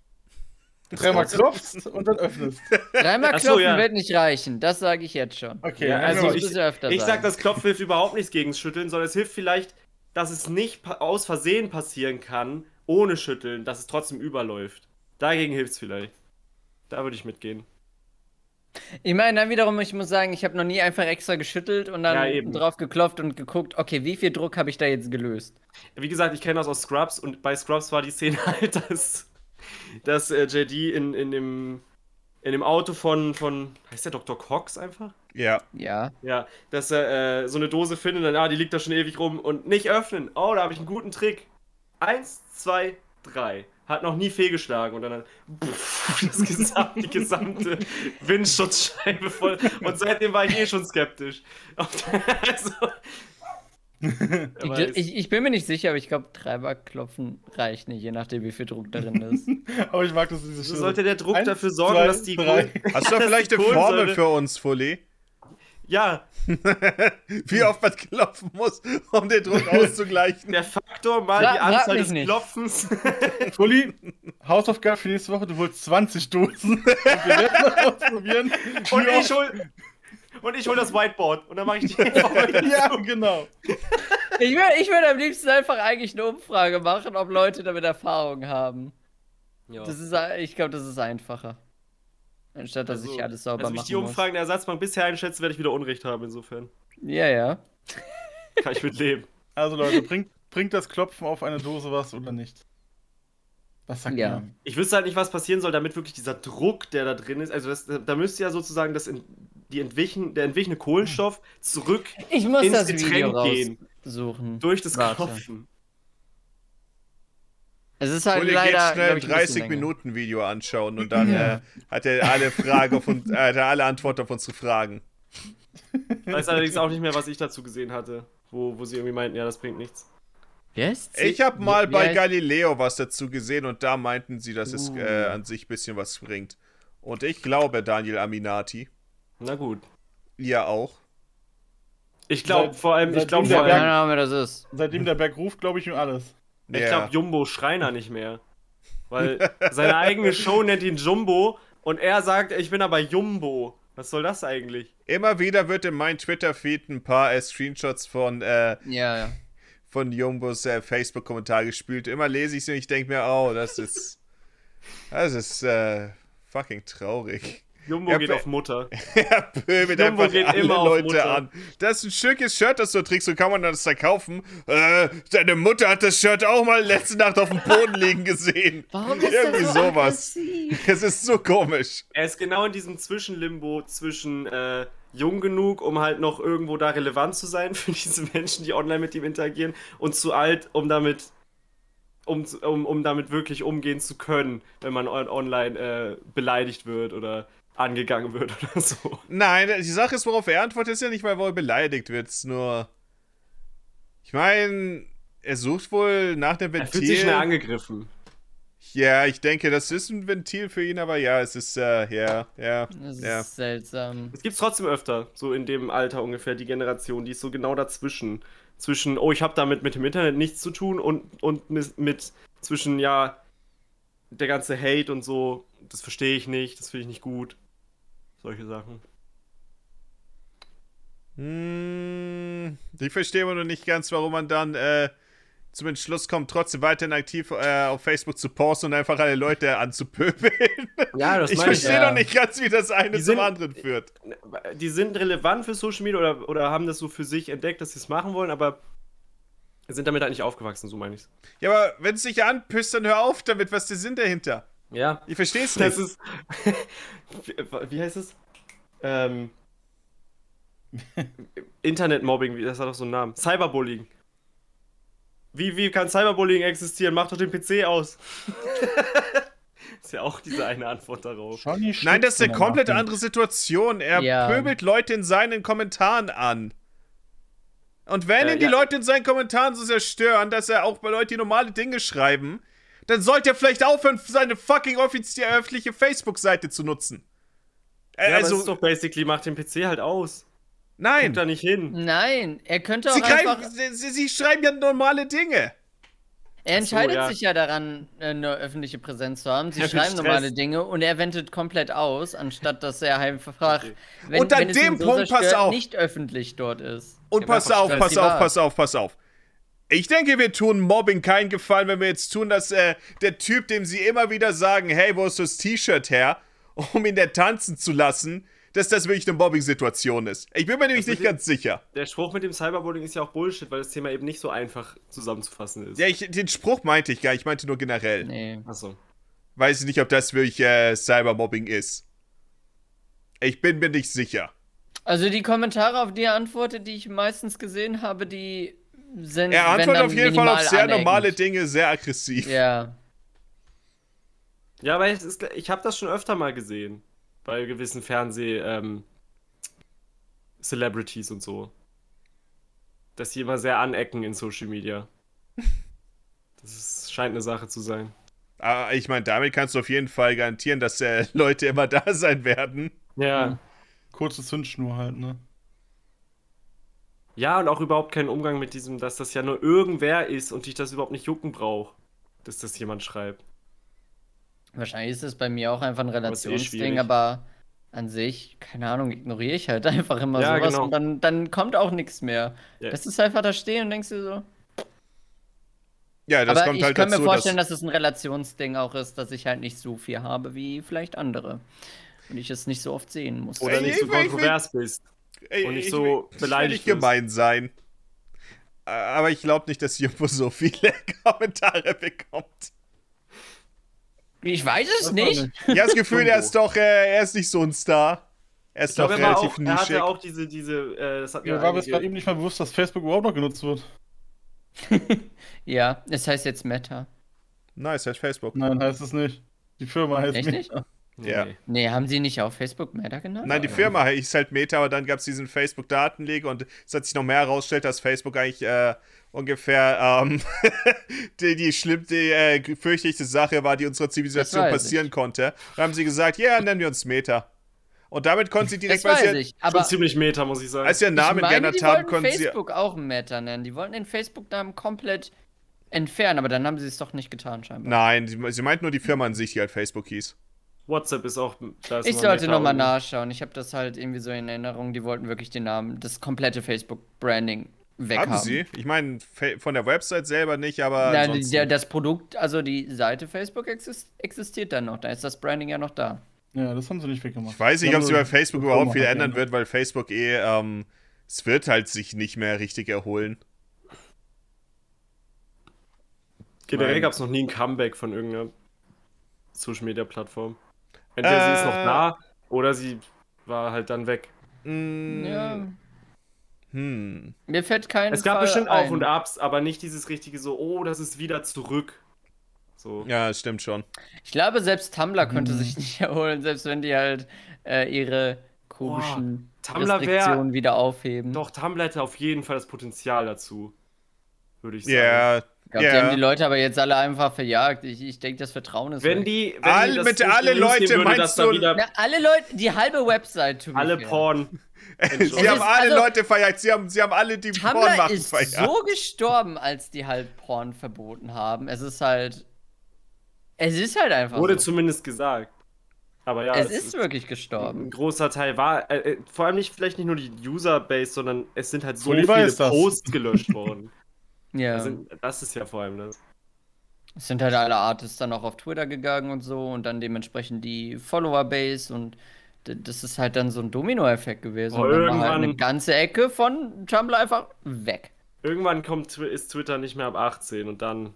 dreimal klopfst und dann öffnest. Dreimal Ach so, klopfen ja. wird nicht reichen, das sage ich jetzt schon. Okay, Ja, dann also haben wir das ich, was. muss ja öfter ich sein. sag, das Klopfen hilft überhaupt nichts gegen Schütteln, sondern es hilft vielleicht, dass es nicht pa- aus Versehen passieren kann, ohne Schütteln, dass es trotzdem überläuft. Dagegen hilft's vielleicht. Da würde ich mitgehen. Ich meine, dann wiederum, ich muss sagen, ich habe noch nie einfach extra geschüttelt und Ja, dann eben. drauf geklopft und geguckt, okay, wie viel Druck habe ich da jetzt gelöst? Wie gesagt, ich kenne das aus Scrubs und bei Scrubs war die Szene halt, dass, dass äh, JD in, in, dem, in dem Auto von, von. Heißt der Dr. Cox einfach? ja. Ja. Ja, dass er äh, so eine Dose findet und dann, ah, die liegt da schon ewig rum und nicht öffnen. Oh, da habe ich einen guten Trick. Eins, zwei, drei. Hat noch nie fehlgeschlagen und dann pff, das gesamte, die gesamte Windschutzscheibe voll. Und seitdem war ich eh schon skeptisch. Also, wer Ich, weiß. ich, ich bin mir nicht sicher, aber ich glaube, dreimal klopfen reicht nicht, je nachdem, wie viel Druck darin ist. Aber ich mag das diese So sollte der Druck Eins, dafür sorgen, zwei, dass die. drei. Hast du da Das vielleicht ist eine Kohlensäure. Formel für uns, Fully? Ja, Wie oft man klopfen muss, um den Druck auszugleichen? der Faktor mal Fra- die frag Anzahl mich des nicht. Klopfens. Fully, Hausaufgabe für nächste Woche, du holst 20 Dosen. Und wir werden mal ausprobieren. Und wie ich oft- hol. Und ich hol das Whiteboard und dann mache ich die. Ja, genau. Ich würde ich würd am liebsten einfach eigentlich eine Umfrage machen, ob Leute damit Erfahrung haben. Ja. Das ist, ein- ich glaube, das ist einfacher. Anstatt, dass ich alles sauber also wie ich machen die Umfragen der Ersatzbank bisher einschätze, werde ich wieder Unrecht haben, insofern. muss. Ja, ja. Kann ich mit leben. Also Leute, bringt, bringt das Klopfen auf eine Dose was oder nicht? Was sagt Ja. ihr? Ich wüsste halt nicht, was passieren soll, damit wirklich dieser Druck, der da drin ist, also das, da müsste ja sozusagen das in, die entwichen, der entwichene Kohlenstoff zurück Ich muss Ins das Video Getränk gehen. raussuchen. durch das Warte. Klopfen. Es ist halt Ole geht leider. schnell ein glaub ich, ein bisschen 30 länger. Minuten Video anschauen und dann äh, hat er alle Fragen auf uns, äh, hat er alle Antworten auf unsere Fragen. Ich weiß allerdings auch nicht mehr, was ich dazu gesehen hatte, wo, wo sie irgendwie meinten, ja, das bringt nichts. Wer ist sie? Ich habe mal Wie- wie bei heißt- Galileo was dazu gesehen und da meinten sie, dass es äh, Uh. an sich ein bisschen was bringt. Und ich glaube Daniel Aminati, Na gut. ihr auch. Ich glaube Seit- vor allem, ich seitdem glaube der vor Keine allem, Berg- Ahnung, wer das ist. Seitdem der Berg ruft, glaube ich ihm alles. ich Ja. glaube Jumbo Schreiner nicht mehr. Weil seine eigene Show nennt ihn Jumbo und er sagt, ich bin aber Jumbo. Was soll das eigentlich? Immer wieder wird in meinem Twitter-Feed ein paar äh, Screenshots von, äh, Ja, ja. von Jumbos äh, Facebook-Kommentar gespielt. Immer lese ich sie und ich denke mir, oh, das ist. Das ist äh, fucking traurig. Jumbo Ja, geht wer- auf Mutter. Er pöbelt Jumbo einfach geht alle immer auf Leute Mutter. an. Das ist ein schickes Shirt, das du trägst. So kann man das da kaufen. Äh, deine Mutter hat das Shirt auch mal letzte Nacht auf dem Boden liegen gesehen. Warum ist Irgendwie das so sowas. Es ist so komisch. Er ist genau in diesem Zwischenlimbo zwischen äh, jung genug, um halt noch irgendwo da relevant zu sein für diese Menschen, die online mit ihm interagieren, und zu alt, um damit, um, zu- um, um damit wirklich umgehen zu können, wenn man on online äh, beleidigt wird oder angegangen wird oder so. Nein, die Sache ist, worauf er antwortet, ist ja nicht mal, wo er beleidigt wird. Es ist nur. Ich meine, er sucht wohl nach dem Er fühlt sich schnell Ventil. angegriffen. Ja, ich denke, das ist ein Ventil für ihn, aber ja, es ist, äh, ja, ja, Das ja. ist seltsam. Es gibt's trotzdem öfter, so in dem Alter ungefähr, die Generation, die ist so genau dazwischen. Zwischen, oh, ich habe damit mit dem Internet nichts zu tun und, und mis- mit zwischen, ja, der ganze Hate und so, das verstehe ich nicht, das finde ich nicht gut. Solche Sachen. Hm, ich verstehe immer noch nicht ganz, warum man dann äh, zum Entschluss kommt, trotzdem weiterhin aktiv äh, auf Facebook zu posten und einfach alle Leute anzupöbeln. Ja, das Ich meine ich. verstehe ja. noch nicht ganz, wie das eine Die zum sind- anderen führt. Die sind relevant für Social Media oder, oder haben das so für sich entdeckt, dass sie es machen wollen, aber sind damit halt nicht aufgewachsen, so meine ich's. Ja, aber wenn es dich anpisst, dann hör auf damit. Was ist der Sinn dahinter? Ja. Ich verstehe es nicht. Das ist. wie heißt es? Ähm. Internetmobbing, wie- das hat doch so einen Namen. Cyberbullying. Wie, wie kann Cyberbullying existieren? Mach doch den PC aus. ist ja auch diese eine Antwort darauf. Johnny Nein, das ist eine Schütz- komplett andere Situation. Er Ja. pöbelt Leute in seinen Kommentaren an. Und wenn Äh, ihn die ja. Leute in seinen Kommentaren so sehr stören, dass er auch bei Leuten, die normale Dinge schreiben, dann sollte er vielleicht aufhören, seine fucking offizielle öffentliche Facebook-Seite zu nutzen. Äh, Ja, also, aber es ist also, doch basically, mach den PC halt aus. nein. Kommt da nicht hin. Nein, er könnte auch Sie, einfach. greifen, sie, sie- sie schreiben ja normale Dinge. Er entscheidet ja. sich ja daran, äh, eine öffentliche Präsenz zu haben. Sie Ja, für schreiben Stress. normale Dinge und er wendet komplett aus, anstatt dass er einfach, wenn, Und an wenn es dem ihn so Punkt, zerstört, pass auf. nicht öffentlich dort ist. Und Ja, pass aber auf, das pass privat. auf, pass auf, pass auf. Ich denke, wir tun Mobbing keinen Gefallen, wenn wir jetzt tun, dass äh, der Typ, dem sie immer wieder sagen, hey, wo ist das T-Shirt her, um ihn da tanzen zu lassen, dass das wirklich eine Mobbing-Situation ist. Ich bin mir nämlich Das nicht mit dem- ganz sicher. Der Spruch mit dem Cyberbullying ist ja auch Bullshit, weil das Thema eben nicht so einfach zusammenzufassen ist. Ja, ich, den Spruch meinte ich gar nicht, ich meinte nur generell. Nee. Achso. Weiß ich nicht, ob das wirklich äh, Cybermobbing ist. Ich bin mir nicht sicher. Also die Kommentare, auf die er antwortet, die ich meistens gesehen habe, die sind. Er wenn antwortet dann, auf jeden Fall auf minimal sehr aneckend. normale Dinge, sehr aggressiv. Ja. Ja, aber es ist, ich habe das schon öfter mal gesehen. Bei gewissen Fernseh-Celebrities ähm, Celebrities und so. Dass die immer sehr anecken in Social Media. Das ist, scheint eine Sache zu sein. Aber Ah, ich meine, damit kannst du auf jeden Fall garantieren, dass äh, Leute immer da sein werden. Ja. Kurze Zündschnur halt, ne? Ja, und auch überhaupt keinen Umgang mit diesem, dass das ja nur irgendwer ist und ich das überhaupt nicht jucken brauche, dass das jemand schreibt. Wahrscheinlich ist es bei mir auch einfach ein Aber es ist eh Relationsding, schwierig. aber an sich, keine Ahnung, ignoriere ich halt einfach immer Ja, sowas genau. und dann, dann kommt auch nichts mehr. Ja. Das ist einfach da stehen und denkst dir so. Ja, das Aber kommt ich halt kann dazu, mir vorstellen, dass, dass es ein Relationsding auch ist, dass ich halt nicht so viel habe wie vielleicht andere. Und ich es nicht so oft sehen muss. Oder Ey, nicht ich so will- ich will- kontrovers bist. ey, und nicht ich so will- ich will beleidigt nicht wirst. gemein sein. Äh, Aber ich glaube nicht, dass Jumbo so viele Kommentare bekommt. Ich weiß es Das nicht. war Ja, das Gefühl, er ist doch, äh, er ist nicht so ein Star. Er ist Ich doch glaube, er, war relativ auch, er hatte nischig. auch diese, diese, äh, das hat Mir mir war bis einige- gerade eben nicht mal bewusst, dass Facebook überhaupt noch genutzt wird. Ja, es heißt jetzt Meta. Nice, heißt Facebook. Nein, heißt es nicht. Die Firma heißt Echt nicht? Nee. Ja. Nee, haben sie nicht auf Facebook Meta genannt? Nein, die Oder? Firma hieß halt Meta, aber dann gab es diesen Facebook-Datenleak und es hat sich noch mehr herausgestellt, dass Facebook eigentlich äh, ungefähr ähm, die, die schlimmste, äh, gefürchtete Sache war, die unserer Zivilisation Das weiß passieren ich. konnte. Und haben sie gesagt, ja, nennen wir uns Meta. Und damit konnten sie direkt, Das weil weiß sie, ich, aber Schon ziemlich meta, muss ich sagen. als sie ihren Namen ich meine, geändert die haben, wollten konnten sie. Facebook auch Meta nennen. Die wollten den Facebook-Namen komplett entfernen, aber dann haben sie es doch nicht getan scheinbar. Nein, sie, sie meint nur die Firma an sich, die halt Facebook hieß. WhatsApp ist auch. Da ist ich immer sollte Meta nochmal und- nachschauen. Ich habe das halt irgendwie so in Erinnerung. Die wollten wirklich den Namen, das komplette Facebook-Branding weghaben. Haben sie? Ich meine, fe- von der Website selber nicht, aber. Na, ansonsten- der, das Produkt, also die Seite Facebook exist, existiert dann noch. Da ist das Branding ja noch da. Ja, das haben sie nicht weggemacht. Ich weiß nicht, ob Sie sie haben bei Facebook nur- überhaupt viel Firma hat ändern geändert. wird, weil Facebook eh, ähm, es wird halt sich nicht mehr richtig erholen. Generell Nein. gab es noch nie ein Comeback von irgendeiner Social Media Plattform. Entweder sie ist noch Äh. da oder sie war halt dann weg. Mm, Ja. Hm. Mir fällt kein Es gab Fall bestimmt ein. Auf und Abs, aber nicht dieses richtige so, oh, das ist wieder zurück. So. Ja, das stimmt schon. Ich glaube, selbst Tumblr könnte Hm. sich nicht erholen, selbst wenn die halt äh, ihre komischen Tumblr wär- Restriktionen wieder aufheben. Doch, Tumblr hätte auf jeden Fall das Potenzial dazu. Würde ich sagen. Ja, Ich glaub, Die ja. haben die Leute aber jetzt alle einfach verjagt. Ich, ich denke, das Vertrauen ist Wenn weg. die. Wenn All- die das mit nicht alle in den News Leute nehmen würde, meinst dass da du- wieder Na, alle Leute, die halbe Website, to be alle fair. Porn. sie haben alle ist- also- Leute verjagt. Sie haben, sie haben alle, die Porn Tumblr machen, ist verjagt. so gestorben, als die halt Porn verboten haben. Es ist halt. Es ist halt einfach. Wurde so. zumindest gesagt. Aber ja, Es es ist wirklich gestorben. Ein großer Teil war, äh, äh, vor allem nicht vielleicht nicht nur die Userbase, sondern es sind halt so Oliver viele ist das. Posts gelöscht worden. Ja. Das, sind, das ist ja vor allem das. es sind halt alle Artists dann auch auf Twitter gegangen und so und dann dementsprechend die Follower-Base und d- das ist halt dann so ein Domino-Effekt gewesen. Oh, und dann war halt irgendwann- eine ganze Ecke von Tumblr einfach weg. Irgendwann kommt, Twi- ist Twitter nicht mehr ab 18 und dann.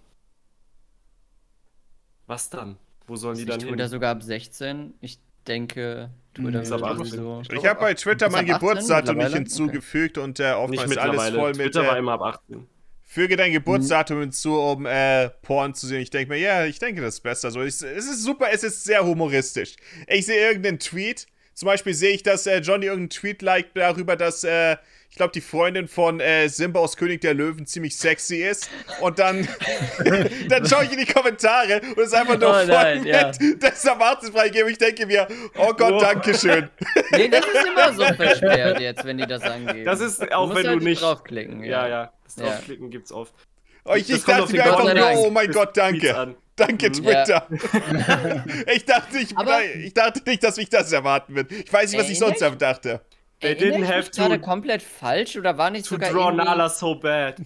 Was dann? Wo sollen die Ich dann Twitter hin? sogar ab 16. Ich denke, Twitter Nee, ist ist ab ab 18. sowieso. Ich habe bei Twitter Ist ab mein 18 Geburtsdatum nicht mittlerweile? hinzugefügt und äh, Nicht oftmals alles mittlerweile. voll mit. Twitter war Äh, immer ab 18. füge Mhm. dein Geburtsdatum hinzu, um äh, Porn zu sehen. Ich denke mir, ja, ich denke, das ist besser. So, ich, es ist super, es ist sehr humoristisch. Ich sehe irgendeinen Tweet. Zum Beispiel sehe ich, dass äh, Johnny irgendeinen Tweet liked darüber, dass, äh, ich glaube, die Freundin von äh, Simba aus König der Löwen ziemlich sexy ist. Und dann, dann schaue ich in die Kommentare und es ist einfach nur Oh voll nein, ja. nett, dass da Martin freigegeben. Ich denke mir, oh Gott, Oh. Dankeschön. Nee, das ist immer so versperrt jetzt, wenn die das angeben. Das ist, auch musst wenn halt du nicht. draufklicken, ja, ja. ja. Das Ja. Draufklicken gibt's oft. Und Oh, ich, Das ich kommt dachte auf den mir einfach Gott sei nur, Dank. oh mein Bis Gott, Tweets danke. an. Danke, Mhm. Twitter. ich, dachte, ich, Aber- nein, ich dachte nicht, dass mich das erwarten wird. Ich weiß nicht, was ich sonst Erinnert- dachte. They Erinnere didn't ich have mich gerade to, komplett falsch oder war nicht to sogar draw irgendwie- Nala so bad.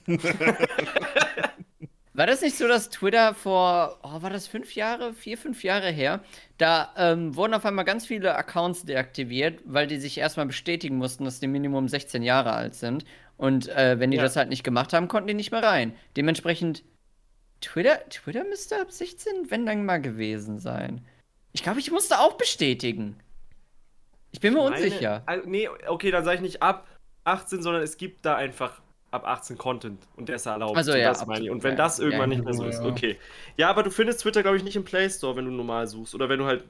War das nicht so, dass Twitter vor, oh, war das fünf Jahre, vier, fünf Jahre her, da ähm, wurden auf einmal ganz viele Accounts deaktiviert, weil die sich erstmal bestätigen mussten, dass die Minimum 16 Jahre alt sind. Und äh, wenn die Ja. das halt nicht gemacht haben, konnten die nicht mehr rein. Dementsprechend, Twitter, Twitter müsste ab 16, wenn dann mal gewesen sein. Ich glaube, ich musste auch bestätigen. Ich bin mir Meine- unsicher. Also, nee, okay, dann sage ich nicht ab 18, sondern es gibt da einfach ab 18 Content und der ist erlaubt. Also Und ja, das ab- meine ich. Und wenn ja, das irgendwann ja, nicht mehr so ja. ist, okay. Ja, aber du findest Twitter, glaube ich, nicht im Play Store, wenn du normal suchst oder wenn du halt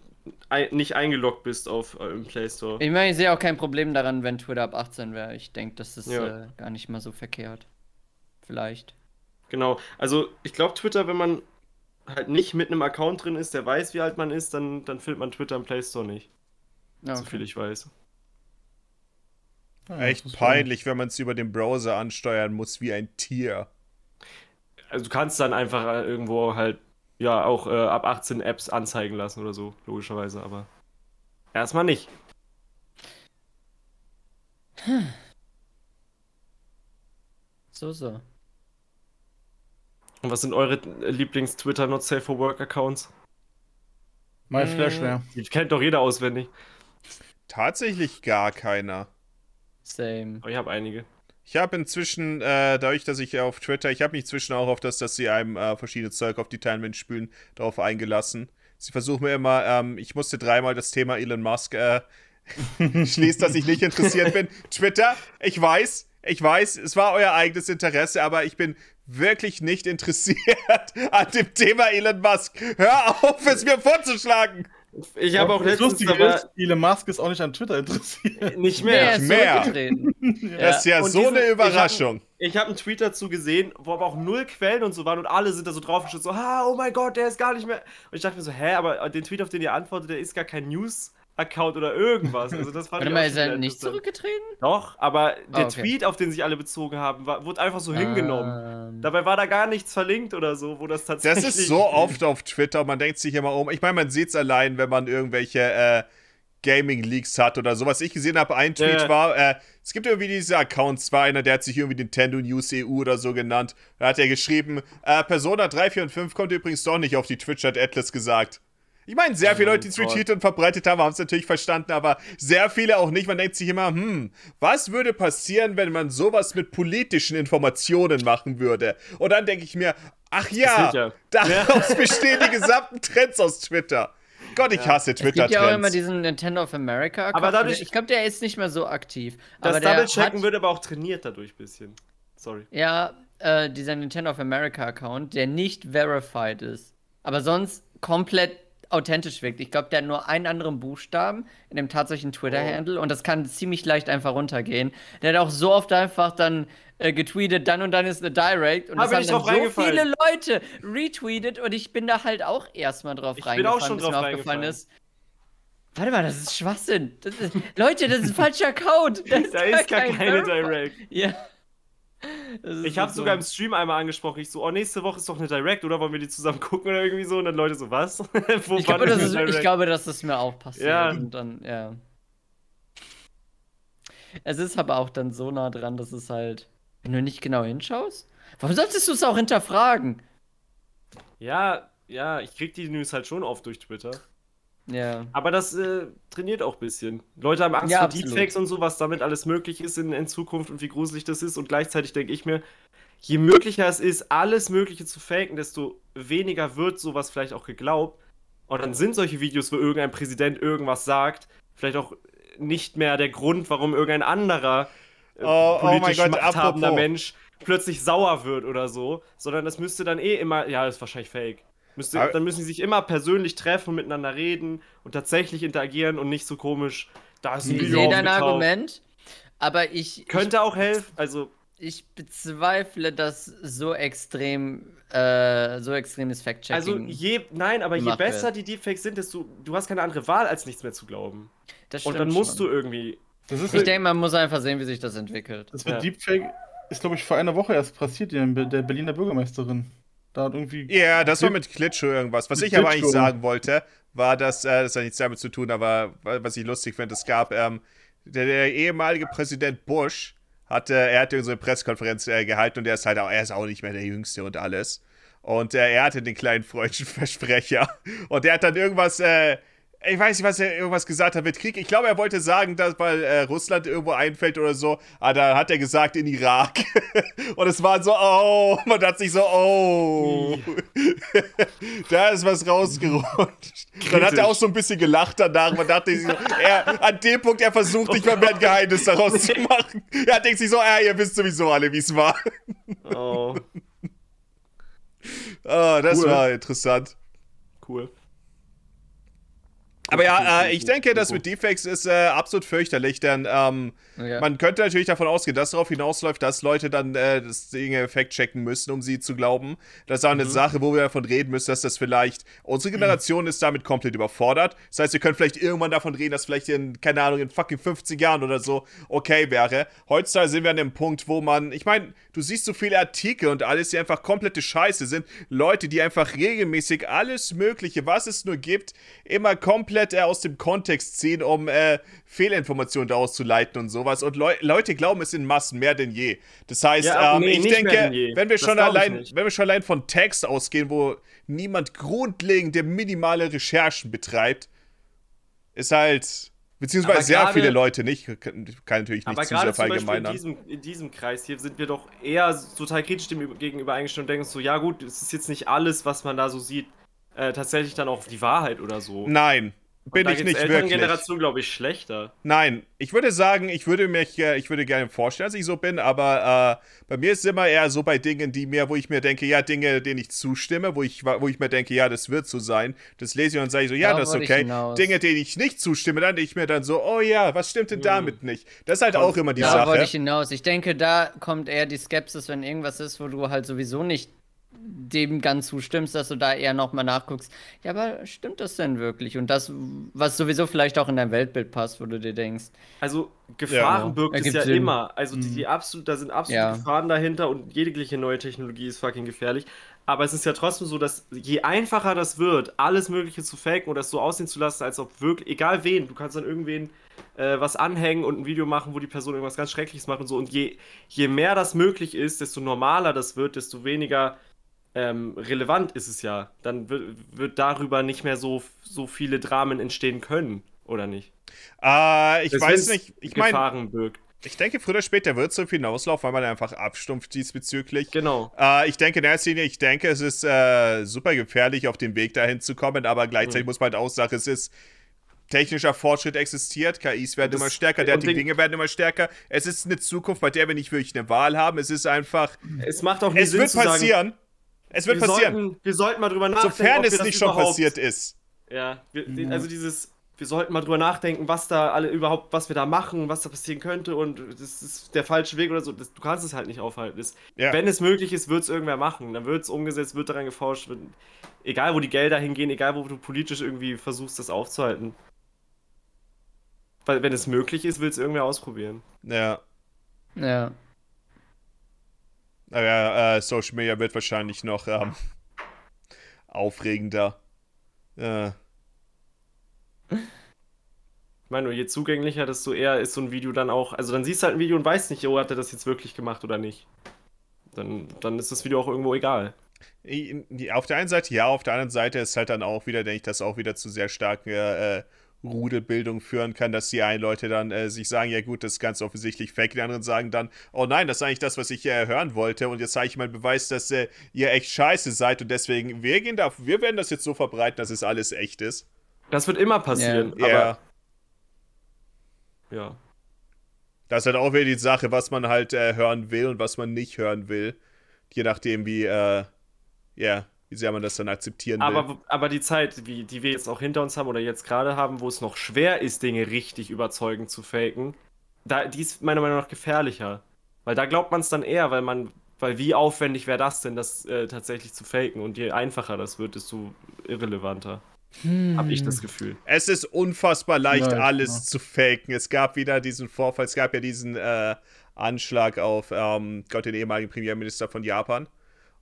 ei- nicht eingeloggt bist auf äh, im Play Store. Ich meine, ich sehe auch kein Problem daran, wenn Twitter ab 18 wäre. Ich denke, das ist Ja. äh, gar nicht mal so verkehrt. Vielleicht. Genau. Also ich glaube Twitter, wenn man halt nicht mit einem Account drin ist, der weiß, wie alt man ist, dann, dann findet man Twitter im Play Store nicht. Ja, So viel ich weiß. Ja, das Echt ist peinlich, wenn man es über den Browser ansteuern muss wie ein Tier. Also du kannst dann einfach äh, irgendwo halt, ja, auch äh, ab 18 Apps anzeigen lassen oder so, logischerweise, aber erstmal nicht. So, so. Und was sind eure äh, Lieblings-Twitter Not Safe for Work Accounts? Mm. MyFlashware. Die kennt doch jeder auswendig. Tatsächlich gar keiner. Same. Aber Oh, ich habe einige. Ich habe inzwischen, äh, dadurch, dass ich auf Twitter, ich habe mich inzwischen auch auf das, dass sie einem äh, verschiedene Zeug auf die Timeline spülen, darauf eingelassen. Sie versuchen mir immer, ähm, ich musste dreimal das Thema Elon Musk äh, schließen, dass ich nicht interessiert bin. Twitter, ich weiß, ich weiß, es war euer eigenes Interesse, aber ich bin wirklich nicht interessiert an dem Thema Elon Musk. Hör auf, es mir vorzuschlagen. Ich Oh, habe auch das letztens Lustige aber ist, Elon Musk ist auch nicht an Twitter interessiert. nicht Mehr mehr. ist mehr. zurückgetreten. Das ist ja und so diesen- ich eine hab- Überraschung. Ich habe einen Tweet dazu gesehen, wo aber auch null Quellen und so waren und alle sind da so draufgeschützt, so, ah, oh mein Gott, der ist gar nicht mehr. Und ich dachte mir so, hä, aber äh, den Tweet, auf den ihr antwortet, der ist gar kein News-Account oder irgendwas. Also das fand Warte ich mal, auch ist schon er wieder nicht interessant. zurückgetreten? Doch, aber der Ah, okay. Tweet, auf den sich alle bezogen haben, war, wurde einfach so hingenommen. Ähm, Dabei war da gar nichts verlinkt oder so, wo das Das tatsächlich. ist so oft auf Twitter, man denkt sich immer um. Ich meine, man sieht es allein, wenn man irgendwelche äh, Gaming-Leaks hat oder sowas. Ich gesehen habe, ein Tweet Ja. war, äh, es gibt irgendwie diese Accounts, war einer, der hat sich irgendwie Nintendo News EU oder so genannt. Da hat er geschrieben, äh, Persona 3, 4 und 5 kommt übrigens doch nicht auf die Twitch, hat Atlas gesagt. Ich meine, sehr viele Leute, die es mein Gott. retweetet und verbreitet haben, haben es natürlich verstanden, aber sehr viele auch nicht. Man denkt sich immer, hm, was würde passieren, wenn man sowas mit politischen Informationen machen würde? Und dann denke ich mir, ach ja, Sicher. daraus bestehen die gesamten Trends aus Twitter. Gott, ich hasse Es gibt ja auch immer Twitter-Trends. diesen Nintendo of America. Aber dadurch- ich glaube, der ist nicht mehr so aktiv. Das aber der Double-Checken hat- wird aber auch trainiert dadurch ein bisschen. Sorry. Ja, äh, dieser Nintendo of America Account, der nicht verified ist, aber sonst komplett authentisch wirkt. Ich glaube, der hat nur einen anderen Buchstaben in dem tatsächlichen Oh. Twitter-Handle und das kann ziemlich leicht einfach runtergehen. Der hat auch so oft einfach dann äh, getweetet, dann und dann ist eine Direct und Ah, das bin haben ich dann drauf so reingefallen. viele Leute retweetet und ich bin da halt auch erstmal drauf Ich bin reingefallen, auch schon bis drauf mir aufgefallen ist. Warte mal, das ist Schwachsinn. Das ist, Leute, das ist ein falscher Account. Da Da ist gar kein keine Verify- Direct. Ja. Das ist Ich habe so sogar dumm. im Stream einmal angesprochen. Ich so, oh, nächste Woche ist doch eine Direct, oder wollen wir die zusammen gucken oder irgendwie so? Und dann Leute so, was? Wo Ich war glaube, denn das die ist, Direct? ich glaube, dass das mir auch passiert. Ja. Und dann, ja. Es ist aber auch dann so nah dran, dass es halt, wenn du nicht genau hinschaust, warum solltest du es auch hinterfragen? Ja, ja, ich krieg die News halt schon oft durch Twitter. Ja. Aber das äh, trainiert auch ein bisschen. Leute haben Angst Ja, vor absolut. Deepfakes und so, was damit alles möglich ist in, in Zukunft und wie gruselig das ist. Und gleichzeitig denke ich mir, je möglicher es ist, alles Mögliche zu faken, desto weniger wird sowas vielleicht auch geglaubt. Und dann sind solche Videos, wo irgendein Präsident irgendwas sagt, vielleicht auch nicht mehr der Grund, warum irgendein anderer äh, Oh, oh mein politisch Gott, machthabender apropos. Mensch plötzlich sauer wird oder so, sondern das müsste dann eh immer, ja, das ist wahrscheinlich fake. Müsste, Aber- dann müssen sie sich immer persönlich treffen, und miteinander reden und tatsächlich interagieren und nicht so komisch. Da ist ein Ich Video sehe dein aufgetaucht. Argument, aber ich, Könnte auch helfen. Also, ich, ich bezweifle, dass so extrem, äh, so extremes Fact-Checking. also je, nein, aber je gemacht besser wird. die Deepfakes sind, desto du hast keine andere Wahl, als nichts mehr zu glauben. das Und stimmt dann musst schon. du irgendwie. Das ist Ich denke, man muss einfach sehen, wie sich das entwickelt. Das mit Ja. Deepfake ist, glaube ich, vor einer Woche erst passiert, die der Berliner Bürgermeisterin. Da hat irgendwie. Ja, das war mit Klitschko irgendwas. Was Mit ich aber Klitschko. eigentlich sagen wollte, war, dass, äh, das hat nichts damit zu tun, aber wa- was ich lustig finde, es gab, ähm, der, der ehemalige Präsident Bush hatte, er hatte so eine Pressekonferenz äh, gehalten und er ist halt auch, er ist auch nicht mehr der Jüngste und alles. Und äh, er hatte den kleinen freudschen Versprecher. Und er hat dann irgendwas, äh, ich weiß nicht, was er irgendwas gesagt hat mit Krieg. Ich glaube, er wollte sagen, dass weil äh, Russland irgendwo einfällt oder so. Aber dann hat er gesagt, in Irak. und es war so, oh, man hat sich so, oh. da ist was rausgerutscht. Dann hat Kritisch. er auch so ein bisschen gelacht danach. Man dachte sich so, er, an dem Punkt, er versucht nicht mal mehr ein Geheimnis daraus zu machen. Er denkt sich so, ah, ihr wisst sowieso alle, wie es war. Oh, Ah, das Cool. war interessant. cool. Aber ja, äh, ich denke, das mit Deepfakes ist äh, absolut fürchterlich, denn ähm, Ja. man könnte natürlich davon ausgehen, dass darauf hinausläuft, dass Leute dann äh, das Dinge fact-checken müssen, um sie zu glauben. Das ist auch eine Sache, wo wir davon reden müssen, dass das vielleicht, unsere Generation ist damit komplett überfordert. Das heißt, wir können vielleicht irgendwann davon reden, dass vielleicht in, keine Ahnung, in fucking 50 Jahren oder so okay wäre. Heutzutage sind wir an dem Punkt, wo man, ich meine, du siehst so viele Artikel und alles, die einfach komplette Scheiße sind. Leute, die einfach regelmäßig alles Mögliche, was es nur gibt, immer komplett komplett äh, aus dem Kontext ziehen, um äh, Fehlinformationen daraus zu leiten und sowas. Und Leu Leute glauben es in Massen mehr denn je. Das heißt, Ja, aber ähm, nee, ich nicht mehr denke, denn je. wenn wir Das schon glaub ich allein, nicht. wenn wir schon allein von Text ausgehen, wo niemand grundlegende minimale Recherchen betreibt, ist halt beziehungsweise Aber sehr gerade- viele Leute nicht, kann kann natürlich nicht Aber zu sehr gerade zum Beispiel in verallgemeinern. diesem, in diesem Kreis hier sind wir doch eher total kritisch dem gegenüber eingestellt und denken so, ja gut, es ist jetzt nicht alles, was man da so sieht, äh, tatsächlich dann auch die Wahrheit oder so. Nein, bin da ich geht's nicht älteren wirklich. Generation, glaube ich, schlechter. Nein, ich würde sagen, ich würde mich, äh, ich würde gerne vorstellen, dass ich so bin, aber äh, bei mir ist es immer eher so bei Dingen, die mir, wo ich mir denke, ja, Dinge, denen ich zustimme, wo ich, wa- wo ich mir denke, ja, das wird so sein, das lese ich und sage ich so, ja, Da das ist wollte ich okay. hinaus. Dinge, denen ich nicht zustimme, dann denke ich mir dann so, oh ja, was stimmt Hm. denn damit nicht? Das ist halt auch immer die da wollte ich Sache. hinaus. Ich denke, da kommt eher die Skepsis, wenn irgendwas ist, wo du halt sowieso nicht dem ganz zustimmst, dass du da eher nochmal nachguckst. Ja, aber stimmt das denn wirklich? Und das, was sowieso vielleicht auch in dein Weltbild passt, wo du dir denkst. Also Ja. Gefahren birgt es Ergibt ja Sinn. immer. Also die, die absolut, da sind absolute Ja. Gefahren dahinter und jegliche neue Technologie ist fucking gefährlich. Aber es ist ja trotzdem so, dass je einfacher das wird, alles Mögliche zu faken oder das so aussehen zu lassen, als ob wirklich, egal wen, du kannst dann irgendwen äh, was anhängen und ein Video machen, wo die Person irgendwas ganz Schreckliches macht und so. Und je, je mehr das möglich ist, desto normaler das wird, desto weniger ähm, relevant ist es ja. Dann wird, wird darüber nicht mehr so, so viele Dramen entstehen können, oder nicht? Äh, ich Deswegen weiß es nicht, ich meine, Gefahren birgt. ich denke, früher oder später wird es so viel hinauslaufen, weil man einfach abstumpft diesbezüglich. Genau. Äh, ich denke in erster Linie, ich denke, es ist äh, super gefährlich, auf dem Weg dahin zu kommen, aber gleichzeitig Mhm. muss man halt auch sagen, es ist technischer Fortschritt existiert, KIs werden Das- immer stärker, und der, die Ding- Dinge werden immer stärker. Es ist eine Zukunft, bei der wir nicht wirklich eine Wahl haben. Es ist einfach, Es macht auch nie es Sinn wird zu sagen, passieren. es wird wir passieren, Sollten, wir sollten mal drüber nachdenken. sofern ob wir es das nicht schon überhaupt- passiert Mhm. ist. Ja, wir, also dieses, wir sollten mal drüber nachdenken, was da alle überhaupt, was wir da machen, was da passieren könnte und das ist der falsche Weg oder so. Das, du kannst es halt nicht aufhalten. Das, Ja. Wenn es möglich ist, wird es irgendwer machen. Dann wird es umgesetzt, wird daran geforscht. Wird, egal, wo die Gelder hingehen, egal, wo du politisch irgendwie versuchst, das aufzuhalten. Weil, wenn es möglich ist, will es irgendwer ausprobieren. Ja. Ja. Aber äh, Social Media wird wahrscheinlich noch ähm, aufregender. Äh, Ich meine, nur je zugänglicher, desto eher ist so ein Video dann auch. Also dann siehst du halt ein Video und weißt nicht, oh, hat er das jetzt wirklich gemacht oder nicht. Dann, dann ist das Video auch irgendwo egal. I- i- Auf der einen Seite ja, auf der anderen Seite ist halt dann auch wieder, denke ich, dass auch wieder zu sehr starken äh, äh, Rudelbildung führen kann, dass die einen Leute dann äh, sich sagen, ja gut, das ist ganz offensichtlich fake, die anderen sagen dann, oh nein, das ist eigentlich das, was ich äh, hören wollte und jetzt zeige ich meinen Beweis, dass äh, ihr echt scheiße seid und deswegen, wir gehen da, wir werden das jetzt so verbreiten, dass es alles echt ist. Das wird immer passieren, Ja, aber ja. das ist halt auch wieder die Sache, was man halt äh, hören will und was man nicht hören will, je nachdem wie, äh, ja, wie sehr man das dann akzeptieren will. Aber, aber die Zeit, wie, die wir jetzt auch hinter uns haben oder jetzt gerade haben, wo es noch schwer ist, Dinge richtig überzeugend zu faken, da, die ist meiner Meinung nach gefährlicher. Weil da glaubt man es dann eher, weil man, weil wie aufwendig wäre das denn, das äh, tatsächlich zu faken? Und je einfacher das wird, desto irrelevanter. Hab Habe ich das Gefühl. Es ist unfassbar leicht, Ja, ja, alles genau. klar. zu faken. Es gab wieder diesen Vorfall, es gab ja diesen äh, Anschlag auf ähm, Gott, den ehemaligen Premierminister von Japan.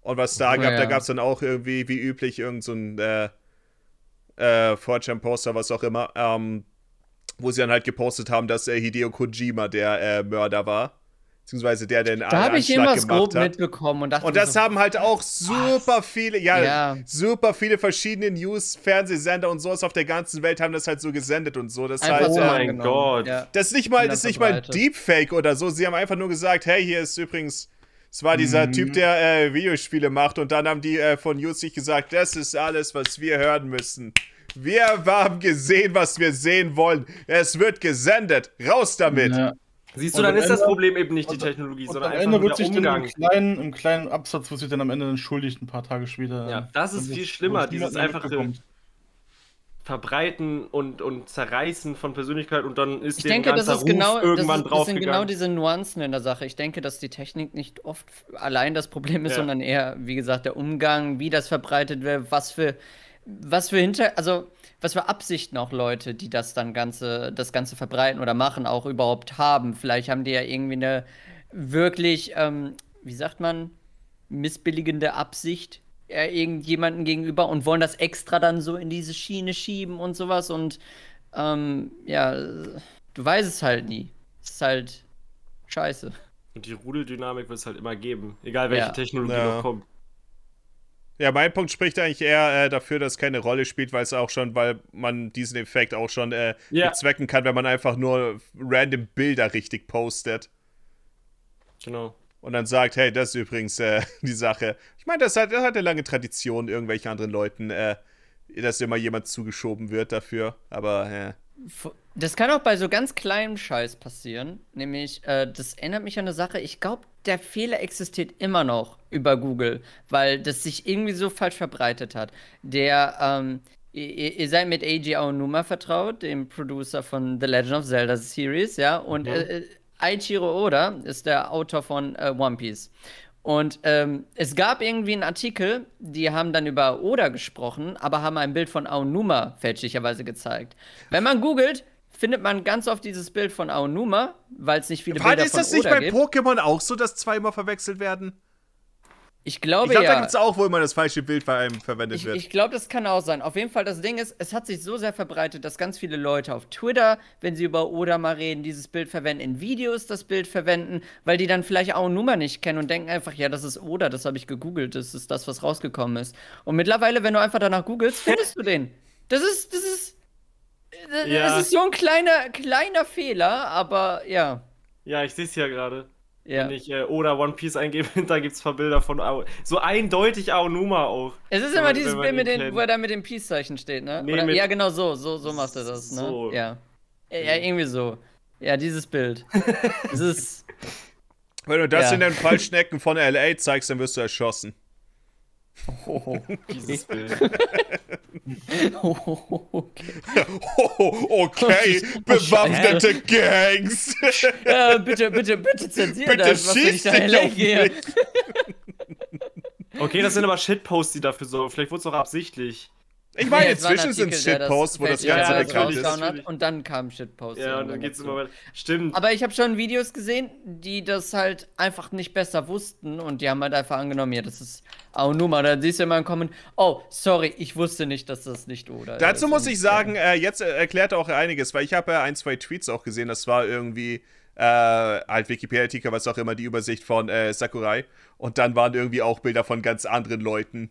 Und was da Ja, gab, da Oh ja. gab es dann auch irgendwie, wie üblich, irgendein so ein, äh, äh, 4chan-Poster, was auch immer, ähm, wo sie dann halt gepostet haben, dass äh, Hideo Kojima der äh, Mörder war. Beziehungsweise der, der den Da habe Anschlag ich irgendwas gemacht grob hat. mitbekommen und dachte Und mir das so, haben halt auch super viele, ja, Ja. super viele verschiedene News, Fernsehsender und sowas auf der ganzen Welt haben das halt so gesendet und so. Das einfach halt, so äh, Oh mein angenommen. Gott. Ja. das ist nicht mal, Kinder das ist nicht mal ein verbreitet. Deepfake oder so. Sie haben einfach nur gesagt, hey, hier ist übrigens, es war Mhm. dieser Typ, der äh, Videospiele macht und dann haben die äh, von News sich gesagt, das ist alles, was wir hören müssen. Wir haben gesehen, was wir sehen wollen. Es wird gesendet. Raus damit. Ja. Siehst du, Und dann am ist das Ende- Problem eben nicht die und- Technologie, Und sondern am einfach Ende nur wird der sich dann im Umgang. kleinen, im kleinen Absatz wird sich dann am Ende entschuldigt, ein paar Tage später. Ja, das ist Und viel das- schlimmer, wo es niemand dieses mehr einfache- mitbekommt. Verbreiten und, und Zerreißen von Persönlichkeit und dann ist Ich dem denke, das ganzer ist Ruf genau, das, irgendwann ist, das sind genau draufgegangen. diese Nuancen in der Sache. Ich denke, dass die Technik nicht oft f- allein das Problem ist, Ja. sondern eher, wie gesagt, der Umgang, wie das verbreitet wird, was für, was für hinter, also was für Absichten auch Leute, die das dann ganze, das ganze verbreiten oder machen, auch überhaupt haben. Vielleicht haben die ja irgendwie eine wirklich, ähm, wie sagt man, missbilligende Absicht, äh, irgendjemanden gegenüber und wollen das extra dann so in diese Schiene schieben und sowas und ähm, ja, du weißt es halt nie. Es ist halt scheiße. Und die Rudeldynamik wird es halt immer geben, egal welche Ja. Technologie Ja. noch kommt. Ja, mein Punkt spricht eigentlich eher äh, dafür, dass es keine Rolle spielt, weil es auch schon, weil man diesen Effekt auch schon äh, Ja. bezwecken kann, wenn man einfach nur random Bilder richtig postet Genau. und dann sagt, hey, das ist übrigens äh, die Sache. Ich meine, das hat, das hat eine lange Tradition, irgendwelchen anderen Leuten, äh, dass immer jemand zugeschoben wird dafür, aber äh, Fu- Das kann auch bei so ganz kleinem Scheiß passieren. Nämlich, äh, das erinnert mich an eine Sache. Ich glaube, der Fehler existiert immer noch über Google, weil das sich irgendwie so falsch verbreitet hat. Der, ähm, ihr, ihr seid mit Eiji Aonuma vertraut, dem Producer von The Legend of Zelda Series, ja. Und äh, äh, Aiichiro Oda ist der Autor von äh, One Piece. Und ähm, es gab irgendwie einen Artikel, die haben dann über Oda gesprochen, aber haben ein Bild von Aonuma fälschlicherweise gezeigt. Wenn man googelt, findet man ganz oft dieses Bild von Aonuma, weil es nicht viele Warte, Bilder ist von das nicht Oda bei gibt. Pokémon auch so, dass zweimal verwechselt werden? ich glaube Ich glaube, da ja. gibt es auch, wo immer das falsche Bild bei einem verwendet Ich, wird. ich glaube, das kann auch sein. Auf jeden Fall, das Ding ist, es hat sich so sehr verbreitet, dass ganz viele Leute auf Twitter, wenn sie über Oda mal reden, dieses Bild verwenden, in Videos das Bild verwenden, weil die dann vielleicht auch Nummer nicht kennen und denken einfach, ja, das ist Oda, das habe ich gegoogelt, das ist das, was rausgekommen ist. Und mittlerweile, wenn du einfach danach googelst, findest du den. Das ist, das ist, äh, das Ja. ist so ein kleiner, kleiner Fehler, aber ja. Ja, ich sehe es ja gerade. Ja. Wenn ich äh, oder One Piece eingebe, da gibt es ein paar Bilder von Ao So eindeutig Aonuma auch. Es ist Wenn immer man- dieses wenn man ihn Bild, mit den, kennt. wo er da mit dem Peace-Zeichen steht, ne? Nee, Oder, mit- ja, genau so, so, so macht er das, ne? So. Ja. ja. Ja, irgendwie so. Ja, dieses Bild. es ist. Wenn du das Ja. in den Fallschnecken von LA zeigst, dann wirst du erschossen. Dieses Bild. okay. Oh, okay, bewaffnete Gangs. äh, bitte, bitte, bitte zensier Bitte das, was schieß ich da dich auf hergehe. mich. Okay, das sind aber Shitposts, die dafür sorgen. Vielleicht wurde es auch absichtlich. Ich meine, Nee, es war ein inzwischen sind es Artikel, der das Shitposts, wo das fällt- Ganze ja, das bekannt ist ist. rausgehauen Hat, und dann kam Shitpost. Ja, und irgendwann dann geht's dazu. immer weiter. Stimmt. Aber ich habe schon Videos gesehen, die das halt einfach nicht besser wussten und die haben halt einfach angenommen, ja, das ist Aonuma. Dann siehst du immer im Kommen, oh, sorry, ich wusste nicht, dass das nicht oder. Dazu ist. muss Und, ich sagen, äh, jetzt äh, erklärt er auch einiges, weil ich habe äh, ein, zwei Tweets auch gesehen, das war irgendwie äh, halt Wikipedia-Artikel, was auch immer, die Übersicht von äh, Sakurai. Und dann waren irgendwie auch Bilder von ganz anderen Leuten.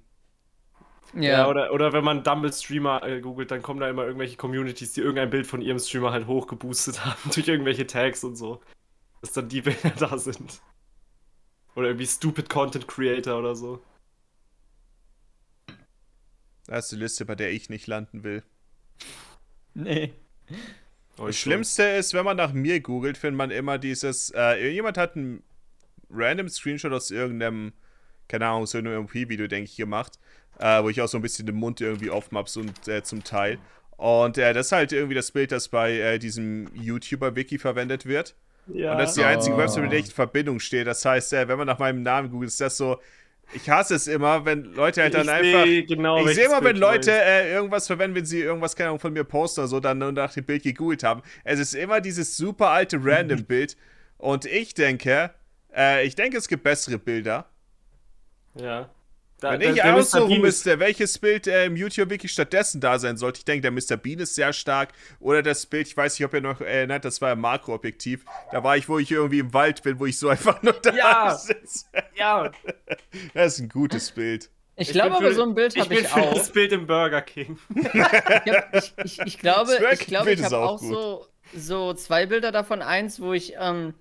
Ja, ja, ja, oder, oder wenn man Dumble Streamer äh, googelt, dann kommen da immer irgendwelche Communities, die irgendein Bild von ihrem Streamer halt hochgeboostet haben durch irgendwelche Tags und so. Dass dann die Bilder da sind. Oder irgendwie Stupid Content Creator oder so. Das ist die Liste, bei der ich nicht landen will. nee. Oh, Das Schlimmste ist, wenn man nach mir googelt, findet man immer dieses, äh, irgendjemand hat einen random Screenshot aus irgendeinem, keine Ahnung, aus irgendeinem MP-Video, denke ich, gemacht, äh, wo ich auch so ein bisschen den Mund irgendwie offen hab, so und, äh, zum Teil. Und äh, das ist halt irgendwie das Bild, das bei äh, diesem YouTuber-Wiki verwendet wird. Ja. Und das ist die einzige Oh. Ah. Website, mit der ich in Verbindung stehe. Das heißt, äh, wenn man nach meinem Namen googelt, ist das so. Ich hasse es immer, wenn Leute halt dann Ich einfach. sehe genau, ich welches sehe immer, wenn Bild du Leute meinst. äh, irgendwas verwenden, wenn sie irgendwas, keine Ahnung, von mir posten oder so, dann nur nach dem Bild gegoogelt haben. Es ist immer dieses super alte Random-Bild. Und ich denke, äh, ich denke, es gibt bessere Bilder. ja. Da, Wenn da- ich der Mr. aussuchen Bean ist- müsste, welches Bild äh, im YouTube-Wiki stattdessen da sein sollte, ich denke, der Mr. Bean ist sehr stark. Oder das Bild, ich weiß nicht, ob ihr noch erinnert, das war ja Makroobjektiv. Da war ich, wo ich irgendwie im Wald bin, wo ich so einfach nur da Ja. sitze. Ja, Das ist ein gutes Bild. Ich bin glaube, für- aber so ein Bild ich habe bin ich für auch. das Bild im Burger King. Ich, hab, ich, ich, ich glaube, Shrek ich, glaube, Bild ich ist habe auch auch, gut. so, so zwei Bilder davon. Eins, wo ich ähm,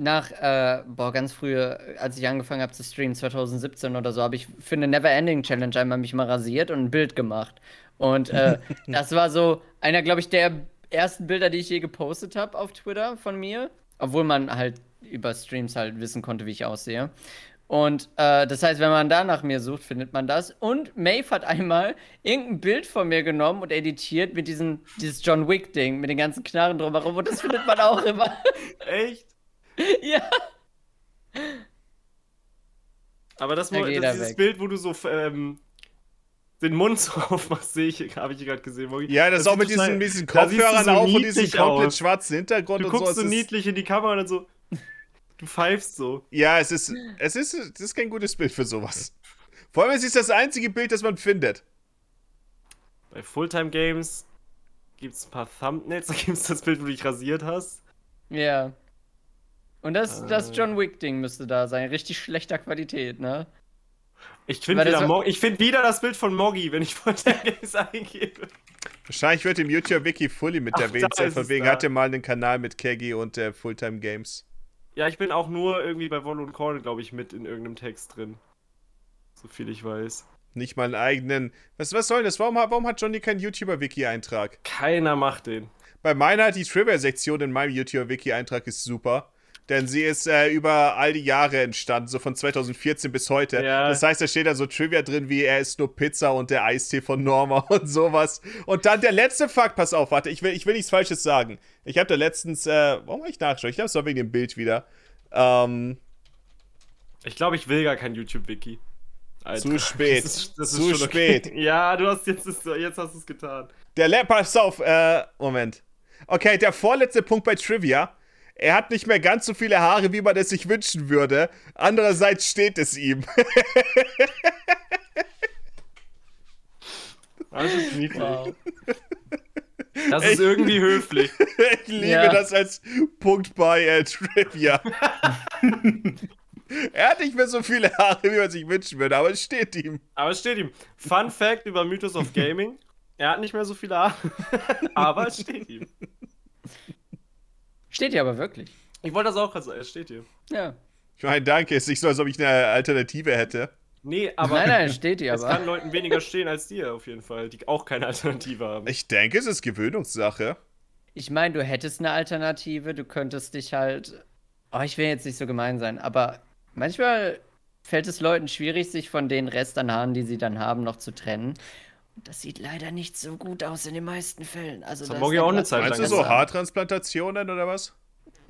nach, äh, boah, ganz früher, als ich angefangen habe zu streamen, 2017 oder so, habe ich für eine Neverending Challenge einmal mich mal rasiert und ein Bild gemacht. Und äh, das war so einer, glaube ich, der ersten Bilder, die ich je gepostet habe auf Twitter von mir. Obwohl man halt über Streams halt wissen konnte, wie ich aussehe. Und äh, das heißt, wenn man da nach mir sucht, findet man das. Und Maeve hat einmal irgendein Bild von mir genommen und editiert mit diesem dieses John Wick-Ding, mit den ganzen Knarren drumherum. Und das findet man auch immer. Echt? ja. Aber das, Da Mo- geht das er dieses weg. Bild, wo du so ähm, den Mund so aufmachst, sehe ich, habe ich gerade gesehen. Mogi. Ja, das, ist auch sieht mit total- diesen, diesen da siehst du Kopfhörern so auf und diesem niedlich komplett aus. schwarzen Hintergrund Du und guckst so. so, Es ist, niedlich in die Kamera und dann so. Du pfeifst so. ja, es ist, es ist, es ist kein gutes Bild für sowas. Vor allem, es ist das einzige Bild, das man findet. Bei Fulltime Games gibt's ein paar Thumbnails, da gibt's das Bild, wo du dich rasiert hast. Ja. Und das, Äh. das John Wick-Ding müsste da sein. Richtig schlechter Qualität, ne? Ich finde Weil das wieder, war- Mo- ich find wieder das Bild von Moggy, wenn ich Fulltime Games eingebe. Wahrscheinlich wird im YouTube-Wiki Fully mit Ach, erwähnt da sein, ist von es wegen da. hatte mal einen Kanal mit Keggy und äh, Fulltime Games. Ja, ich bin auch nur irgendwie bei Wolle und Korn, glaube ich, mit in irgendeinem Text drin. So viel ich weiß. Nicht mal einen eigenen. Was, was soll das? Warum, ha- warum hat Johnny keinen YouTuber-Wiki-Eintrag? Keiner macht den. Bei meiner, die Trivia-Sektion in meinem YouTuber-Wiki-Eintrag ist super. Denn sie ist äh, über all die Jahre entstanden, so von 2014 bis heute. Ja. Das heißt, da steht dann so Trivia drin, wie er ist nur Pizza und der Eistee von Norma und sowas. Und dann der letzte Fakt, pass auf, warte, ich will, ich will nichts Falsches sagen. Ich habe da letztens, äh, warum habe ich nachgeschaut? Ich glaube, es war wegen dem Bild wieder. Ähm, Ich glaube, ich will gar kein YouTube-Wiki. Alter, Zu spät. Das ist, das Zu ist schon okay. spät. Ja, du hast jetzt, ist- jetzt hast du es getan. Der Le pass auf, äh, Moment. Okay, der vorletzte Punkt bei Trivia. Er hat nicht mehr ganz so viele Haare, wie man es sich wünschen würde. Andererseits steht es ihm. Das ist niedlich. Oh, Wow. Das ist irgendwie höflich. Ich liebe Ja. das als Punkt bei äh, Trivia. er hat nicht mehr so viele Haare, wie man sich wünschen würde, aber es steht ihm. Aber es steht ihm. Fun Fact über Mythos of Gaming. Er hat nicht mehr so viele Haare, aber es steht ihm. Steht hier aber wirklich. Ich wollte das auch gerade sagen, es steht ihm. Ja. Ich meine, danke, ist nicht so, als ob ich eine Alternative hätte. Nee, aber nein, nein, steht hier es kann aber. Leuten weniger stehen als dir auf jeden Fall, die auch keine Alternative haben. Ich denke, es ist Gewöhnungssache. Ich meine, du hättest eine Alternative, du könntest dich halt. Oh, ich will jetzt nicht so gemein sein, aber manchmal fällt es Leuten schwierig, sich von den Rest an Haaren, die sie dann haben, noch zu trennen. Und das sieht leider nicht so gut aus in den meisten Fällen. Also, Das hat da Moggy ist auch dann eine was- Zeit lang Meinst du so Haartransplantationen oder was?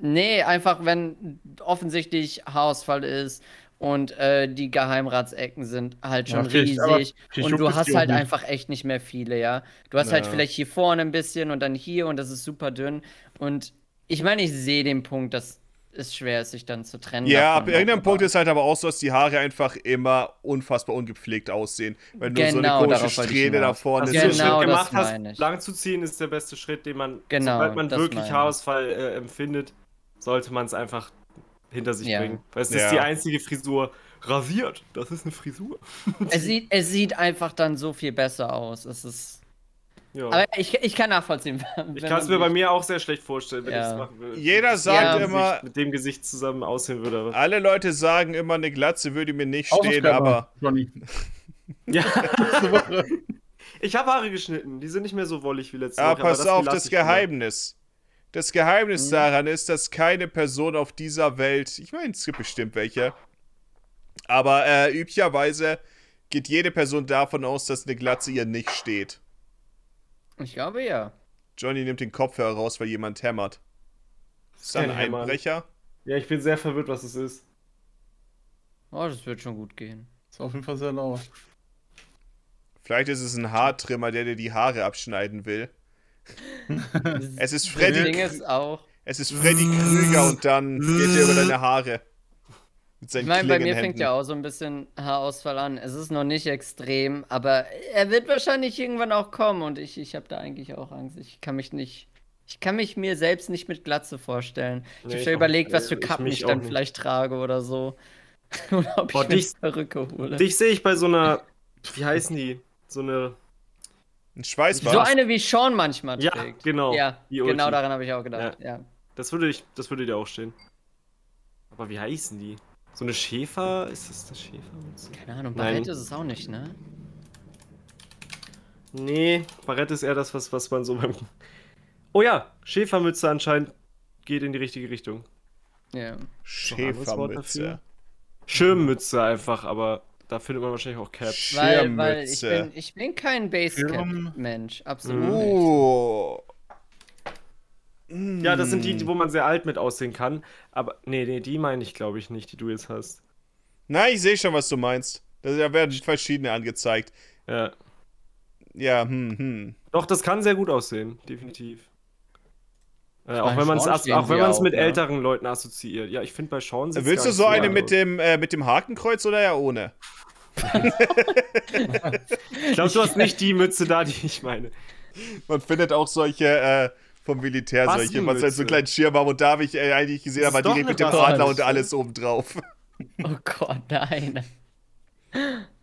Nee, einfach wenn offensichtlich Haarausfall ist und äh, die Geheimratsecken sind halt schon Ja, vielleicht, aber riesig vielleicht und juckt du es hast die auch halt nicht. einfach echt nicht mehr viele, ja. Du hast halt Ja. vielleicht hier vorne ein bisschen und dann hier und das ist super dünn und ich meine, ich sehe den Punkt, dass es schwer ist, sich dann zu trennen. Ja, davon, ab irgendeinem aber- Punkt ist halt aber auch so, dass die Haare einfach immer unfassbar ungepflegt aussehen. Wenn du so Genau, eine komische darauf wollte ich Strähne da hinaus. vorne Dass Genau du den ist. Schritt das gemacht meine ich. hast, lang zu ziehen ist der beste Schritt, den man, Genau, sobald man das wirklich meine ich. Haarausfall äh, empfindet, sollte man es einfach hinter sich Ja. bringen. Weil es Ja. ist die einzige Frisur. Rasiert, das ist eine Frisur. Es sieht, es sieht einfach dann so viel besser aus. Es ist. Ja. Aber ich, ich kann nachvollziehen. wenn ich kann es man mir bei sich- mir auch sehr schlecht vorstellen, wenn Ja. ich es machen würde. Jeder Mit dem sagt Gesicht- immer- Ah. Mit dem Gesicht zusammen aussehen würde. aber- Alle Leute sagen immer, eine Glatze würde mir nicht stehen, Hausaufgabe, aber Johnny. Ja, Letzte Woche. ich habe Haare geschnitten. Die sind nicht mehr so wollig wie letzte ah, Woche. pass aber auf, lasse das ich mir. Geheimnis. Das Geheimnis daran ist, dass keine Person auf dieser Welt, ich meine, es gibt bestimmt welche, aber äh, üblicherweise geht jede Person davon aus, dass eine Glatze ihr nicht steht. Ich glaube ja. Johnny nimmt den Kopfhörer raus, weil jemand hämmert. Ist da Kein ein Hämmern. Einbrecher? Ja, ich bin sehr verwirrt, was es ist. Oh, das wird schon gut gehen. Ist auf jeden Fall sehr laut. Vielleicht ist es ein Haartrimmer, der dir die Haare abschneiden will. Es ist Freddy. Das Ding ist auch. Es ist Freddy Krüger und dann geht er über deine Haare. Mit seinen Ich meine, bei mir Klingenhänden. fängt ja auch so ein bisschen Haarausfall an. Es ist noch nicht extrem, aber er wird wahrscheinlich irgendwann auch kommen und ich, ich habe da eigentlich auch Angst. Ich kann mich nicht. Ich kann mich mir selbst nicht mit Glatze vorstellen. Nee, ich habe ich schon auch überlegt, nicht. was für Also, ich Kappen ich, mich auch dann nicht. vielleicht trage oder so. oder ob Boah, ich mir dich- eine Perücke hole. Dich sehe ich bei so einer. Wie heißen die? So eine. Ein Schweißbad. so eine wie Sean manchmal Ja, trägt. genau. Ja, Die genau Ulti. daran habe ich auch gedacht. Ja. Das würde, ich, das würde dir auch stehen. Aber wie heißen die? So eine Schäfer? Ist das eine Schäfermütze? Keine Ahnung, Nein. Barrett ist es auch nicht, ne? Nee, Barett ist eher das, was, was man so beim. Oh ja, Schäfermütze anscheinend geht in die richtige Richtung. Ja. Noch ein anderes Wort dafür? Schäfermütze. Schirmmütze einfach, aber da findet man wahrscheinlich auch Cap. Weil, weil ich, bin, Schirmmütze. ich bin kein Schirm. Basecap-Mensch. Absolut Hm. nicht. Oh. Ja, Hm. das sind die, wo man sehr alt mit aussehen kann. Aber nee, nee, die meine ich glaube ich nicht, die du jetzt hast. Nein, ich sehe schon, was du meinst. Da da werden verschiedene angezeigt. Ja. Ja, hm, hm. Doch, das kann sehr gut aussehen, definitiv. Äh, auch meine, wenn man es Schauen stehen auch sie wenn man es auch, mit ne? älteren Leuten assoziiert. Ja, ich finde bei Sean sieht's Willst gar du nicht so eine alt mit aus. dem, äh, mit dem Hakenkreuz oder ja ohne? Ich glaube, du hast nicht die Mütze da, die ich meine. Man findet auch solche äh, vom Militär, solche, was halt so Maskenmütze. einen kleinen Schirm haben und da habe ich äh, eigentlich gesehen, Das ist aber doch direkt eine mit dem Basis. Adler und alles oben drauf. Oh Gott, nein.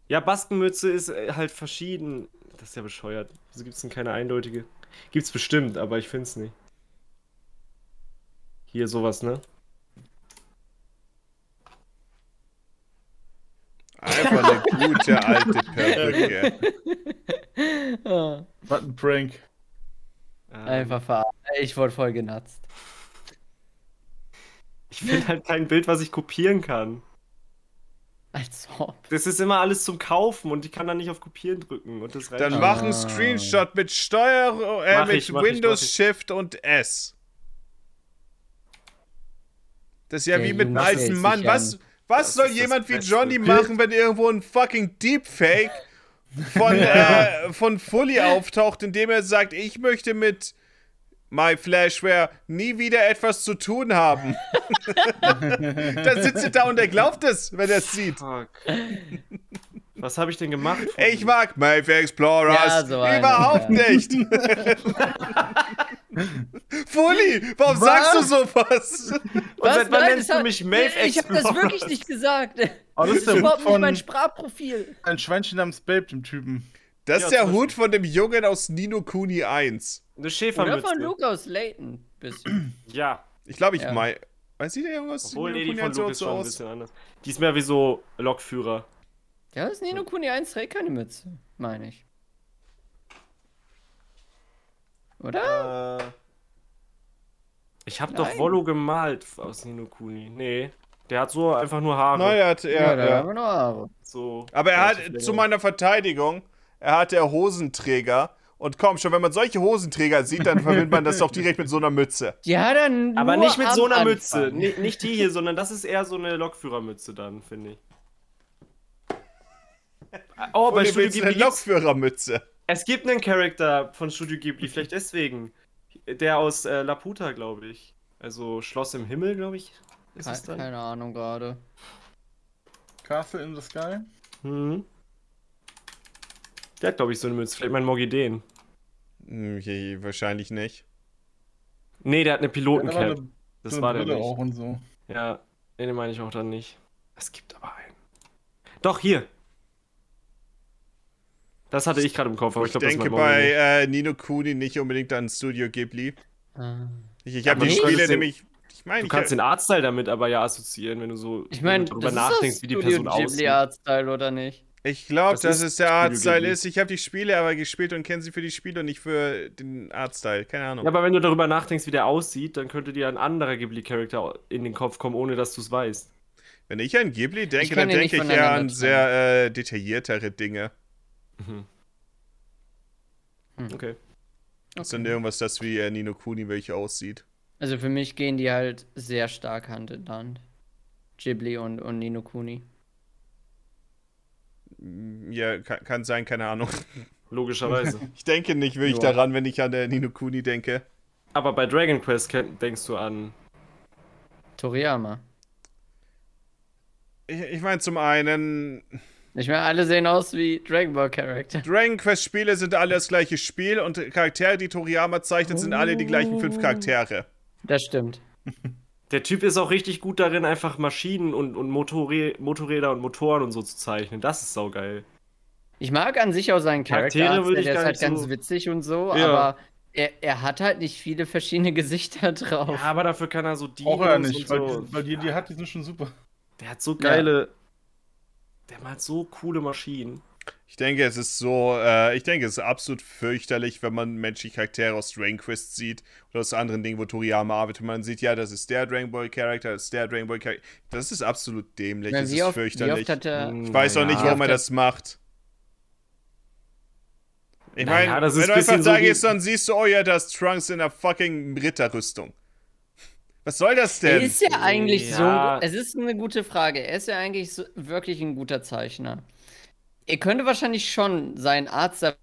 Ja, Baskenmütze ist äh, halt verschieden. Das ist ja bescheuert. Wieso gibt's denn keine eindeutige? Gibt's bestimmt, aber ich find's nicht. Hier sowas, ne? Einfach eine gute alte Perücke. Ah, Was ein Prank. Ähm, Einfach verarscht. Ich wurde voll genatzt. Ich finde halt kein Bild, was ich kopieren kann. Als ob. Das ist immer alles zum Kaufen und ich kann da nicht auf Kopieren drücken. Und das reicht Dann schon. mach einen Screenshot mit Steuer, äh, Mach mit ich, mach ich, Windows, mach ich. Shift und S. Das ist ja Der wie mit einem Junge stellt alten sich Mann. an. Was, was Das soll ist das jemand wie beste Johnny Bild. machen, wenn irgendwo ein fucking Deepfake von, äh, von Fully auftaucht, indem er sagt, ich möchte mit My Flashware nie wieder etwas zu tun haben. dann sitzt er da und er glaubt es, wenn er es sieht. Fuck. Was habe ich denn gemacht? Ich mag Mave Explorers Ja, so eine, überhaupt ja. nicht. Fully, warum sagst du sowas? Und seit wann Nein, nennst das du hat- mich Maeve Ich hab das Explorer? wirklich nicht gesagt. Aber das Das ist ist der Hut überhaupt nicht von mein Sprachprofil. ein Schweinchen namens Babe, dem Typen. Das ist Ja, der Hut von dem Jungen aus Nino Kuni 1. Eine Oder Schäfermütze. von Lukas Layton. Bisschen. Ja. Ich glaube, ich Ja. meine. Weiß sieht der Junge aus Obwohl, nee, Nino die Kuni von 1 so, Luke ist schon ein aus? bisschen anders. Die ist mehr wie so Lokführer. Ja, das Nino Kuni 1 trägt keine Mütze, meine ich. Oder? Ich hab Nein. doch Wollo gemalt aus Nino Kuni. Nee, der hat so einfach nur Haare. Nein, er hat. Er, da ja. haben wir noch Haare. So Aber er relativ hat, länger. zu meiner Verteidigung, er hat der Hosenträger. Und komm schon, wenn man solche Hosenträger sieht, dann verbindet man das doch direkt mit so einer Mütze. Ja, dann. Aber nur nicht mit am so einer Anfang. Mütze. Ni- nicht die hier, sondern das ist eher so eine Lokführermütze dann, finde ich. Oh, Und bei ihr Studio willst eine Ghibli gibt's, Lokführermütze. Es gibt einen Charakter von Studio Ghibli, vielleicht deswegen. Der aus äh, Laputa, glaube ich. Also Schloss im Himmel, glaube ich. Ist es Ke dann? keine Ahnung gerade. Castle in the Sky. Hm. Der hat, glaube ich, so eine Mütze. Vielleicht mein Mogideen. Hm, je- wahrscheinlich nicht. Nee, der hat eine Hat Pilotencap. aber eine, das so eine war der Brille nicht. auch und so. Ja, nee, den meine ich auch dann nicht. Es gibt aber einen. Doch, hier. Das hatte ich gerade im Kopf, aber Ich ich glaube, das ne? ist denke mein bei Morgen. äh, Nino Kuni nicht unbedingt an Studio Ghibli. Ah. Ich, ich habe Aber die du Spiele könntest den- nämlich. Ich meine, Du ich, kannst den hab- Artstyle damit aber ja assoziieren, wenn du so Ich wenn meine, du darüber das nachdenkst, ist wie die Person aussieht. Artstyle oder nicht? äh, ich glaube, das dass ist es der Studio Artstyle Ghibli. ist. Ich habe die Spiele aber gespielt und kenne sie für die Spiele und nicht für den Artstyle. Keine Ahnung. Ja, aber wenn du darüber nachdenkst, wie der aussieht, dann könnte dir ein anderer Ghibli-Charakter in den Kopf kommen, ohne dass du es weißt. Wenn ich an Ghibli denke, kann dann den nicht denke ich ja voneinander an trennen. sehr äh, detailliertere Dinge. Okay. Ist dann irgendwas, das wie äh, Nino Kuni welche aussieht. Also für mich gehen die halt sehr stark Hand in Hand. Ghibli und, und Nino Kuni. Ja, kann, kann sein, keine Ahnung. Logischerweise. Ich denke nicht wirklich Ja. daran, wenn ich an äh, Nino Kuni denke. aber bei Dragon Quest ken- denkst du an. Toriyama. Ich, ich meine, zum einen, Ich meine, alle sehen aus wie Dragon Ball Charakter. Dragon Quest Spiele sind alle das gleiche Spiel und Charaktere, die Toriyama zeichnet, sind alle die gleichen fünf Charaktere. Das stimmt. Der Typ ist auch richtig gut darin, einfach Maschinen und, und Motorrä Motorräder und Motoren und so zu zeichnen. Das ist saugeil. Ich mag an sich auch seinen Charaktere Charakter. würde Der ich ist gar halt nicht so- ganz witzig und so, Ja. aber er, er hat halt nicht viele verschiedene Gesichter Ja, drauf. aber dafür kann er so die Auch er nicht, weil, so. die- weil die, die hat, die sind schon super. Der hat so geile. Der malt so coole Maschinen. Ich denke, es ist so, äh, ich denke, es ist absolut fürchterlich, wenn man menschliche Charaktere aus Dragon Quest sieht oder aus anderen Dingen, wo Toriyama arbeitet. Man sieht, ja, das ist der Dragon Ball Charakter, das ist der Dragon Ball Charakter. Das ist absolut dämlich, Weil es wie, ist oft, wie fürchterlich. Hm. oft hat er. Hm, ich weiß auch nicht, warum er das macht. Ich meine, Naja, das ist wenn du ein einfach bisschen so da wie- gehst, dann siehst du, oh ja, da ist Trunks in einer fucking Ritterrüstung. Was soll das denn? Ist ja eigentlich Ja. so. Es ist eine gute Frage. Er ist ja eigentlich so, wirklich ein guter Zeichner. Er könnte wahrscheinlich schon sein Arzt, da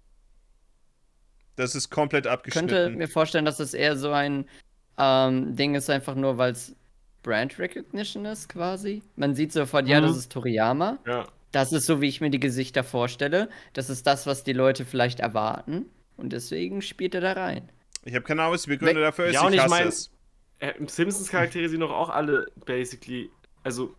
Das ist komplett abgeschnitten. könnte mir vorstellen, dass das eher so ein ähm, Ding ist, einfach nur weil es Brand Recognition ist quasi. Man sieht sofort, ja, Mhm. das ist Toriyama. Ja. Das ist so, wie ich mir die Gesichter vorstelle. Das ist das, was die Leute vielleicht erwarten. Und deswegen spielt er da rein. Ich habe keine Ahnung, was die Begründung Ja, dafür ist. und ich ich hasse mein- es. Äh, Simpsons Charaktere sind doch auch alle basically. Also,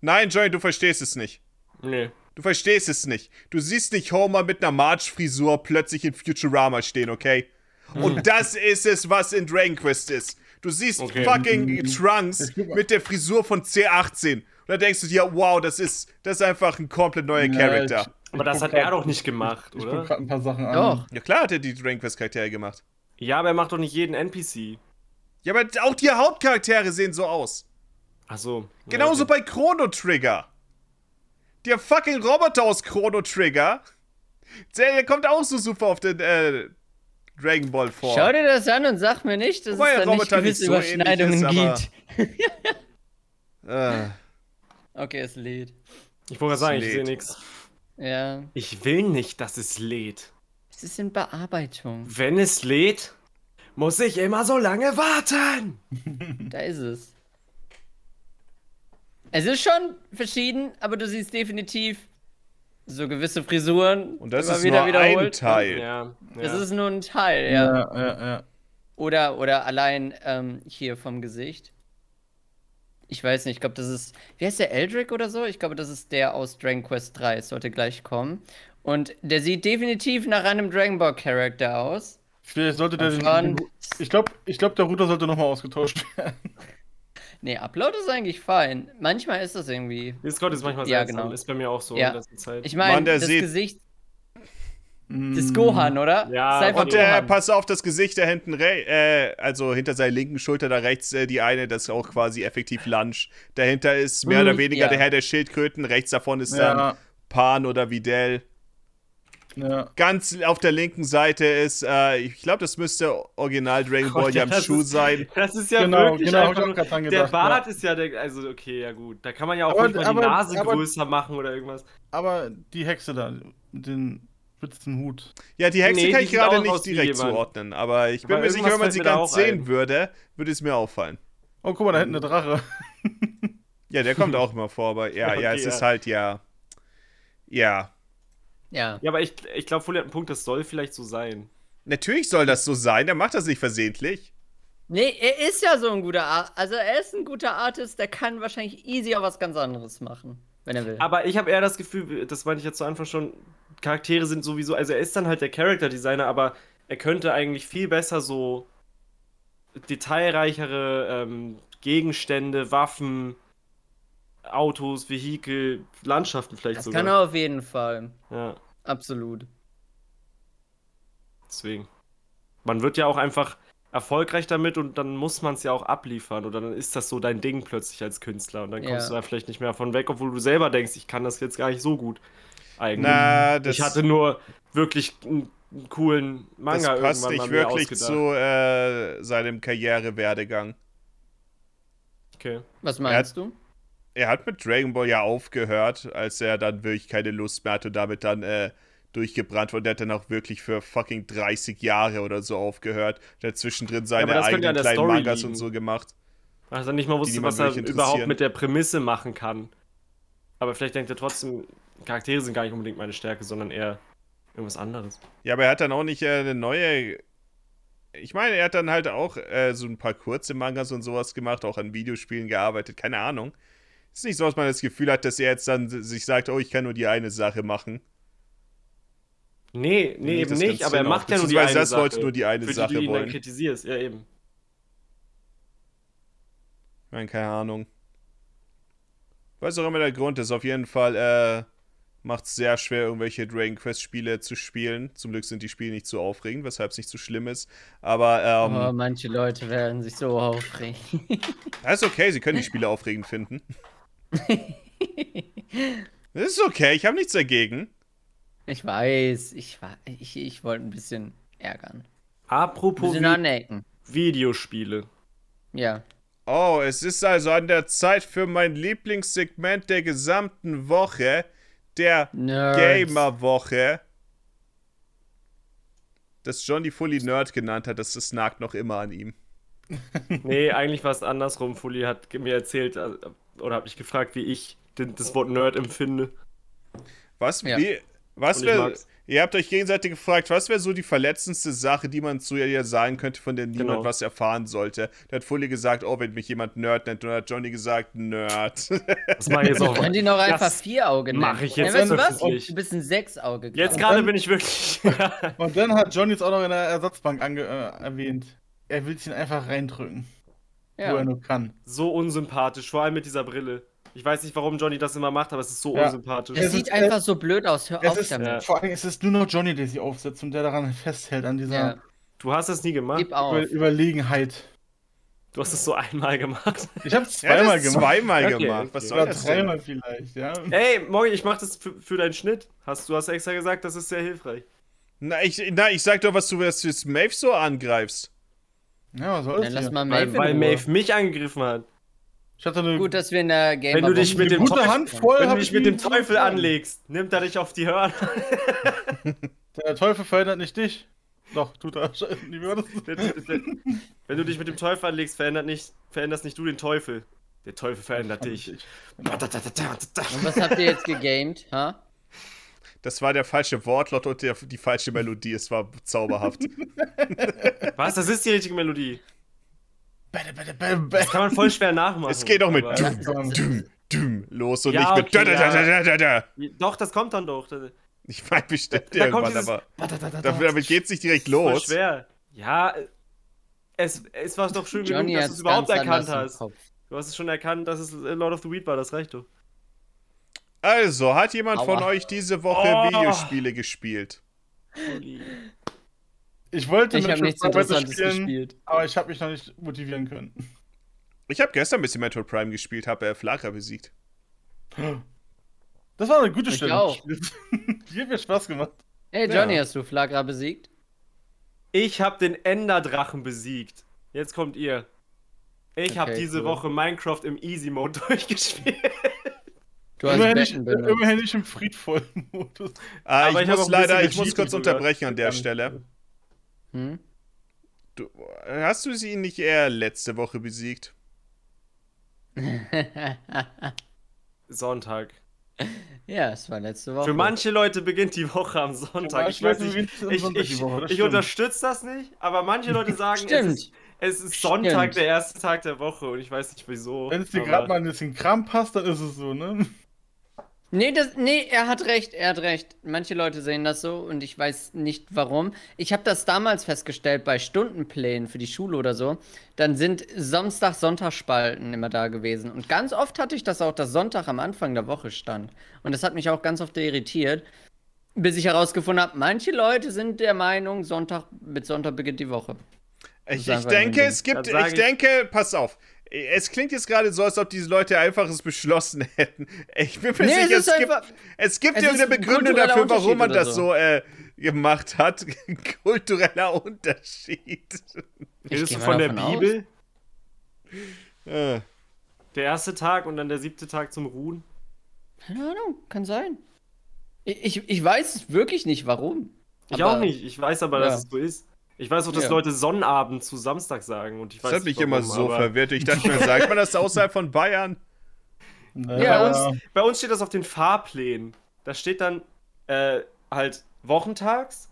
Nein, Johnny, du verstehst es nicht. nee. Du verstehst es nicht. Du siehst nicht Homer mit einer Marge-Frisur plötzlich in Futurama stehen, okay? Hm. Und das ist es, was in Dragon Quest ist. Du siehst Okay. Hm. fucking Trunks mit der Frisur von C18. Und da denkst du dir, wow, das ist, das ist einfach ein komplett neuer Charakter. Aber das hat er doch nicht gemacht, Ich guck oder? grad ein paar Sachen an. Doch. Ja klar hat er die Dragon Quest Charaktere gemacht. Ja, aber er macht doch nicht jeden NPC. Ja, aber auch die Hauptcharaktere sehen so aus. Ach so. Genauso bei Chrono Trigger. Der fucking Roboter aus Chrono Trigger. Der, der kommt auch so super auf den äh, Dragon Ball vor. Schau dir das an und sag mir nicht, dass Wobei es der da nicht Roboter nicht gewisse so ähnlich Überschneidungen ist, aber- gibt. Äh, Okay, es lädt. Ich wollte gerade sagen, ich Slate. sehe nichts. Ja. Ich will nicht, dass es lädt. Es ist in Bearbeitung. Wenn es lädt, muss ich immer so lange warten. Da ist es. Es ist schon verschieden, aber du siehst definitiv so gewisse Frisuren. und das immer ist nur ein Teil. Ja, ja. Das ist nur ein Teil, ja. Ja, ja, ja. Oder, oder allein ähm, hier vom Gesicht. Ich weiß nicht, ich glaube, das ist. Wie heißt der Eldrick oder so? Ich glaube, das ist der aus Dragon Quest 3. Es sollte gleich kommen. Und der sieht definitiv nach einem Dragon Ball Charakter aus. Vielleicht sollte der Das den, waren- den Ich glaube, ich glaub, der Router sollte nochmal ausgetauscht werden. Nee, Upload ist eigentlich fein. Manchmal ist das irgendwie. Discord ist manchmal Ja, seltsam. genau. Ist bei mir auch so Ja. in letzter Zeit. Ich Mann, meine, der das sieht- Gesicht des Gohan, oder? Mm. Ja, Ist einfach Und äh, Gohan. pass auf das Gesicht da hinten, re äh, also hinter seiner linken Schulter da rechts äh, die eine, das ist auch quasi effektiv Lunch. Dahinter ist mehr Mhm, oder weniger ja. der Herr der Schildkröten, rechts davon ist dann Ja, Pan oder Videl. ja. Ganz auf der linken Seite ist, äh, ich glaube, das müsste Original Dragon Ball ja, das Yamshu ist- sein. Das ist ja Genau, wirklich genau, hab ich einfach auch nur, grad dran Der gedacht, Bart ja. ist ja der, also okay, ja gut. Da kann man ja auch Aber- manchmal aber- die Nase aber- größer machen oder irgendwas. Aber die Hexe da, mit dem spitzen Hut. Ja, die Hexe Nee, kann die ich sieht gerade auch nicht aus wie direkt jemand. zuordnen, aber ich bin Aber mir sicher, irgendwas wenn man fällt sie mir da ganz auch sehen ein. würde, würde es mir auffallen. Oh, guck mal, da hinten der Drache. Ja, der kommt auch immer vor, aber ja, ja, Okay, es ja. ist halt ja. Ja. Ja. Ja, aber ich, ich glaube, Fully hat einen Punkt, das soll vielleicht so sein. Natürlich soll das so sein, der macht das nicht versehentlich. Nee, er ist ja so ein guter Ar Also er ist ein guter Artist, der kann wahrscheinlich easy auch was ganz anderes machen, wenn er will. Aber ich habe eher das Gefühl, das meinte ich ja zu Anfang schon, Charaktere sind sowieso, also er ist dann halt der Character Designer, aber er könnte eigentlich viel besser so detailreichere ähm, Gegenstände, Waffen, Autos, Vehikel, Landschaften vielleicht das sogar. kann er auf jeden Fall. Ja, Absolut. deswegen. Man wird ja auch einfach erfolgreich damit und dann muss man es ja auch abliefern oder dann ist das so dein Ding plötzlich als Künstler und dann Ja. kommst du da vielleicht nicht mehr von weg, obwohl du selber denkst, ich kann das jetzt gar nicht so gut eigentlich. Na, das, Mhm. ich hatte nur wirklich einen, einen coolen das passt Manga irgendwann mal nicht mir wirklich ausgedacht. zu äh, seinem Karrierewerdegang. Okay. Was meinst du? Er hat mit Dragon Ball ja aufgehört, als er dann wirklich keine Lust mehr hatte und damit dann äh, durchgebrannt wurde. Der hat dann auch wirklich für fucking 30 Jahre oder so aufgehört. Der hat zwischendrin seine aber das könnte eigenen ja an der kleinen Story Mangas liegen. und so gemacht. Also nicht mal wusste, niemand was er wirklich überhaupt interessieren. mit der Prämisse machen kann. Aber vielleicht denkt er trotzdem, Charaktere sind gar nicht unbedingt meine Stärke, sondern eher irgendwas anderes. Ja, aber er hat dann auch nicht äh, eine neue. Ich meine, er hat dann halt auch äh, so ein paar kurze Mangas und sowas gemacht, auch an Videospielen gearbeitet, keine Ahnung. Ist nicht so, dass man das Gefühl hat, dass er jetzt dann sich sagt, oh, ich kann nur die eine Sache machen. Nee, nee, Nee, eben das nicht, ganz aber er genau. macht ja nur die eine Beziehungsweise Sache. das wollte nur die eine für Sache die, du ihn wollen. Dann kritisierst, ja eben. Ich meine, keine Ahnung. Was auch immer der Grund ist, auf jeden Fall äh, macht es sehr schwer, irgendwelche Dragon Quest-Spiele zu spielen. Zum Glück sind die Spiele nicht so aufregend, weshalb es nicht so schlimm ist. Aber Um- oh, ähm, manche Leute werden sich so aufregen. das ist okay, sie können die Spiele aufregend finden. Das ist okay, ich habe nichts dagegen. ich weiß, ich, wa- ich, ich wollte ein bisschen ärgern. Ein Apropos bisschen Vi anecken. Videospiele. Ja. Oh, es ist also an der Zeit für mein Lieblingssegment der gesamten Woche, der Nerds. Gamer-Woche, das John die Fully Nerd genannt hat, das, das nagt noch immer an ihm. Nee, eigentlich war es andersrum. Fully hat mir erzählt äh, oder hat mich gefragt, wie ich den, das Wort Nerd empfinde. Was, Ja. wie, was Und ich wäre. mag's. Ihr habt euch gegenseitig gefragt, was wäre so die verletzendste Sache, die man zu ihr sagen könnte, von der niemand Genau. was erfahren sollte. Da hat Fully gesagt, oh, wenn mich jemand Nerd nennt, und dann hat Johnny gesagt, Nerd. Das mache ich jetzt auch. Können die noch einfach Das- Vierauge nennen? mach ich jetzt weißt du was? öffentlich. Du bist ein Sechsauge. Jetzt Klaus. gerade bin ich wirklich. Und dann hat Johnny es auch noch in der Ersatzbank ange äh, erwähnt. Er will ihn einfach reindrücken, wo er Ja. nur kann. so unsympathisch, vor allem mit dieser Brille. Ich weiß nicht, warum Johnny das immer macht, aber es ist äh, so Ja. unsympathisch. Das Es sieht ist- einfach so blöd aus. Hör Es auf ist, äh, damit. Vor allem es ist nur noch Johnny, der sie aufsetzt und der daran festhält, an dieser Ja. Du hast das nie gemacht. Gib auf. Über Überlegenheit. Du hast es so einmal gemacht. Ich hab's Er zweimal hat das gemacht. Zweimal Okay, gemacht. Was okay. soll Oder das denn? dreimal vielleicht, ja. Ey, Morgen, ich mach das für, für deinen Schnitt. Hast, du hast extra gesagt, das ist sehr hilfreich. Na ich, na, ich sag doch, was du was du jetzt Maeve so angreifst. Ja, was soll das Dann lass hier? mal Maeve Weil, in weil Ruhe. Maeve mich angegriffen hat. Ich hatte eine, Gut, dass wir in der Game Wenn du dich mit eine dem gute Teufel- Hand voll. Wenn du hab dich ich mit nie dem Teufel geschlagen. anlegst, nimmt er dich auf die Hörner. Der Teufel verändert nicht dich. Doch, tut er. Scheiße, Wie war das? Wenn du dich mit dem Teufel anlegst, verändert nicht, veränderst nicht du den Teufel. Der Teufel verändert dich. Und was habt ihr jetzt gegamed? Ha? Das war der falsche Wortlaut und der, die falsche Melodie. Es war zauberhaft. Was? Das ist die richtige Melodie. Bäh, bäh, bäh, Das kann man voll schwer nachmachen. Es geht auch mit aber- Düm, Düm, Düm los und Ja, nicht mit da, okay, da, da, da, da, da. Doch, das kommt dann doch. Das Ich meine bestimmt da kommt irgendwann, dieses- aber damit, damit geht's nicht direkt ist voll los. schwer. Ja, es, es war doch schön genug, Johnny dass hat du es überhaupt ganz erkannt anders im hast. Kopf. Du hast es schon erkannt, dass es Lord of the Weed war, das reicht doch. Also, hat jemand von Aua. euch diese Woche Oh. Videospiele gespielt? Ich wollte Ich habe Metroid nichts Prime Interessantes weiterspielen, gespielt. aber ich habe mich noch nicht motivieren können. Ich habe gestern ein bisschen Metroid Prime gespielt, habe äh, Flacher besiegt. Das war eine gute Ich Stelle. auch. Die hat mir Spaß gemacht. Hey Johnny, Ja. hast du Flagra besiegt? Ich habe den Enderdrachen besiegt. Jetzt kommt ihr. Ich habe Okay, diese cool. Woche Minecraft im Easy Mode durchgespielt. Du hast immerhin, nicht, Betten benutzt. immerhin nicht im friedvollen Modus. Äh, Aber ich ich hab muss auch ein leider, bisschen ich muss gecheatet kurz sogar. Ähm, unterbrechen an der Stelle. Hm? Du, hast du sie nicht eher letzte Woche besiegt? Sonntag. ja, es war letzte Woche. Für manche Leute beginnt die Woche am Sonntag. Ich manche weiß Leute nicht. beginnt am Ich, Sonntag die ich, Woche, das ich stimmt. unterstütze das nicht, aber manche Leute sagen, es Stimmt. ist, es ist Sonntag Stimmt. der erste Tag der Woche und ich weiß nicht wieso. Wenn es dir aber- gerade mal ein bisschen Kram passt, dann ist es so, ne? Nee, das, nee, er hat recht, er hat recht. Manche Leute sehen das so und ich weiß nicht warum. Ich habe das damals festgestellt bei Stundenplänen für die Schule oder so. Dann sind Samstag-Sonntag-Spalten immer da gewesen. Und ganz oft hatte ich das auch, dass Sonntag am Anfang der Woche stand. Und das hat mich auch ganz oft irritiert, bis ich herausgefunden habe, manche Leute sind der Meinung, Sonntag, mit Sonntag beginnt die Woche. Ich, ist ich einfach nur ein denke, Ding. es gibt, Dann sag ich ich- denke, pass auf. Es klingt jetzt gerade so, als ob diese Leute einfaches beschlossen hätten. Ich bin mir Nee, es sicher, es, ist gibt, einfach- es gibt es ja ist eine ein Begründung kultureller dafür, warum Unterschied man oder das so. so äh, gemacht hat. Kultureller Unterschied. Redest geh du mal von der davon aus. Bibel? Äh, Der erste Tag und dann der siebte Tag zum Ruhen? Keine Ahnung, kann sein. Ich, ich, ich weiß wirklich nicht warum. Ich Aber- auch nicht. Ich weiß aber, dass Ja. es so ist. Ich weiß auch, dass Ja. Leute Sonnabend zu Samstag sagen und ich weiß das hat mich nicht immer warum, so aber- verwirrt. Ich dachte mir, sagt man das außerhalb von Bayern? Bei Ja. Äh, uns, bei uns steht das auf den Fahrplänen. Da steht dann äh, halt wochentags,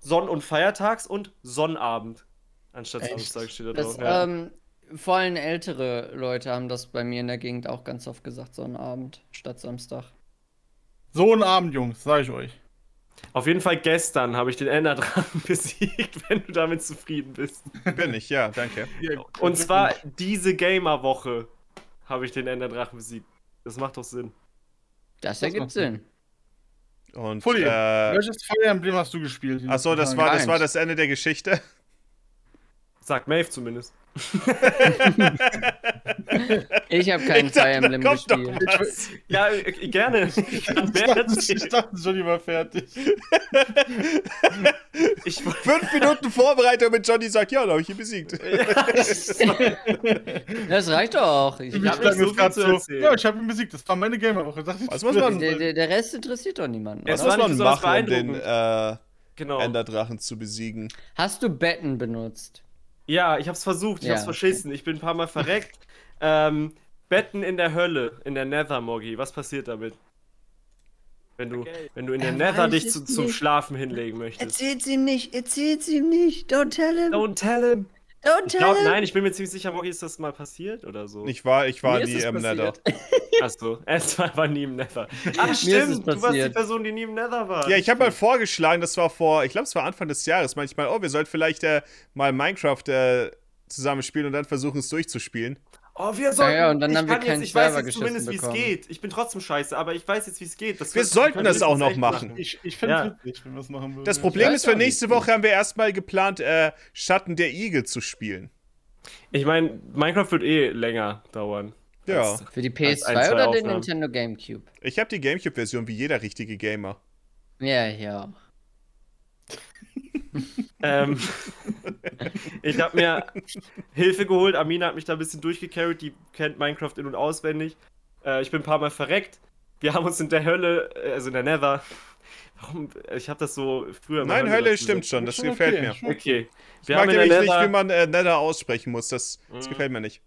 Sonn- und Feiertags und Sonnabend. Anstatt Echt? Samstag steht da Das, drauf. Genau, Ja. ähm, vor allem ältere Leute haben das bei mir in der Gegend auch ganz oft gesagt, Sonnabend statt Samstag. So einen Abend, Jungs, sag ich euch. Auf jeden Fall gestern habe ich den Enderdrachen besiegt, wenn du damit zufrieden bist. Bin ich, ja, danke. Und zwar diese Gamer-Woche habe ich den Enderdrachen besiegt. Das macht doch Sinn. Das, macht ergibt Sinn. Und, Fully, äh, welches Fire Emblem hast du gespielt? achso, das war, das war das Ende der Geschichte. Sagt Maeve zumindest. Ich habe keinen Ich dachte, Fire Emblem da kommt doch gespielt. was. Ja, äh, äh, gerne. Ich kann Ich mehr dachte, ich erzählen. dachte schon, die war fertig. Ich wollte. Fünf Minuten Vorbereitung mit Johnny sagt, ja, da habe ich ihn besiegt. Das reicht doch auch. Ich, hab nicht klang so es viel grad zu erzählen. ja, ich habe ihn besiegt, das war meine Gamerwoche. Dachte ich- Was muss man- der, der, der Rest interessiert doch niemanden. Es Was Oder? war muss nicht man besonders machen, um den äh, Genau. Enderdrachen zu besiegen? Hast du Betten benutzt? Ja, ich hab's versucht, ich Ja, hab's verschissen. Ich bin ein paar Mal verreckt. ähm, Betten in der Hölle, in der Nether, Moggy. Was passiert damit? Wenn du, wenn du in den Er Nether Äh, weiß dich es zu, zum nicht. Schlafen hinlegen möchtest. Erzähl's ihm nicht, erzähl's ihm nicht. Don't tell him. Don't tell him. Don't Ich glaub, nein, ich bin mir ziemlich sicher, Mogi, ist das mal passiert oder so. Ich war, ich war Mir ist nie es im Nether. passiert. Achso, erstmal war nie im Nether. Mir Ach ist es stimmt, du warst die passiert. Person, die nie im Nether war. Ja, ich habe mal vorgeschlagen, das war vor, ich glaube, es war Anfang des Jahres, manchmal, oh, wir sollten vielleicht äh, mal Minecraft äh, zusammen spielen und dann versuchen, es durchzuspielen. Oh, wir sollten. ja, und dann ich haben wir kann keinen jetzt, ich weiß Server jetzt zumindest, wie es geschissen geht. Ich bin trotzdem scheiße, aber ich weiß jetzt, wie es geht. Das Wir wird- sollten können das wir auch noch echt machen. Ich, ich fände es Ja. witzig, wenn wir es machen würden. Mhm. Das Problem weiß ist, für auch nicht. nächste Woche haben wir erstmal geplant, äh, Schatten der Igel zu spielen. Ich meine, Minecraft wird eh länger dauern. Ja. Für die Als ein, PS2 zwei oder den Aufnahmen. Nintendo GameCube? Ich habe die GameCube-Version wie jeder richtige Gamer. Ja, ja. Ähm, ich habe mir Hilfe geholt. Amina hat mich da ein bisschen durchgecarried. Die kennt Minecraft in- und auswendig. Äh, ich bin ein paar Mal verreckt. Wir haben uns in der Hölle, äh, also in der Nether. Warum? Ich habe das so früher immer Nein, Hölle dazu stimmt gesagt. schon, das Schon gefällt okay, mir. schon Okay. Ich Wir mag haben, in der nämlich nicht, wie Nether, man äh, Nether aussprechen muss. Das, das Mm. gefällt mir nicht.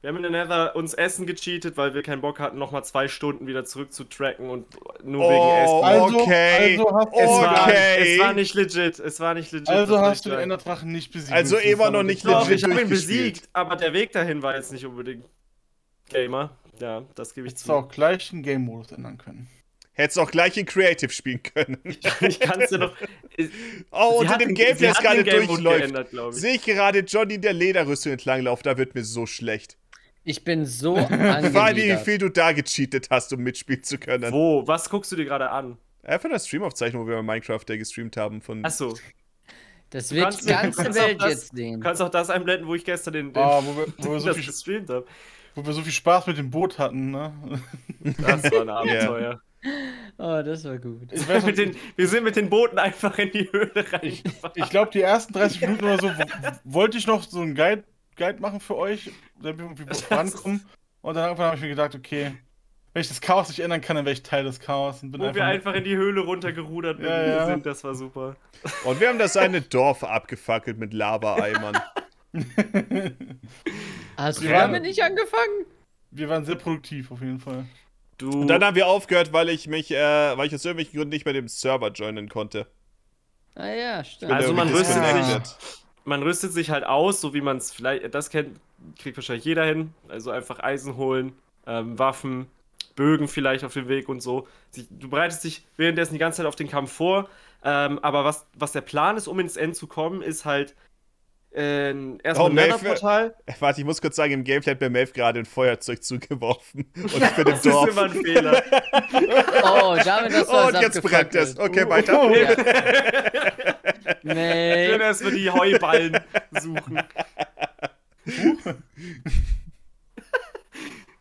wir haben in der Nether uns Essen gecheatet, weil wir keinen Bock hatten, nochmal zwei Stunden wieder zurück zu tracken und nur wegen Essen. Oh, Also- okay. also hast- Es, war, okay. es war nicht legit. Es war nicht legit. Also das will ich hast du den sagen. Enderdrachen nicht besiegt. Also Das ist immer noch damit nicht der Doch, Plan. legit. ich habe ihn durchgespielt. besiegt, aber der Weg dahin war jetzt nicht unbedingt Gamer. Ja, das gebe ich Hättest zu. du auch gleich den Game-Modus ändern können. Hättest auch gleich in Creative spielen können. Ich kann es ja noch. Äh, Oh, Sie unter hat dem den- Game, sie der hat es gerade den Game Mode durchläuft. geändert, glaub ich. Sehe ich gerade Johnny in der Lederrüstung entlanglaufen, da wird mir so schlecht. Ich bin so Vor allem, wie angewidert. viel du da gecheatet hast, um mitspielen zu können. Wo? Was guckst du dir gerade an? Einfach eine Streamaufzeichnung, wo wir mal Minecraft äh, gestreamt haben. Von Achso, Das wird kannst- die du ganze kannst auch Welt das- jetzt du sehen. kannst auch das einblenden, wo ich gestern den, den Ah, wo wir, wo, wir so das viel, gestreamt habe. wo wir so viel Spaß mit dem Boot hatten, ne? Das war ein Abenteuer. Oh, das war gut. Ich weiß noch, mit den, wir sind mit den Booten einfach in die Höhle reingefahren. Ich glaube, die ersten 30 Minuten oder so wo- wollte ich noch so einen Guide, Guide machen für euch, damit wir irgendwie vorankommen. Und dann irgendwann habe ich mir gedacht, okay, wenn ich das Chaos nicht ändern kann, dann wäre ich Teil des Chaos und bin Wo einfach. wir einfach in die Höhle runtergerudert Ja, ja. sind, das war super. Und wir haben das eine Dorf abgefackelt mit Lava-Eimern. Hast du Ja. damit nicht angefangen? wir waren sehr produktiv auf jeden Fall. Du, Und dann haben wir aufgehört, weil ich mich, äh, weil ich aus irgendwelchen Gründen nicht mehr dem Server joinen konnte. Ah ja, Ich bin stimmt. Also man irgendwie rüstet sich- disconnected. man rüstet sich halt aus, so wie man es vielleicht, das kennt, kriegt wahrscheinlich jeder hin. Also einfach Eisen holen, ähm, Waffen, Bögen vielleicht auf dem Weg und so. Sich- Du bereitest dich währenddessen die ganze Zeit auf den Kampf vor. Ähm, aber was, was der Plan ist, um ins End zu kommen, ist halt äh, erstmal Oh, ein Melf- Nether-Portal. Warte, ich muss kurz sagen, im Gameplay hat mir Melf gerade ein Feuerzeug zugeworfen. Und ich bin im Das ist Dorf. immer ein Fehler. Oh, damit hast du Oh, das und jetzt brennt es. abgefackelt. Okay, weiter. Ja. Schön Nee. erstmal die Heuballen suchen.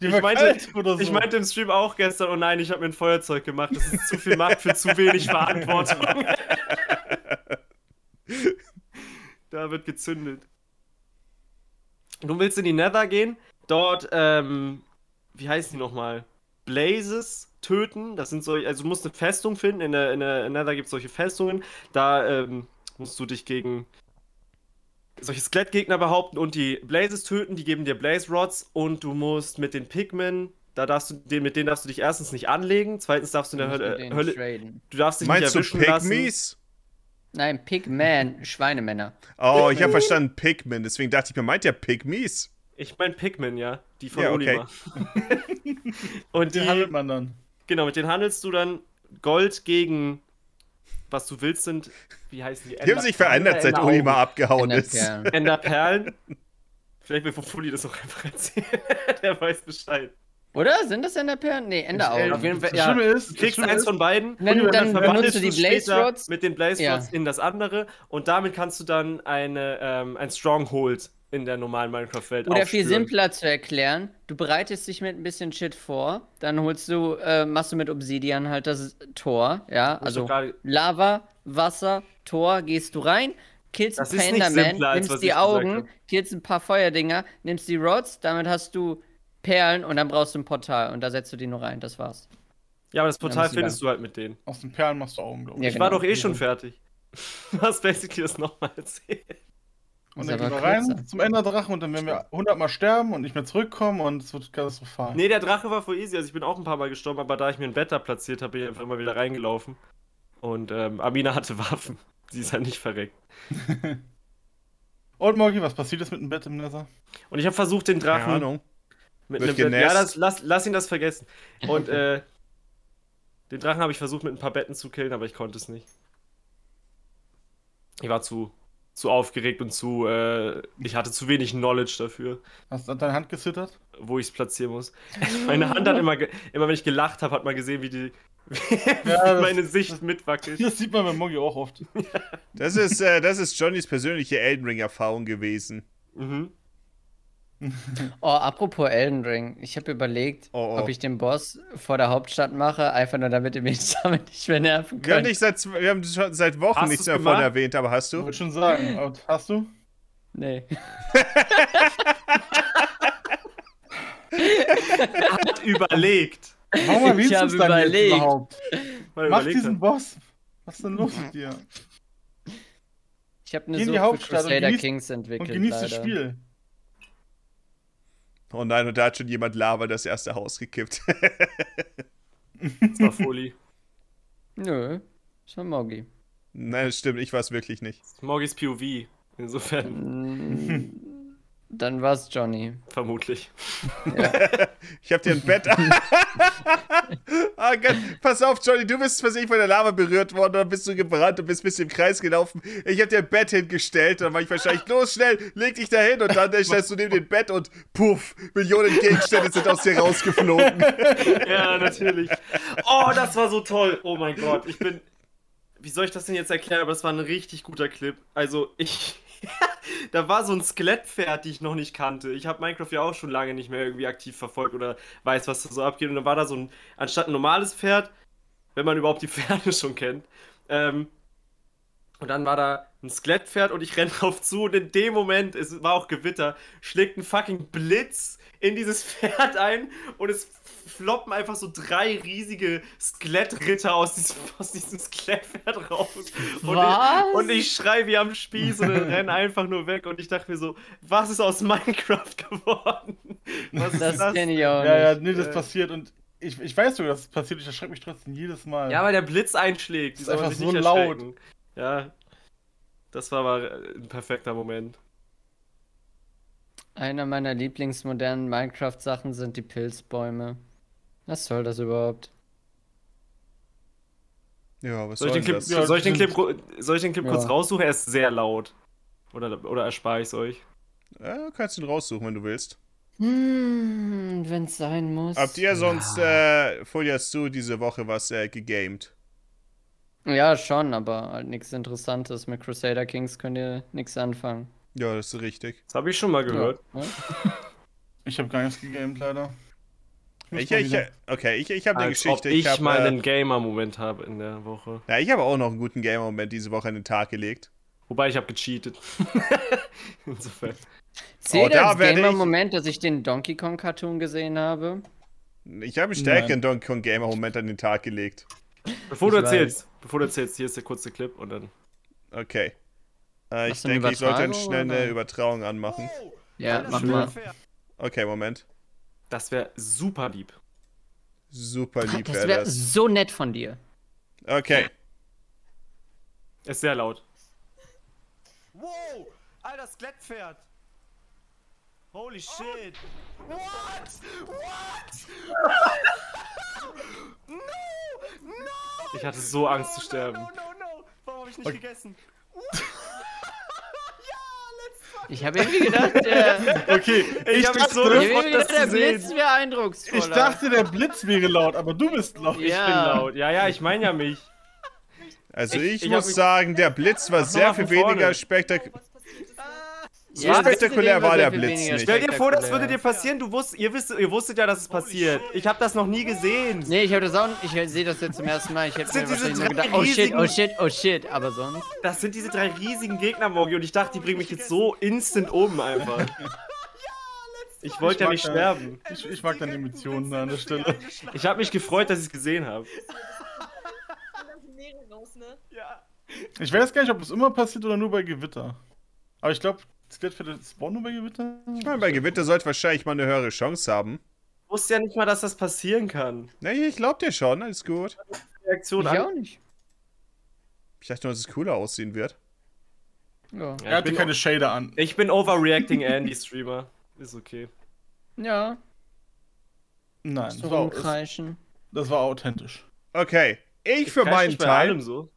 Die Ich war meinte- kalt oder so. Ich meinte im Stream auch gestern, oh nein, ich habe mir ein Feuerzeug gemacht. Das ist zu viel Macht für zu wenig Verantwortung. da wird gezündet. Du willst in die Nether gehen, dort, ähm, wie heißen die nochmal? Blazes töten. Das sind solche, also du musst eine Festung finden. In der, in der Nether gibt es solche Festungen. Da ähm, musst du dich gegen solche Skelettgegner behaupten und die Blazes töten, die geben dir Blaze Rods und du musst mit den Pigmen, da darfst du den, mit denen darfst du dich erstens nicht anlegen, zweitens darfst du in der Hölle, Hölle Hölle. du darfst dich Meinst nicht du erwischen lassen. Pygmies? Nein, Pigman, Schweinemänner. Oh, ich habe verstanden Pigmen, deswegen dachte ich mir, meint ihr Pygmies? Ich meine Pigmen, ja, die von Ja, okay. Olimar. und den die, handelt man dann. genau, mit denen handelst du dann Gold gegen was du willst sind, wie heißen die? Die haben Ender- sich verändert, seit Uli um. mal abgehauen ist. Enderperlen. Enderperlen. Vielleicht will Fufuli das auch einfach erzählen. Der weiß Bescheid. Oder? Sind das Enderperlen? Nee, Enderaugen. äh, Auf jeden Fall, Das ja. Schlimme ist, Du das kriegst Schlimme eins ist, von beiden. Wenn du und dann benutzt verwandelst du die später Blaze Rods. Mit den Blaze Ja. Rods in das andere. Und damit kannst du dann eine, ähm, ein Stronghold in der normalen Minecraft-Welt Oder viel aufspüren. simpler zu erklären, du bereitest dich mit ein bisschen Shit vor, dann holst du, äh, machst du mit Obsidian halt das Tor, ja, doch also gerade- Lava, Wasser, Tor, gehst du rein, killst Das ein ist paar nicht Enderman, simpler, als was nimmst die ich gesagt Augen, hab. killst ein paar Feuerdinger, nimmst die Rods, damit hast du Perlen und dann brauchst du ein Portal und da setzt du die nur rein, das war's. Ja, aber das Portal müssen wir- findest du halt mit denen. Aus den Perlen machst du Augen, glaube ich. Ja, Ich genau. war doch eh schon fertig. Du hast basically das nochmal erzählt. Und Ist dann gehen aber wir rein kürzer. zum Enderdrachen und dann werden wir 100 Mal sterben und nicht mehr zurückkommen und es wird katastrophal. Nee, der Drache war voll easy. Also ich bin auch ein paar Mal gestorben, aber da ich mir ein Bett da platziert habe, bin ich einfach immer wieder reingelaufen. Und ähm, Amina hatte Waffen. Sie ist halt nicht verreckt. Und Morgi, was passiert ist mit dem Bett im Nether? Und ich habe versucht, den Keine Drachen Ahnung. mit Wird einem Bett. Ja, genässt. das, lass, lass ihn das vergessen. Und äh, den Drachen habe ich versucht, mit ein paar Betten zu killen, aber ich konnte es nicht. Ich war zu, zu aufgeregt und zu. Äh, ich hatte zu wenig Knowledge dafür, Hast du an deine Hand gezittert? wo ich es platzieren muss. Meine Hand hat immer, ge- immer wenn ich gelacht habe, hat man gesehen, wie die. wie Ja, das- meine Sicht mitwackelt. Das sieht man bei Morgi auch oft. Das ist, äh, das ist Johnnys persönliche Elden Ring-Erfahrung gewesen. Mhm. Oh, apropos Elden Ring. Ich habe überlegt, Oh, oh. ob ich den Boss vor der Hauptstadt mache, einfach nur damit ihr mich damit nicht mehr nerven Wir haben, könnt. nicht seit, zw- wir haben schon seit Wochen Hast nichts du's mehr davon gemacht? erwähnt, aber hast Ich du? wollte schon sagen. Aber hast du? Nee. Hat überlegt. Warum Ich erwähnst hab du's dann jetzt überlegt. überhaupt? Weil er Mach überlegt diesen hat. Boss. Was ist denn los mit dir? Ich habe Geh eine in die Sucht für Hauptstadt und Crusader genieß- Kings Und entwickelt. genieß das leider. Spiel. Oh nein, und da hat schon jemand Lava in das erste Haus gekippt. Das war Folie. Nö. Das war Mogi. nein, das stimmt, ich war es wirklich nicht. Morgis POV. Insofern Dann war's Johnny. vermutlich. Ich hab dir ein Bett. ah, Gott. Pass auf, Johnny, du bist versehentlich von der Lava berührt worden, dann bist du gebrannt und bist ein bisschen im Kreis gelaufen. Ich hab dir ein Bett hingestellt, dann war ich wahrscheinlich los, schnell, leg dich da hin und dann äh, stellst du neben dem Bett und puff, Millionen Gegenstände sind aus dir rausgeflogen. Ja, natürlich. Oh, das war so toll. Oh mein Gott, ich bin. Wie soll ich das denn jetzt erklären? Aber das war ein richtig guter Clip. Also, ich. da war so ein Skelettpferd, die ich noch nicht kannte. Ich habe Minecraft ja auch schon lange nicht mehr irgendwie aktiv verfolgt oder weiß, was da so abgeht. Und dann war da so ein. Anstatt ein normales Pferd, wenn man überhaupt die Pferde schon kennt. Ähm. Und dann war da ein Skelettpferd und ich renn drauf zu und in dem Moment, es war auch Gewitter, schlägt ein fucking Blitz in dieses Pferd ein und es floppen einfach so drei riesige Skelettritter aus diesem, aus diesem Skelettpferd raus. Und Was? Ich, und ich schrei wie am Spieß und renn einfach nur weg und ich dachte mir so, was ist aus Minecraft geworden? Was ist Das kenne ich auch Ja, ja, nicht. nee, das äh, passiert und ich, ich weiß sogar, dass es passiert. Ich erschrecke mich trotzdem jedes Mal. Ja, weil der Blitz einschlägt. Die Ist soll man einfach sich nicht so laut. erschrecken. Ja. Das war aber ein perfekter Moment. Einer meiner lieblingsmodernen Minecraft-Sachen sind die Pilzbäume. Was soll das überhaupt? Ja, was Soll ich den denn Clip, das? Ja, soll ich den Clip, stimmt. ru- soll ich den Clip Ja. kurz raussuchen? Er ist sehr laut. Oder, oder erspare ich es euch? Äh, kannst du ihn raussuchen, wenn du willst. Hm, wenn's sein muss. Habt ihr sonst, äh, Folias zu diese Woche was äh, gegamed? Ja, schon, aber halt nichts Interessantes. Mit Crusader Kings könnt ihr nichts anfangen. Ja, das ist richtig. Das habe ich schon mal gehört. Ja. ne? Ich habe gar nichts gegamed, leider. muss Ich, mal ich, wieder- okay, ich, ich habe eine Als ob Geschichte. ich hab, mal äh, einen Gamer-Moment habe in der Woche. Ja, ich habe auch noch einen guten Gamer-Moment diese Woche an den Tag gelegt. Wobei ich habe gecheatet. Insofern. Oh, da Seht ihr als werde ich- Gamer-Moment, dass ich den Donkey Kong-Cartoon gesehen habe? Ich habe einen stärkeren Donkey Kong Gamer-Moment an den Tag gelegt. Bevor du Ich weiß. erzählst, bevor du erzählst, hier ist der kurze Clip und dann. Okay. Äh, ich Machst du eine denke, ich sollte Übertragung, schnell eine oder? Übertragung anmachen. Ja, mach mal. Okay, Moment. Das wäre super lieb. Super lieb Das wäre wäre das. so nett von dir. Okay. Er Ist sehr laut. Wow! Alter, Skelettpferd! Holy shit! What? What? no! No! Ich hatte so Angst zu sterben. No, no, no! Warum hab ich nicht gegessen? Ich habe irgendwie gedacht, der, Okay, ich, habe mich so irgendwie gefreut, das gedacht, der zu Blitz sehen. wäre eindrucksvoller. Ich dachte, der Blitz wäre laut, aber du bist laut. Ich bin laut. Ja, ja, ich meine ja mich. Also Ich- ich, ich hab muss mich- sagen, der Blitz war sehr mal von viel weniger vorne. spektakulär. Ja, so das ist spektakulär dem war der sehr viel Blitz weniger nicht. Stell dir vor, das spektakulär. würde dir passieren. Du wusst, ihr, wisst, ihr wusstet ja, dass es passiert. Ich habe das noch nie gesehen. Nee, ich habe das auch nicht. Ich sehe das jetzt zum ersten Mal. Ich hätte sind mir diese wahrscheinlich nur drei gedacht, oh shit, riesigen- oh shit, oh shit. Aber sonst. Das sind diese drei riesigen Gegner, Morgi. Und ich dachte, die bringen mich jetzt so instant um einfach. Ich wollte ja nicht mag sterben. Ich, ich mag deine Emotionen da an der Stelle. Ich habe mich gefreut, dass ich es gesehen habe. Meere raus, ne? Ich weiß gar nicht, ob es immer passiert oder nur bei Gewitter. Aber ich glaube, Skelettpferde spawnen nur bei Gewitter? Ich meine, bei Gewitter sollte wahrscheinlich mal eine höhere Chance haben. Ich wusste ja nicht mal, dass das passieren kann. Na, ich glaub dir schon, alles gut. Reaktion ich auch nicht. Ich dachte nur, dass es cooler aussehen wird. Ja. Ja, Er ich, hatte bin keine Shader an. ich bin overreacting Andy Streamer. Ist okay. Ja, Nein, das so war, das, rumkreischen. das war authentisch. Okay, ich für Kann meinen nicht bei Teil. allem so.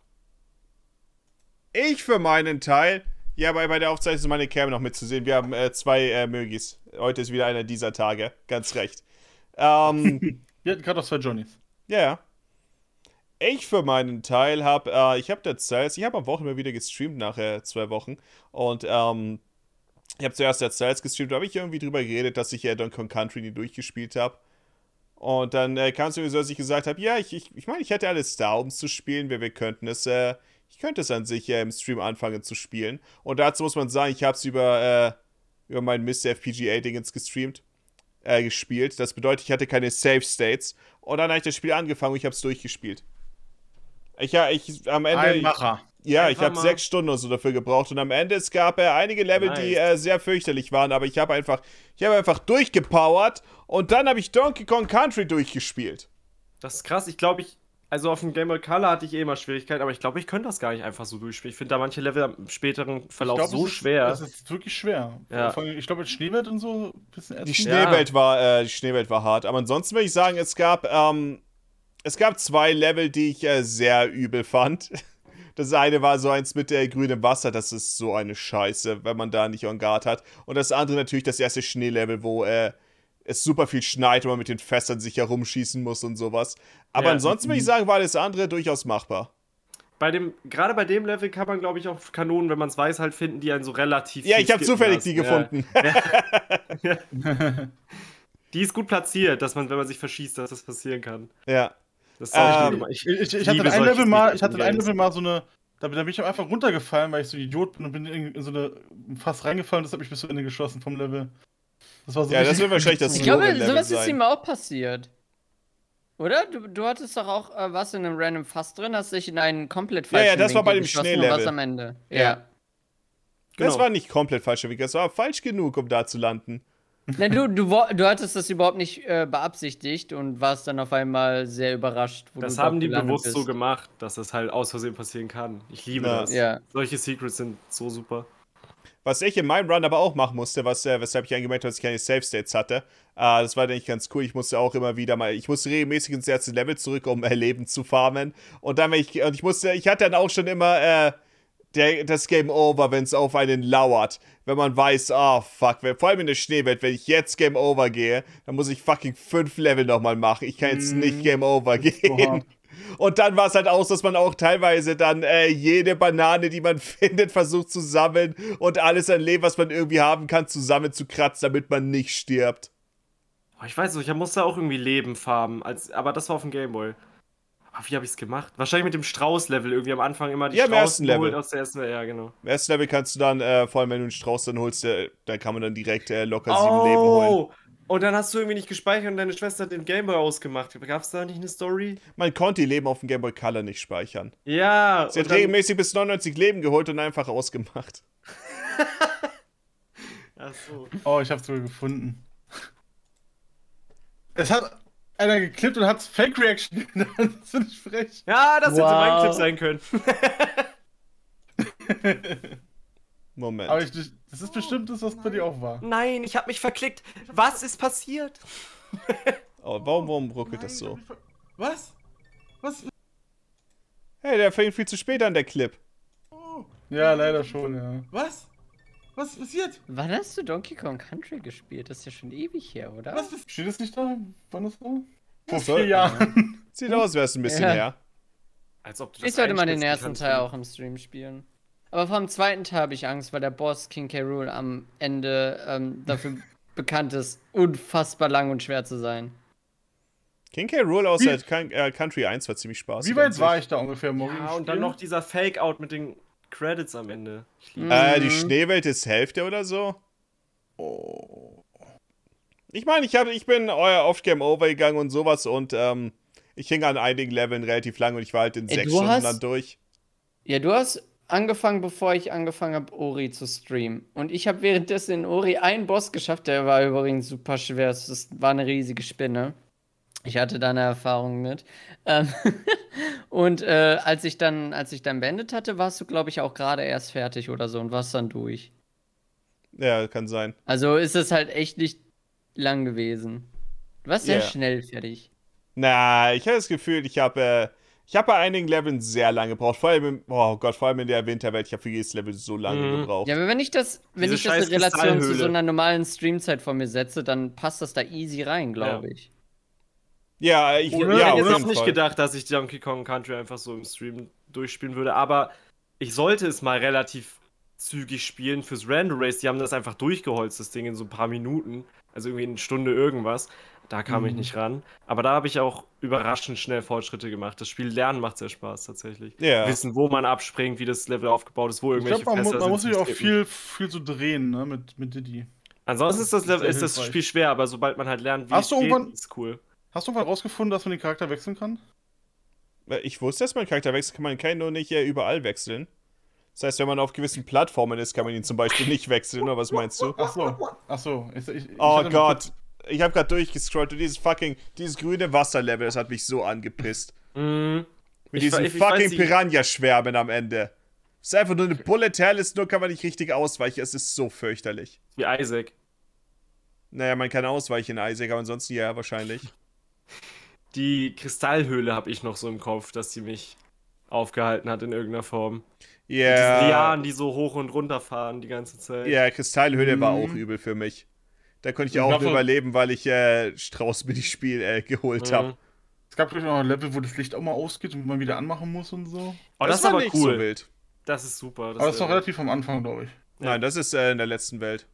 Ich für meinen Teil. Ja, bei, bei der Aufzeichnung ist meine Cam noch mitzusehen. Wir haben äh, zwei äh, Mögis. Heute ist wieder einer dieser Tage. Ganz recht. Ähm, Wir hatten gerade noch zwei Johnnies. ja, ja. Ich für meinen Teil habe, äh, ich habe Styles, ich habe am Wochenende wieder gestreamt nach äh, zwei Wochen. Und ähm, ich habe zuerst der Styles gestreamt, da habe ich irgendwie drüber geredet, dass ich äh, Donkey Kong Country nie durchgespielt habe. Und dann äh, kam es irgendwie so, dass ich gesagt habe, ja, ich, ich, ich meine, ich hätte alles da, um es zu spielen, wir, wir könnten es, äh, ich könnte es an sich äh, im Stream anfangen zu spielen. Und dazu muss man sagen, ich habe es über, äh, über mein Mr. FPGA-Dingens gestreamt, äh, gespielt. Das bedeutet, ich hatte keine Save States. Und dann habe ich das Spiel angefangen und ich habe es durchgespielt. Ich, ja, ich, am Ende. Ein Macher. Ja, Einfach ich habe mal- sechs Stunden oder so dafür gebraucht und am Ende es gab äh, einige Level, die äh, sehr fürchterlich waren, aber ich habe einfach, ich habe einfach durchgepowert und dann habe ich Donkey Kong Country durchgespielt. Das ist krass. Ich glaube, ich. Also auf dem Game Boy Color hatte ich eh immer Schwierigkeiten, aber ich glaube, ich könnte das gar nicht einfach so durchspielen. Ich finde da manche Level am späteren Verlauf Ich glaub, so es ist, schwer. Das ist wirklich schwer. Ja. Vor allem, ich glaube, mit Schneewert und so ein bisschen Die ätzend. Ja. Schneewelt war, äh, die Schneewelt war hart, aber ansonsten würde ich sagen, es gab, ähm, es gab zwei Level, die ich äh, sehr übel fand. Das eine war so eins mit äh, grünem Wasser, das ist so eine Scheiße, wenn man da nicht on guard hat. Und das andere natürlich das erste Schneelevel, wo äh, es super viel schneit und man mit den Fässern sich herumschießen muss und sowas. Aber Ja. Mhm. ansonsten würde ich sagen, war das andere durchaus machbar. bei dem, gerade bei dem Level kann man, glaube ich, auch Kanonen, wenn man es weiß, halt finden, die einen so relativ. Ja, viel ich habe skippen zufällig lassen. die Ja. gefunden. Die ist gut platziert, dass man, wenn man sich verschießt, dass das passieren kann. ja. Das Ähm, liebe- Ich, ich, ich hatte liebe ein solches Level mal, ich Spiel hatte in ein Games. Level mal so eine. Da bin, da bin ich einfach runtergefallen, weil ich so ein Idiot bin und bin in in so eine fast reingefallen, das hat mich bis zum Ende geschossen vom Level. Das war so ja, das richtig- wird wahrscheinlich das Ich glaube, Slogan-Level sowas ist sein. ihm auch passiert. Oder? Du, du hattest doch auch äh, was in einem random Fass drin, hast dich in einen komplett Ja, ja, falschen das war bei Winkel dem geschossen Schneelevel. und warst am Ende. Ja. Das Genau. war nicht komplett falscher Weg, das war falsch genug, um da zu landen. Nein, du, du, wo- du hattest das überhaupt nicht äh, beabsichtigt und warst dann auf einmal sehr überrascht, wo Das du haben dort die gelandet bewusst bist. so gemacht, dass das halt aus Versehen passieren kann. Ich liebe Ja. das. Ja. Solche Secrets sind so super. Was ich in meinem Run aber auch machen musste, was, äh, weshalb ich angemerkt habe, dass ich keine Save States hatte, äh, das war eigentlich ganz cool. Ich musste auch immer wieder mal, ich musste regelmäßig ins erste Level zurück, um äh, Leben zu farmen. Und dann, wenn ich, und ich musste, ich hatte dann auch schon immer äh, der, das Game Over, wenn es auf einen lauert. Wenn man weiß, ah fuck, wenn, vor allem in der Schneewelt, wenn ich jetzt Game Over gehe, dann muss ich fucking fünf Level nochmal machen. Ich kann jetzt nicht Game Over gehen. hart. Und dann war es halt aus, dass man auch teilweise dann äh, jede Banane, die man findet, versucht zu sammeln und alles an Leben, was man irgendwie haben kann, zusammen zu kratzen, damit man nicht stirbt. Oh, ich weiß nicht, ich musste auch irgendwie Leben farmen, als, aber das war auf dem Gameboy. Aber wie habe ich es gemacht? Wahrscheinlich mit dem Strauß-Level irgendwie am Anfang immer die Ja, im ersten Straußen Level. geholt aus der ersten Ja, genau. Im ersten Level kannst du dann, äh, vor allem wenn du einen Strauß dann holst, äh, da kann man dann direkt äh, locker sieben Oh! Leben holen. Oh! und dann hast du irgendwie nicht gespeichert und deine Schwester hat den Gameboy ausgemacht. Gab es da nicht eine Story? Man konnte die Leben auf dem Game Boy Color nicht speichern. Ja. Sie und hat dann- regelmäßig bis 99 Leben geholt und einfach ausgemacht. Ach so. Oh, ich hab's sogar gefunden. Es hat einer geklippt und hat's Fake Reaction genannt. Das finde ich frech. Ja, das hätte Wow. mein Clip sein können. Moment. Aber ich, das ist bestimmt das, was bei dir auch war. Nein, ich habe mich verklickt. Was ist passiert? oh, warum, warum ruckelt das so? Was? Was? Hey, der fängt viel zu spät an, der Clip. Ja, leider schon, ja. Was? Was ist passiert? Wann hast du Donkey Kong Country gespielt? Das ist ja schon ewig her, oder? Was ist Steht es nicht da? Äh, Wann das war? Vor soll- vier Jahren. Sieht aus, wär's ein bisschen Ja. her. Als ob du ich sollte mal den einschätzen ersten kannst. Teil auch im Stream spielen. Aber vor dem zweiten Teil habe ich Angst, weil der Boss King K. Rool am Ende ähm, dafür bekannt ist, unfassbar lang und schwer zu sein. King K. Rool aus Wie- der Kan- äh, Country 1 war ziemlich spaßig. Wie weit an sich. war ich da ungefähr morgen? Ja, Ah, und dann noch dieser Fake-Out mit den Credits am Ende. Ich liebe Äh, Mhm. die Schneewelt ist Hälfte oder so. Oh. Ich meine, ich, hab- ich bin euer off Game Over gegangen und sowas und ähm, ich hing an einigen Leveln relativ lang und ich war halt in Ey, sechs du Stunden hast- dann durch. Ja, du hast angefangen, bevor ich angefangen habe, Ori zu streamen. Und ich habe währenddessen in Ori einen Boss geschafft, der war übrigens super schwer. Es ist- war eine riesige Spinne. Ich hatte da eine Erfahrung mit. Ähm und äh, als ich dann, als ich dann beendet hatte, warst du, glaube ich, auch gerade erst fertig oder so und warst dann durch. Ja, kann sein. Also ist es halt echt nicht lang gewesen. Du warst sehr Ja. schnell fertig. Na, ich habe das Gefühl, ich habe äh, ich habe bei einigen Leveln sehr lange gebraucht. Vor allem, im, oh Gott, vor allem in der Winterwelt. Ich habe für jedes Level so lange Mhm. gebraucht. Ja, aber wenn ich das, wenn Diese ich das scheiß in Relation zu Kristallhöhle. so einer normalen Streamzeit von mir setze, dann passt das da easy rein, glaube ich. Ja, ich, ja, Oder? auf ich hätte jetzt jeden auch nicht Fall. gedacht, dass ich Donkey Kong Country einfach so im Stream durchspielen würde, aber ich sollte es mal relativ zügig spielen fürs Random Race. Die haben das einfach durchgeholzt, das Ding in so ein paar Minuten. Also irgendwie eine Stunde irgendwas. Da kam Mhm. ich nicht ran. Aber da habe ich auch überraschend schnell Fortschritte gemacht. Das Spiel Lernen macht sehr Spaß tatsächlich. Ja. Wissen, wo man abspringt, wie das Level aufgebaut ist, wo Ich irgendwelche glaube, man, mu- Fässer man sind muss zum sich auch Skippen. viel, viel zu drehen, ne, mit, mit Diddy. Ansonsten ist das, Level, Sehr ist das hilfreich. Spiel schwer, aber sobald man halt lernt, wie Hast du irgendwann- ist cool. Hast du mal rausgefunden, dass man den Charakter wechseln kann? Ich wusste, dass man Charakter wechseln kann. Man kann ihn nur nicht äh, überall wechseln. Das heißt, wenn man auf gewissen Plattformen ist, kann man ihn zum Beispiel nicht wechseln, oder was meinst du? Ach so. Ach so. Ich, ich, ich Oh hatte nur Gott. kurz- Ich habe gerade durchgescrollt und dieses fucking, dieses grüne Wasserlevel, das hat mich so angepisst. Mhm. Mit Ich diesen we- ich- ich weiß fucking die- Piranha-Schwärmen am Ende. Es ist einfach nur eine Bullet Hell, ist nur kann man nicht richtig ausweichen. Es ist so fürchterlich. Wie Isaac. Naja, man kann ausweichen, Isaac, aber ansonsten ja, wahrscheinlich. Die Kristallhöhle habe ich noch so im Kopf, dass sie mich aufgehalten hat in irgendeiner Form. Diese Ja. Lianen, die so hoch und runter fahren die ganze Zeit. Ja, Kristallhöhle war auch Mhm. übel für mich. Da konnte ich Ich auch glaub, nur so- überleben, weil ich äh, Strauß mit dem Spiel äh, geholt Mhm. habe. Es gab glaube ich noch ein Level, wo das Licht auch mal ausgeht und man wieder anmachen muss und so. Oh, das, ist aber nicht cool. so wild. das ist super. Aber das ist noch äh, relativ am Anfang, glaube ich. Ja. Nein, das ist äh, in der letzten Welt.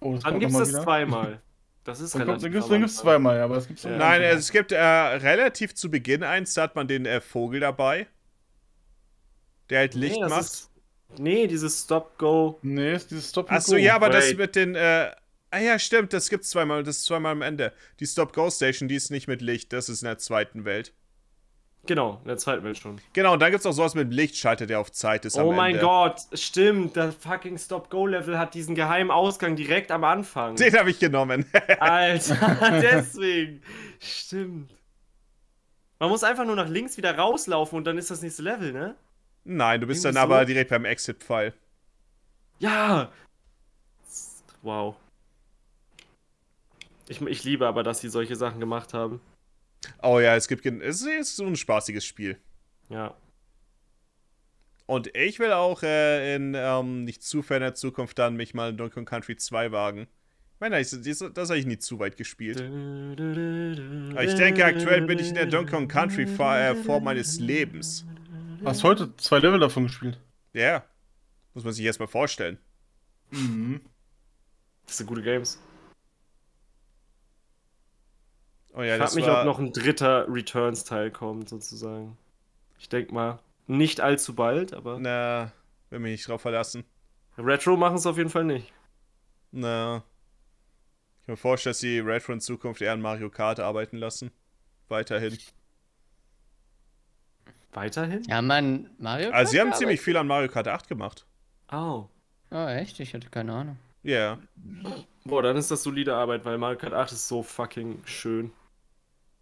Oh, das Dann kommt gibt es nochmal das zweimal. Das ist Dann kommt- relativ dann gibt's- am dann gibt's Anfang. zweimal, ja, aber es gibt's Ja. genau. Nein, äh, es gibt äh, relativ zu Beginn eins, da hat man den äh, Vogel dabei, der halt Licht nee, das macht. Ist, nee, dieses Stop-Go. Nee, ist dieses Stop and Achso, Go. ja, aber das Wait. mit den. Äh, ah ja, stimmt, das gibt's zweimal. Das ist zweimal am Ende. Die Stop-Go-Station, die ist nicht mit Licht, das ist in der zweiten Welt. Genau, in der zweiten Welt schon. Genau, und dann gibt's auch sowas mit dem Lichtschalter, der auf Zeit ist. am oh mein Ende. Gott, stimmt. Der fucking Stop-Go-Level hat diesen geheimen Ausgang direkt am Anfang. Den habe ich genommen. Alter, deswegen. Stimmt. Man muss einfach nur nach links wieder rauslaufen und dann ist das nächste Level, ne? Nein, du bist dann Irgendwie aber so. direkt beim Exit-Pfeil. Ja! Wow. Ich, ich liebe aber, dass sie solche Sachen gemacht haben. Oh ja, es gibt. gen- Es ist so ein spaßiges Spiel. Ja. Und ich will auch äh, in ähm, nicht zu ferner Zukunft dann mich mal in Donkey Kong Country 2 wagen. Ich meine, das, das, das habe ich nie zu weit gespielt. Aber ich Ich denke, aktuell bin ich in der Donkey Kong Country Fa- äh, Form meines Lebens. Hast heute zwei Level davon gespielt? Ja. Muss man sich erstmal vorstellen. Mhm. Das sind gute Games. Oh ja, ich frag mich, ob noch ein dritter Returns-Teil kommt, sozusagen. Ich denke mal, nicht allzu bald, aber. Na, will mich nicht drauf verlassen. Retro machen es auf jeden Fall nicht. Na. Ich kann mir vorstellen, dass die Retro in Zukunft eher an Mario Kart arbeiten lassen. Weiterhin. Weiterhin? Ja, Mann, Mario Kart. Also, sie haben aber- ziemlich viel an Mario Kart 8 gemacht. Au. Oh, echt? Ich hatte keine Ahnung. Ja. Boah, dann ist das solide Arbeit, weil Mario Kart 8 ist so fucking schön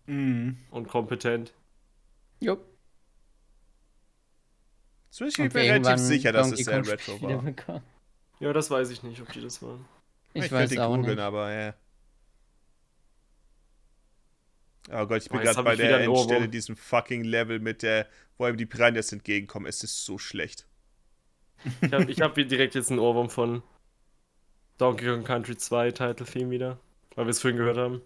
Mhm. und kompetent. Jupp. Jetzt bin ich mir relativ sicher, dass es äh, Retro war. Bekommen. Ja, das weiß ich nicht, ob die das waren. Ich, ich weiß könnte auch googeln, nicht. aber ja. Oh Gott, ich bin Oh, jetzt gerade hab bei ich wieder der einen Ohrwurm. Endstelle, diesem fucking Level mit der, wo einem die Piranhas entgegenkommen. Es ist so schlecht. Ich habe ich hab hier direkt jetzt einen Ohrwurm von Donkey Kong Country 2 Title Theme wieder, weil wir es vorhin gehört haben.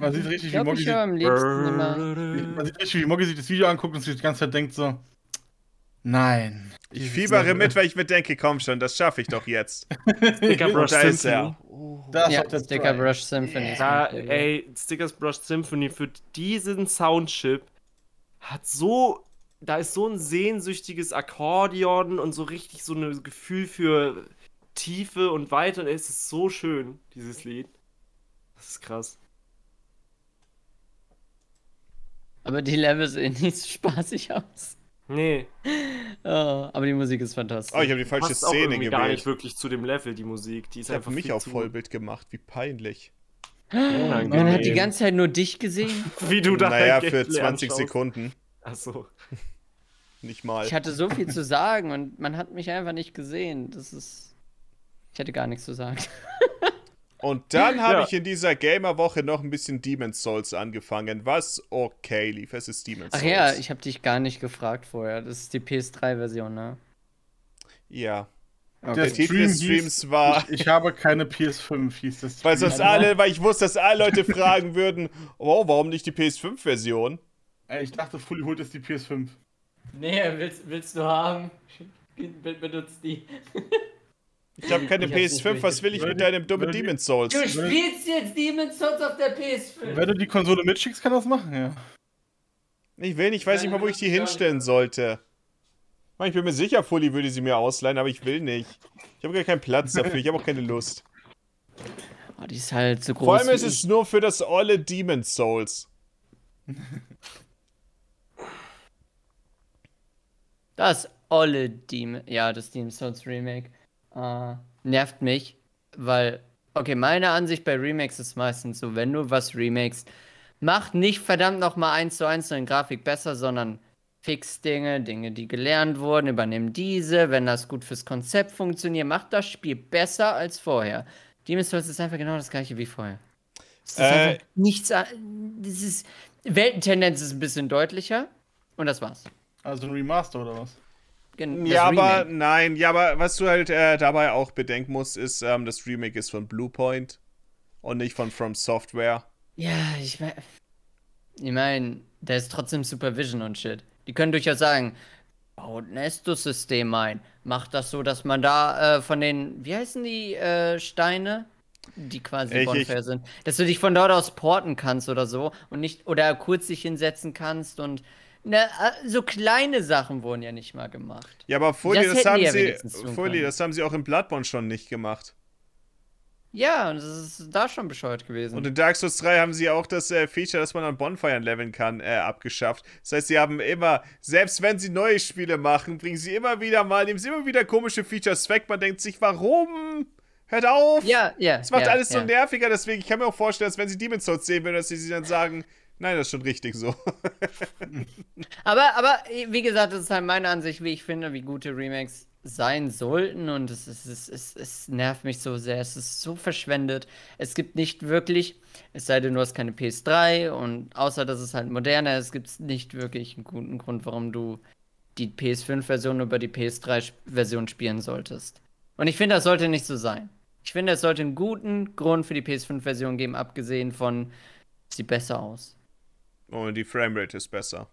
Man sieht richtig, Ich wie glaube, Moggi ich höre sich, am liebsten immer. Hm. man sieht richtig, wie Moggi sich das Video anguckt und sich die ganze Zeit denkt so, nein. Ich Dieses fiebere Level. mit, weil ich mir denke, komm schon, das schaffe ich doch jetzt. Sticker-Brush Da ist Symphony. Oh. Das Ja, hat der Sticker Drive. Brush Symphony. ist Da, mein Favorit. ey, Stickers Brush Symphony für diesen Soundchip hat so. Da ist so ein sehnsüchtiges Akkordeon und so richtig so ein Gefühl für Tiefe und Weite. Und es ist so schön, dieses Lied. Das ist krass. Aber die Level sehen nicht so spaßig aus. Nee, Oh, aber die Musik ist fantastisch. Oh, ich habe die falsche passt auch Szene irgendwie gar nicht gewählt. wirklich zu dem Level, die Musik. Die ist Ich habe einfach mich viel auf zu Vollbild gemacht. Wie peinlich. unangenehm. Man hat die ganze Zeit nur dich gesehen. Wie du da Naja, dein für Gameplay 20 anschaust. Sekunden. Ach so. Nicht mal. Ich hatte so viel zu sagen und man hat mich einfach nicht gesehen. Das ist. Ich hätte gar nichts zu sagen. Und dann habe Ja. ich in dieser Gamer-Woche noch ein bisschen Demon's Souls angefangen. Was okay lief. Es ist Demon's Ach Souls. ja, ich habe dich gar nicht gefragt vorher. Das ist die PS3-Version, ne? ja. Der Der Titel des Stream hieß- Streams war. Ich habe keine PS5, hieß das. Weil sonst alle, weil ich wusste, dass alle Leute fragen würden, oh, warum nicht die PS5-Version? Ey, ich dachte, Fully holt jetzt die PS5. Nee, willst, willst du haben? Benutzt die. Ich habe keine Ich hab's nicht PS5, was will ich mit Leute, deinem dummen Leute. Demon's Souls? Du spielst jetzt Demon's Souls auf der PS5. Wenn du die Konsole mitschickst, kann das machen, ja. Ich will nicht, ich weiß nicht mal, wo ich die hinstellen sollte. Ich meine, Ich bin mir sicher, Fully würde sie mir ausleihen, aber ich will nicht. Ich habe gar keinen Platz dafür, ich habe auch keine Lust. Oh, die ist halt so groß. Vor allem wie ist es nur für das olle Demon's Souls. Das olle Demon, ja, das Demon Souls Remake äh, nervt mich, weil, okay, meine Ansicht bei Remakes ist meistens so, wenn du was remakest, mach nicht verdammt nochmal eins zu eins deine Grafik besser, sondern fix Dinge, Dinge, die gelernt wurden, übernimm diese, wenn das gut fürs Konzept funktioniert, mach das Spiel besser als vorher. Demon Souls ist einfach genau das gleiche wie vorher. Es ist Äh. einfach nichts, a- das ist, Weltentendenz ist ein bisschen deutlicher und das war's. Also ein Remaster oder was? Gen- das Ja, aber Remake. nein, ja, aber was du halt äh, dabei auch bedenken musst, ist, ähm, das Remake ist von Bluepoint und nicht von From Software. Ja, ich mein. Ich mein, da ist trotzdem Supervision und shit. Die können durchaus sagen, baut ein Estus-System ein. Macht das so, dass man da äh, von den, wie heißen die äh, Steine, die quasi Ich- Bonfire sind, dass du dich von dort aus porten kannst oder so und nicht, oder kurz dich hinsetzen kannst und, ne, äh, so kleine Sachen wurden ja nicht mal gemacht. Ja, aber Fully, Das das, hätten die haben ja sie, wenigstens tun Fully, können. das haben sie auch in Bloodborne schon nicht gemacht. Ja, und das ist da schon bescheuert gewesen. Und in Dark Souls 3 haben sie auch das äh, Feature, dass man an Bonfiren leveln kann, äh, abgeschafft. Das heißt, sie haben immer, selbst wenn sie neue Spiele machen, bringen sie immer wieder mal, nehmen sie immer wieder komische Features weg. Man denkt sich, warum? Hört auf! ja, ja. Es macht ja, alles so ja. nerviger, deswegen, ich kann mir auch vorstellen, dass wenn sie Demon's Souls sehen würden, dass sie sie dann sagen, nein, das ist schon richtig so. Aber, aber äh, wie gesagt, das ist halt meine Ansicht, wie ich finde, wie gute Remakes sein sollten. Und es, ist, es, es, es nervt mich so sehr. Es ist so verschwendet. Es gibt nicht wirklich, es sei denn, du hast keine PS3 und außer dass es halt moderner ist, gibt es nicht wirklich einen guten Grund, warum du die PS5-Version über die PS3-Version spielen solltest. Und ich finde, das sollte nicht so sein. Ich finde, es sollte einen guten Grund für die PS5-Version geben, abgesehen von, sieht besser aus. Und Oh, die Framerate ist besser.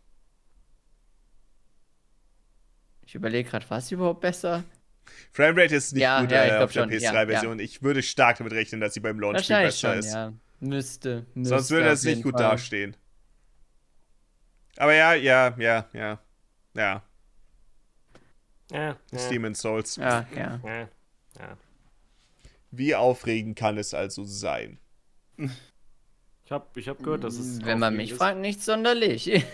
Ich überlege gerade, war es überhaupt besser? Framerate ist nicht Ja, gut ja, ich äh, glaub auf der schon, ja, PS3-Version. Ich würde stark damit rechnen, dass sie beim Launch viel Wahrscheinlich besser schon, ist. ja. Müsste, müsste. Sonst würde auf das nicht jeden gut Fall. dastehen. Aber ja, ja, ja, ja. Ja, Ja, ist ja, Demon's Souls. Ja, ja. ja. Wie aufregend kann es also sein? Ich hab, ich hab gehört, dass es. Wenn man aufregend mich ist. fragt, nicht sonderlich.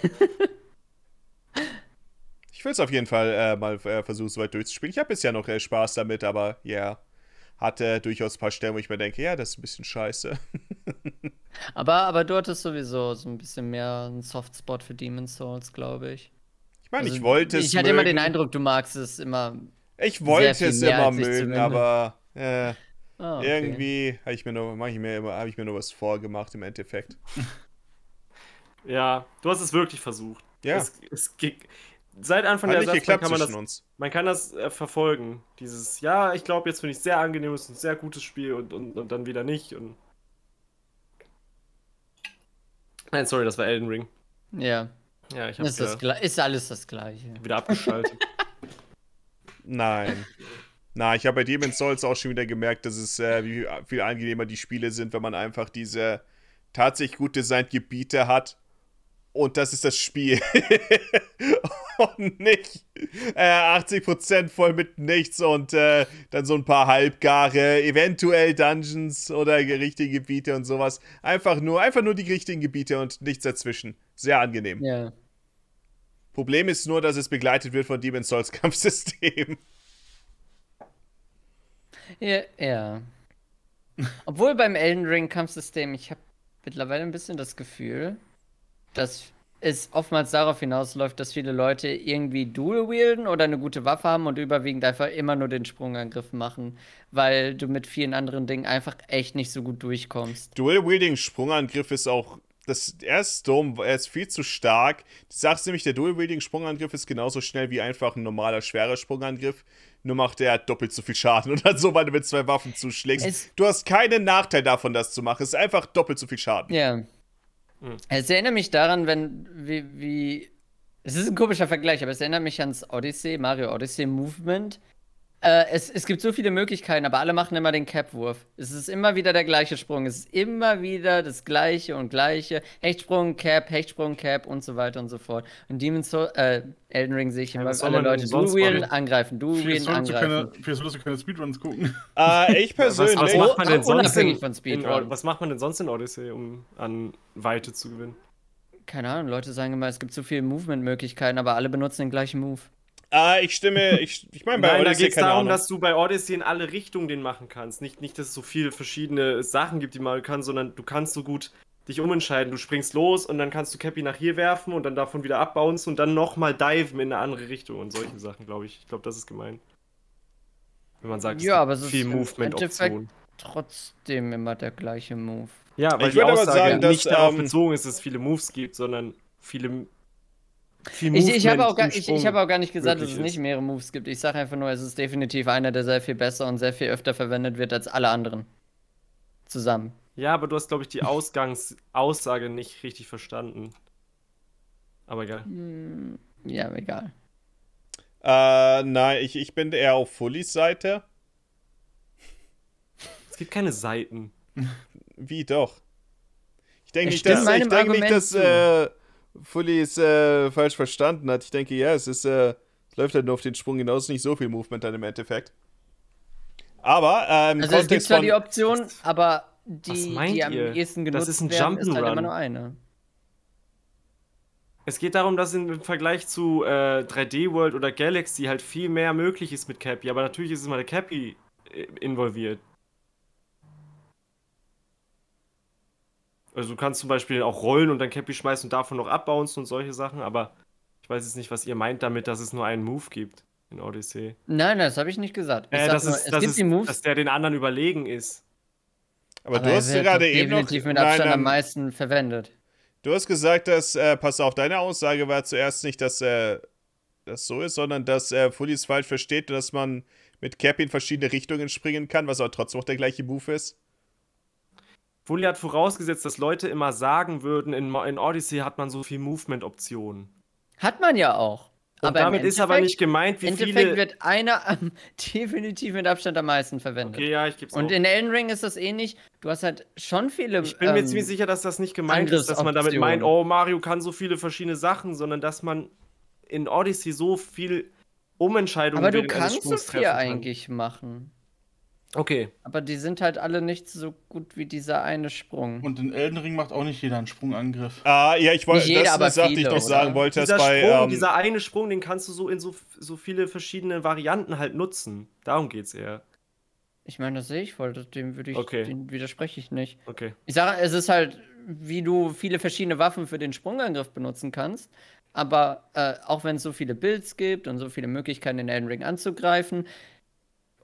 Ich will es auf jeden Fall äh, mal äh, versuchen, so weit durchzuspielen. Ich habe bisher noch äh, Spaß damit, aber ja. Hatte durchaus ein paar Stellen, wo ich mir denke, ja, das ist ein bisschen scheiße. aber, aber dort ist sowieso so ein bisschen mehr ein Softspot für Demon's Souls, glaube ich. Ich meine, ich Also, wollte es Ich hatte immer den mögen. Eindruck, du magst es immer. Ich sehr wollte viel es mehr, immer als ich mögen, zumindest- aber äh, Ah, okay. irgendwie habe ich mir nur, mach ich mir immer, habe ich mir nur was vorgemacht im Endeffekt. Ja, du hast es wirklich versucht. Ja. Es, es ging, seit Anfang Hat der nicht Ersatzbank geklappt kann man zwischen das uns. Man kann das äh, verfolgen. Dieses, ja, ich glaube, jetzt finde ich sehr angenehmes und sehr gutes Spiel und, und, und dann wieder nicht. Und Nein, sorry, das war Elden Ring. Ja, Ja, ich habe ist, das wieder, gla- ist alles das Gleiche. wieder abgeschaltet. Nein. Na, ich habe bei Demon's Souls auch schon wieder gemerkt, dass es äh, wie viel angenehmer die Spiele sind, wenn man einfach diese tatsächlich gut designten Gebiete hat Und das ist das Spiel. und nicht äh, 80% voll mit nichts und äh, dann so ein paar halbgare, eventuell Dungeons oder ge- richtige Gebiete und sowas. Einfach nur, einfach nur die richtigen Gebiete und nichts dazwischen. Sehr angenehm. Ja. Problem ist nur, dass es begleitet wird von Demon's Souls Kampfsystem. Ja. ja. Obwohl beim Elden Ring Kampfsystem, ich habe mittlerweile ein bisschen das Gefühl, dass es oftmals darauf hinausläuft, dass viele Leute irgendwie Dual wielden oder eine gute Waffe haben und überwiegend einfach immer nur den Sprungangriff machen, weil du mit vielen anderen Dingen einfach echt nicht so gut durchkommst. Dual Wielding Sprungangriff ist auch das er ist dumm, er ist viel zu stark. Du sagst nämlich, der Dual Wielding Sprungangriff ist genauso schnell wie einfach ein normaler schwerer Sprungangriff, nur macht er doppelt so viel Schaden und dann so, weil du mit zwei Waffen zuschlägst. Es- du hast keinen Nachteil davon, das zu machen. Es ist einfach doppelt so viel Schaden. Ja. Hm. Es erinnert mich daran, wenn, wie, wie. Es ist ein komischer Vergleich, aber es erinnert mich ans Odyssey, Mario Odyssey Movement. Äh, es, es gibt so viele Möglichkeiten, aber alle machen immer den Cap-Wurf. Es ist immer wieder der gleiche Sprung. Es ist immer wieder das gleiche und gleiche. Hechtsprung, Cap, Hechtsprung, Cap und so weiter und so fort. Und Demon's Soul, äh, Elden Ring sehe ich immer, was soll alle man Leute denn sonst du wheelen, machen? angreifen, du Für wheelen, solltest du angreifen. keine, für solltest du keine Speedruns gucken. Äh, ich persönlich. Was, was macht man denn Oh, sonst unabhängig in, von in, Speedrun. Od- was macht man denn sonst in Odyssey, um an Weite zu gewinnen? Keine Ahnung, Leute sagen immer, es gibt so viele Movement-Möglichkeiten, aber alle benutzen den gleichen Move. äh, ich stimme, ich, ich meine, bei Nein, da Odyssey geht es keine darum, Ahnung. dass du bei Odyssey in alle Richtungen den machen kannst. Nicht, nicht, dass es so viele verschiedene Sachen gibt, die man kann, sondern du kannst so gut dich umentscheiden. Du springst los und dann kannst du Cappy nach hier werfen und dann davon wieder abbouncen und dann nochmal diven in eine andere Richtung und solche Sachen, glaube ich. Ich glaube, das ist gemein. Wenn man sagt, Ja, gibt aber es ist viel im Movement-Optionen. trotzdem immer der gleiche Move. Ja, weil Ich die würde aber Aussage sagen, dass, nicht darauf ähm, bezogen ist, dass es viele Moves gibt, sondern viele viel Ich, ich, habe Movement auch gar, im ich, ich Sprung. habe auch gar nicht gesagt, dass es möglich nicht ist. mehrere Moves gibt. Ich sage einfach nur, es ist definitiv einer, der sehr viel besser und sehr viel öfter verwendet wird als alle anderen. Zusammen. Ja, aber du hast, glaube ich, die Ausgangsaussage nicht richtig verstanden. Aber egal. Ja, egal. äh, nein, ich, ich bin eher auf Fullis Seite. Es gibt keine Seiten. Wie doch? Ich denke Ich nicht, stimme dass, ich meinem denke nicht, Argument dass zu. äh, Fully es äh, falsch verstanden hat. Ich denke, ja, es ist, äh, es läuft halt nur auf den Sprung hinaus, nicht so viel Movement dann im Endeffekt. Aber äh, im Also es gibt Kontext zwar von, die Option, aber was die, meint die am ihr? ehesten Das genutzt ist ein werden, ist halt Jump'n'Run. immer nur eine. Es geht darum, dass im Vergleich zu äh, 3D World oder Galaxy halt viel mehr möglich ist mit Cappy. Aber natürlich ist immer der Cappy äh, involviert. Also du kannst zum Beispiel auch rollen und dann Cappy schmeißen und davon noch abbouncen und solche Sachen. Aber ich weiß jetzt nicht, was ihr meint damit, dass es nur einen Move gibt in Odyssey. Nein, nein, das habe ich nicht gesagt. Ich Äh, sag das nur, ist, es das gibt ist, die Moves, dass der den anderen überlegen ist. aber aber du hast er wird gerade eben noch, definitiv mit Abstand nein, am nein, meisten verwendet. du hast gesagt, dass, äh, pass auf, deine Aussage war zuerst nicht, dass äh, das so ist, sondern dass äh, Fully es falsch versteht und dass man mit Cap in verschiedene Richtungen springen kann, was aber trotzdem auch der gleiche Move ist. Fully hat vorausgesetzt, dass Leute immer sagen würden, in, Mo- in Odyssey hat man so viel Movement-Optionen. Hat man ja auch. Und Aber im damit ist aber Endeffekt- nicht gemeint, wie Im Endeffekt viele... wird einer am, definitiv mit Abstand am meisten verwendet. Okay, ja, ich geb's Und auch. in Elden Ring ist das ähnlich. Du hast halt schon viele. Ich bin mir ähm, ziemlich sicher, dass das nicht gemeint ist, dass man damit Angriffsoptionen. meint, oh, Mario kann so viele verschiedene Sachen, sondern dass man in Odyssey so viel Umentscheidungen Aber du während eines kannst so Sprungs viel treffen kann. eigentlich machen. Okay. Aber die sind halt alle nicht so gut wie dieser eine Sprung. Und in Elden Ring macht auch nicht jeder einen Sprungangriff. Ah, ja, ich wollte, Nicht jeder, das ist eine aber Sache, die ich viele, noch oder? sagen wollte, dass Dieser bei, Sprung, ähm, dieser eine Sprung, den kannst du so in so, so viele verschiedene Varianten halt nutzen. Darum geht's eher. Ich meine, das sehe ich voll. das- Dem würde ich, Okay. dem widerspreche ich nicht. Okay. Ich sage, es ist halt, wie du viele verschiedene Waffen für den Sprungangriff benutzen kannst. Aber äh, auch wenn es so viele Builds gibt und so viele Möglichkeiten, den Elden Ring anzugreifen,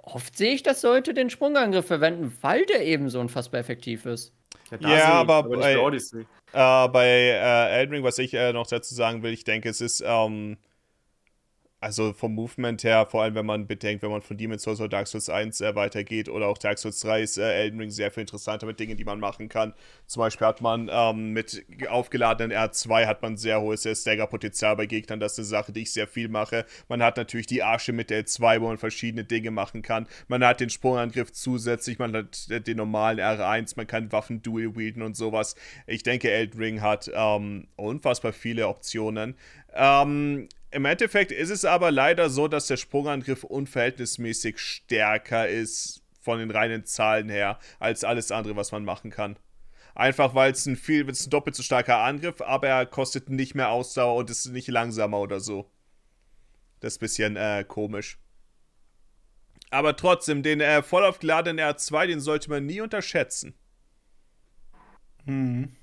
oft sehe ich, dass Leute den Sprungangriff verwenden, weil der eben so unfassbar effektiv ist. da Ja, sind wir, aber nicht bei- bei Odyssey. Äh, bei äh, Elden Ring, was ich äh, noch dazu sagen will, ich denke, es ist, ähm, also vom Movement her, vor allem wenn man bedenkt, wenn man von Demon's Souls oder Dark Souls 1 äh, weitergeht oder auch Dark Souls 3 ist äh, Elden Ring sehr viel interessanter mit Dingen, die man machen kann. Zum Beispiel hat man ähm, mit aufgeladenen R2 hat man sehr hohes äh, Stagger-Potenzial bei Gegnern. Das ist eine Sache, die ich sehr viel mache. Man hat natürlich die Arsche mit der L2, wo man verschiedene Dinge machen kann. Man hat den Sprungangriff zusätzlich, man hat äh, den normalen R1, man kann Waffen dual wielden und sowas. Ich denke, Elden Ring hat ähm, unfassbar viele Optionen. Ähm, im Endeffekt ist es aber leider so, dass der Sprungangriff unverhältnismäßig stärker ist von den reinen Zahlen her als alles andere, was man machen kann. Einfach weil es ein viel, es ist ein doppelt so starker Angriff, aber er kostet nicht mehr Ausdauer und ist nicht langsamer oder so. Das ist ein bisschen äh, komisch. Aber trotzdem, den äh, voll aufgeladenen R2, den sollte man nie unterschätzen. Mhm.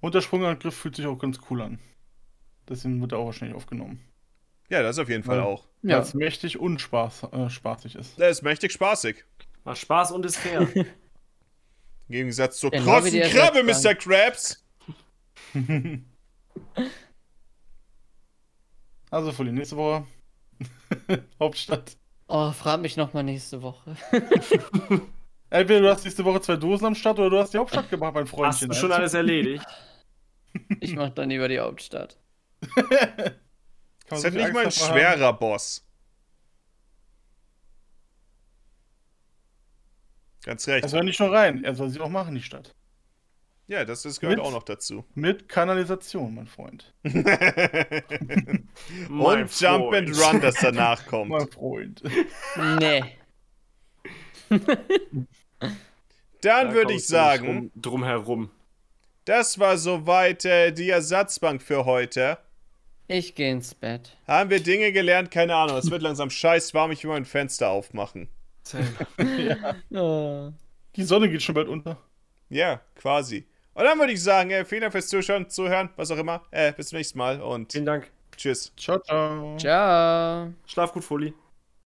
Und der Sprungangriff fühlt sich auch ganz cool an. Deswegen wird er auch wahrscheinlich aufgenommen. Ja, das auf jeden Fall Ja. auch. Ja. Ja. Weil es mächtig und spaß, äh, spaßig ist. Der ist mächtig spaßig. Macht Spaß und ist fair. Im Gegensatz zur Genau wie krossen die Krabbe, Mr. Ersatzbank. Krabs. Also für die nächste Woche. Hauptstadt. Oh, frag mich nochmal nächste Woche. Entweder du hast nächste Woche zwei Dosen am Start oder du hast die Hauptstadt gemacht, mein Hast Freundchen. du schon alles erledigt? Ich mach dann lieber die Hauptstadt. Das ist halt nicht mal ein schwerer Boss. Ganz recht. Er soll Also, nicht nur rein, er soll sie auch machen, die Stadt. ja, das, das gehört Mit? auch noch dazu. Mit Kanalisation, mein Freund. Mein Und Jump Freund. and Run, das danach kommt. Mein Freund. Nee. Dann würde Da kommst ich du nicht sagen, Rum, drumherum. das war soweit äh, die Ersatzbank für heute. Ich geh ins Bett. Haben wir Dinge gelernt? Keine Ahnung. Es wird langsam scheiß warm. Ich will mein Fenster aufmachen. Oh. Die Sonne geht schon bald unter. Ja, quasi. Und dann würde ich sagen, äh, vielen Dank fürs Zuschauen, Zuhören, was auch immer. Äh, bis zum nächsten Mal und Vielen Dank. tschüss. Ciao, ciao. Ciao. Schlaf gut, Foli.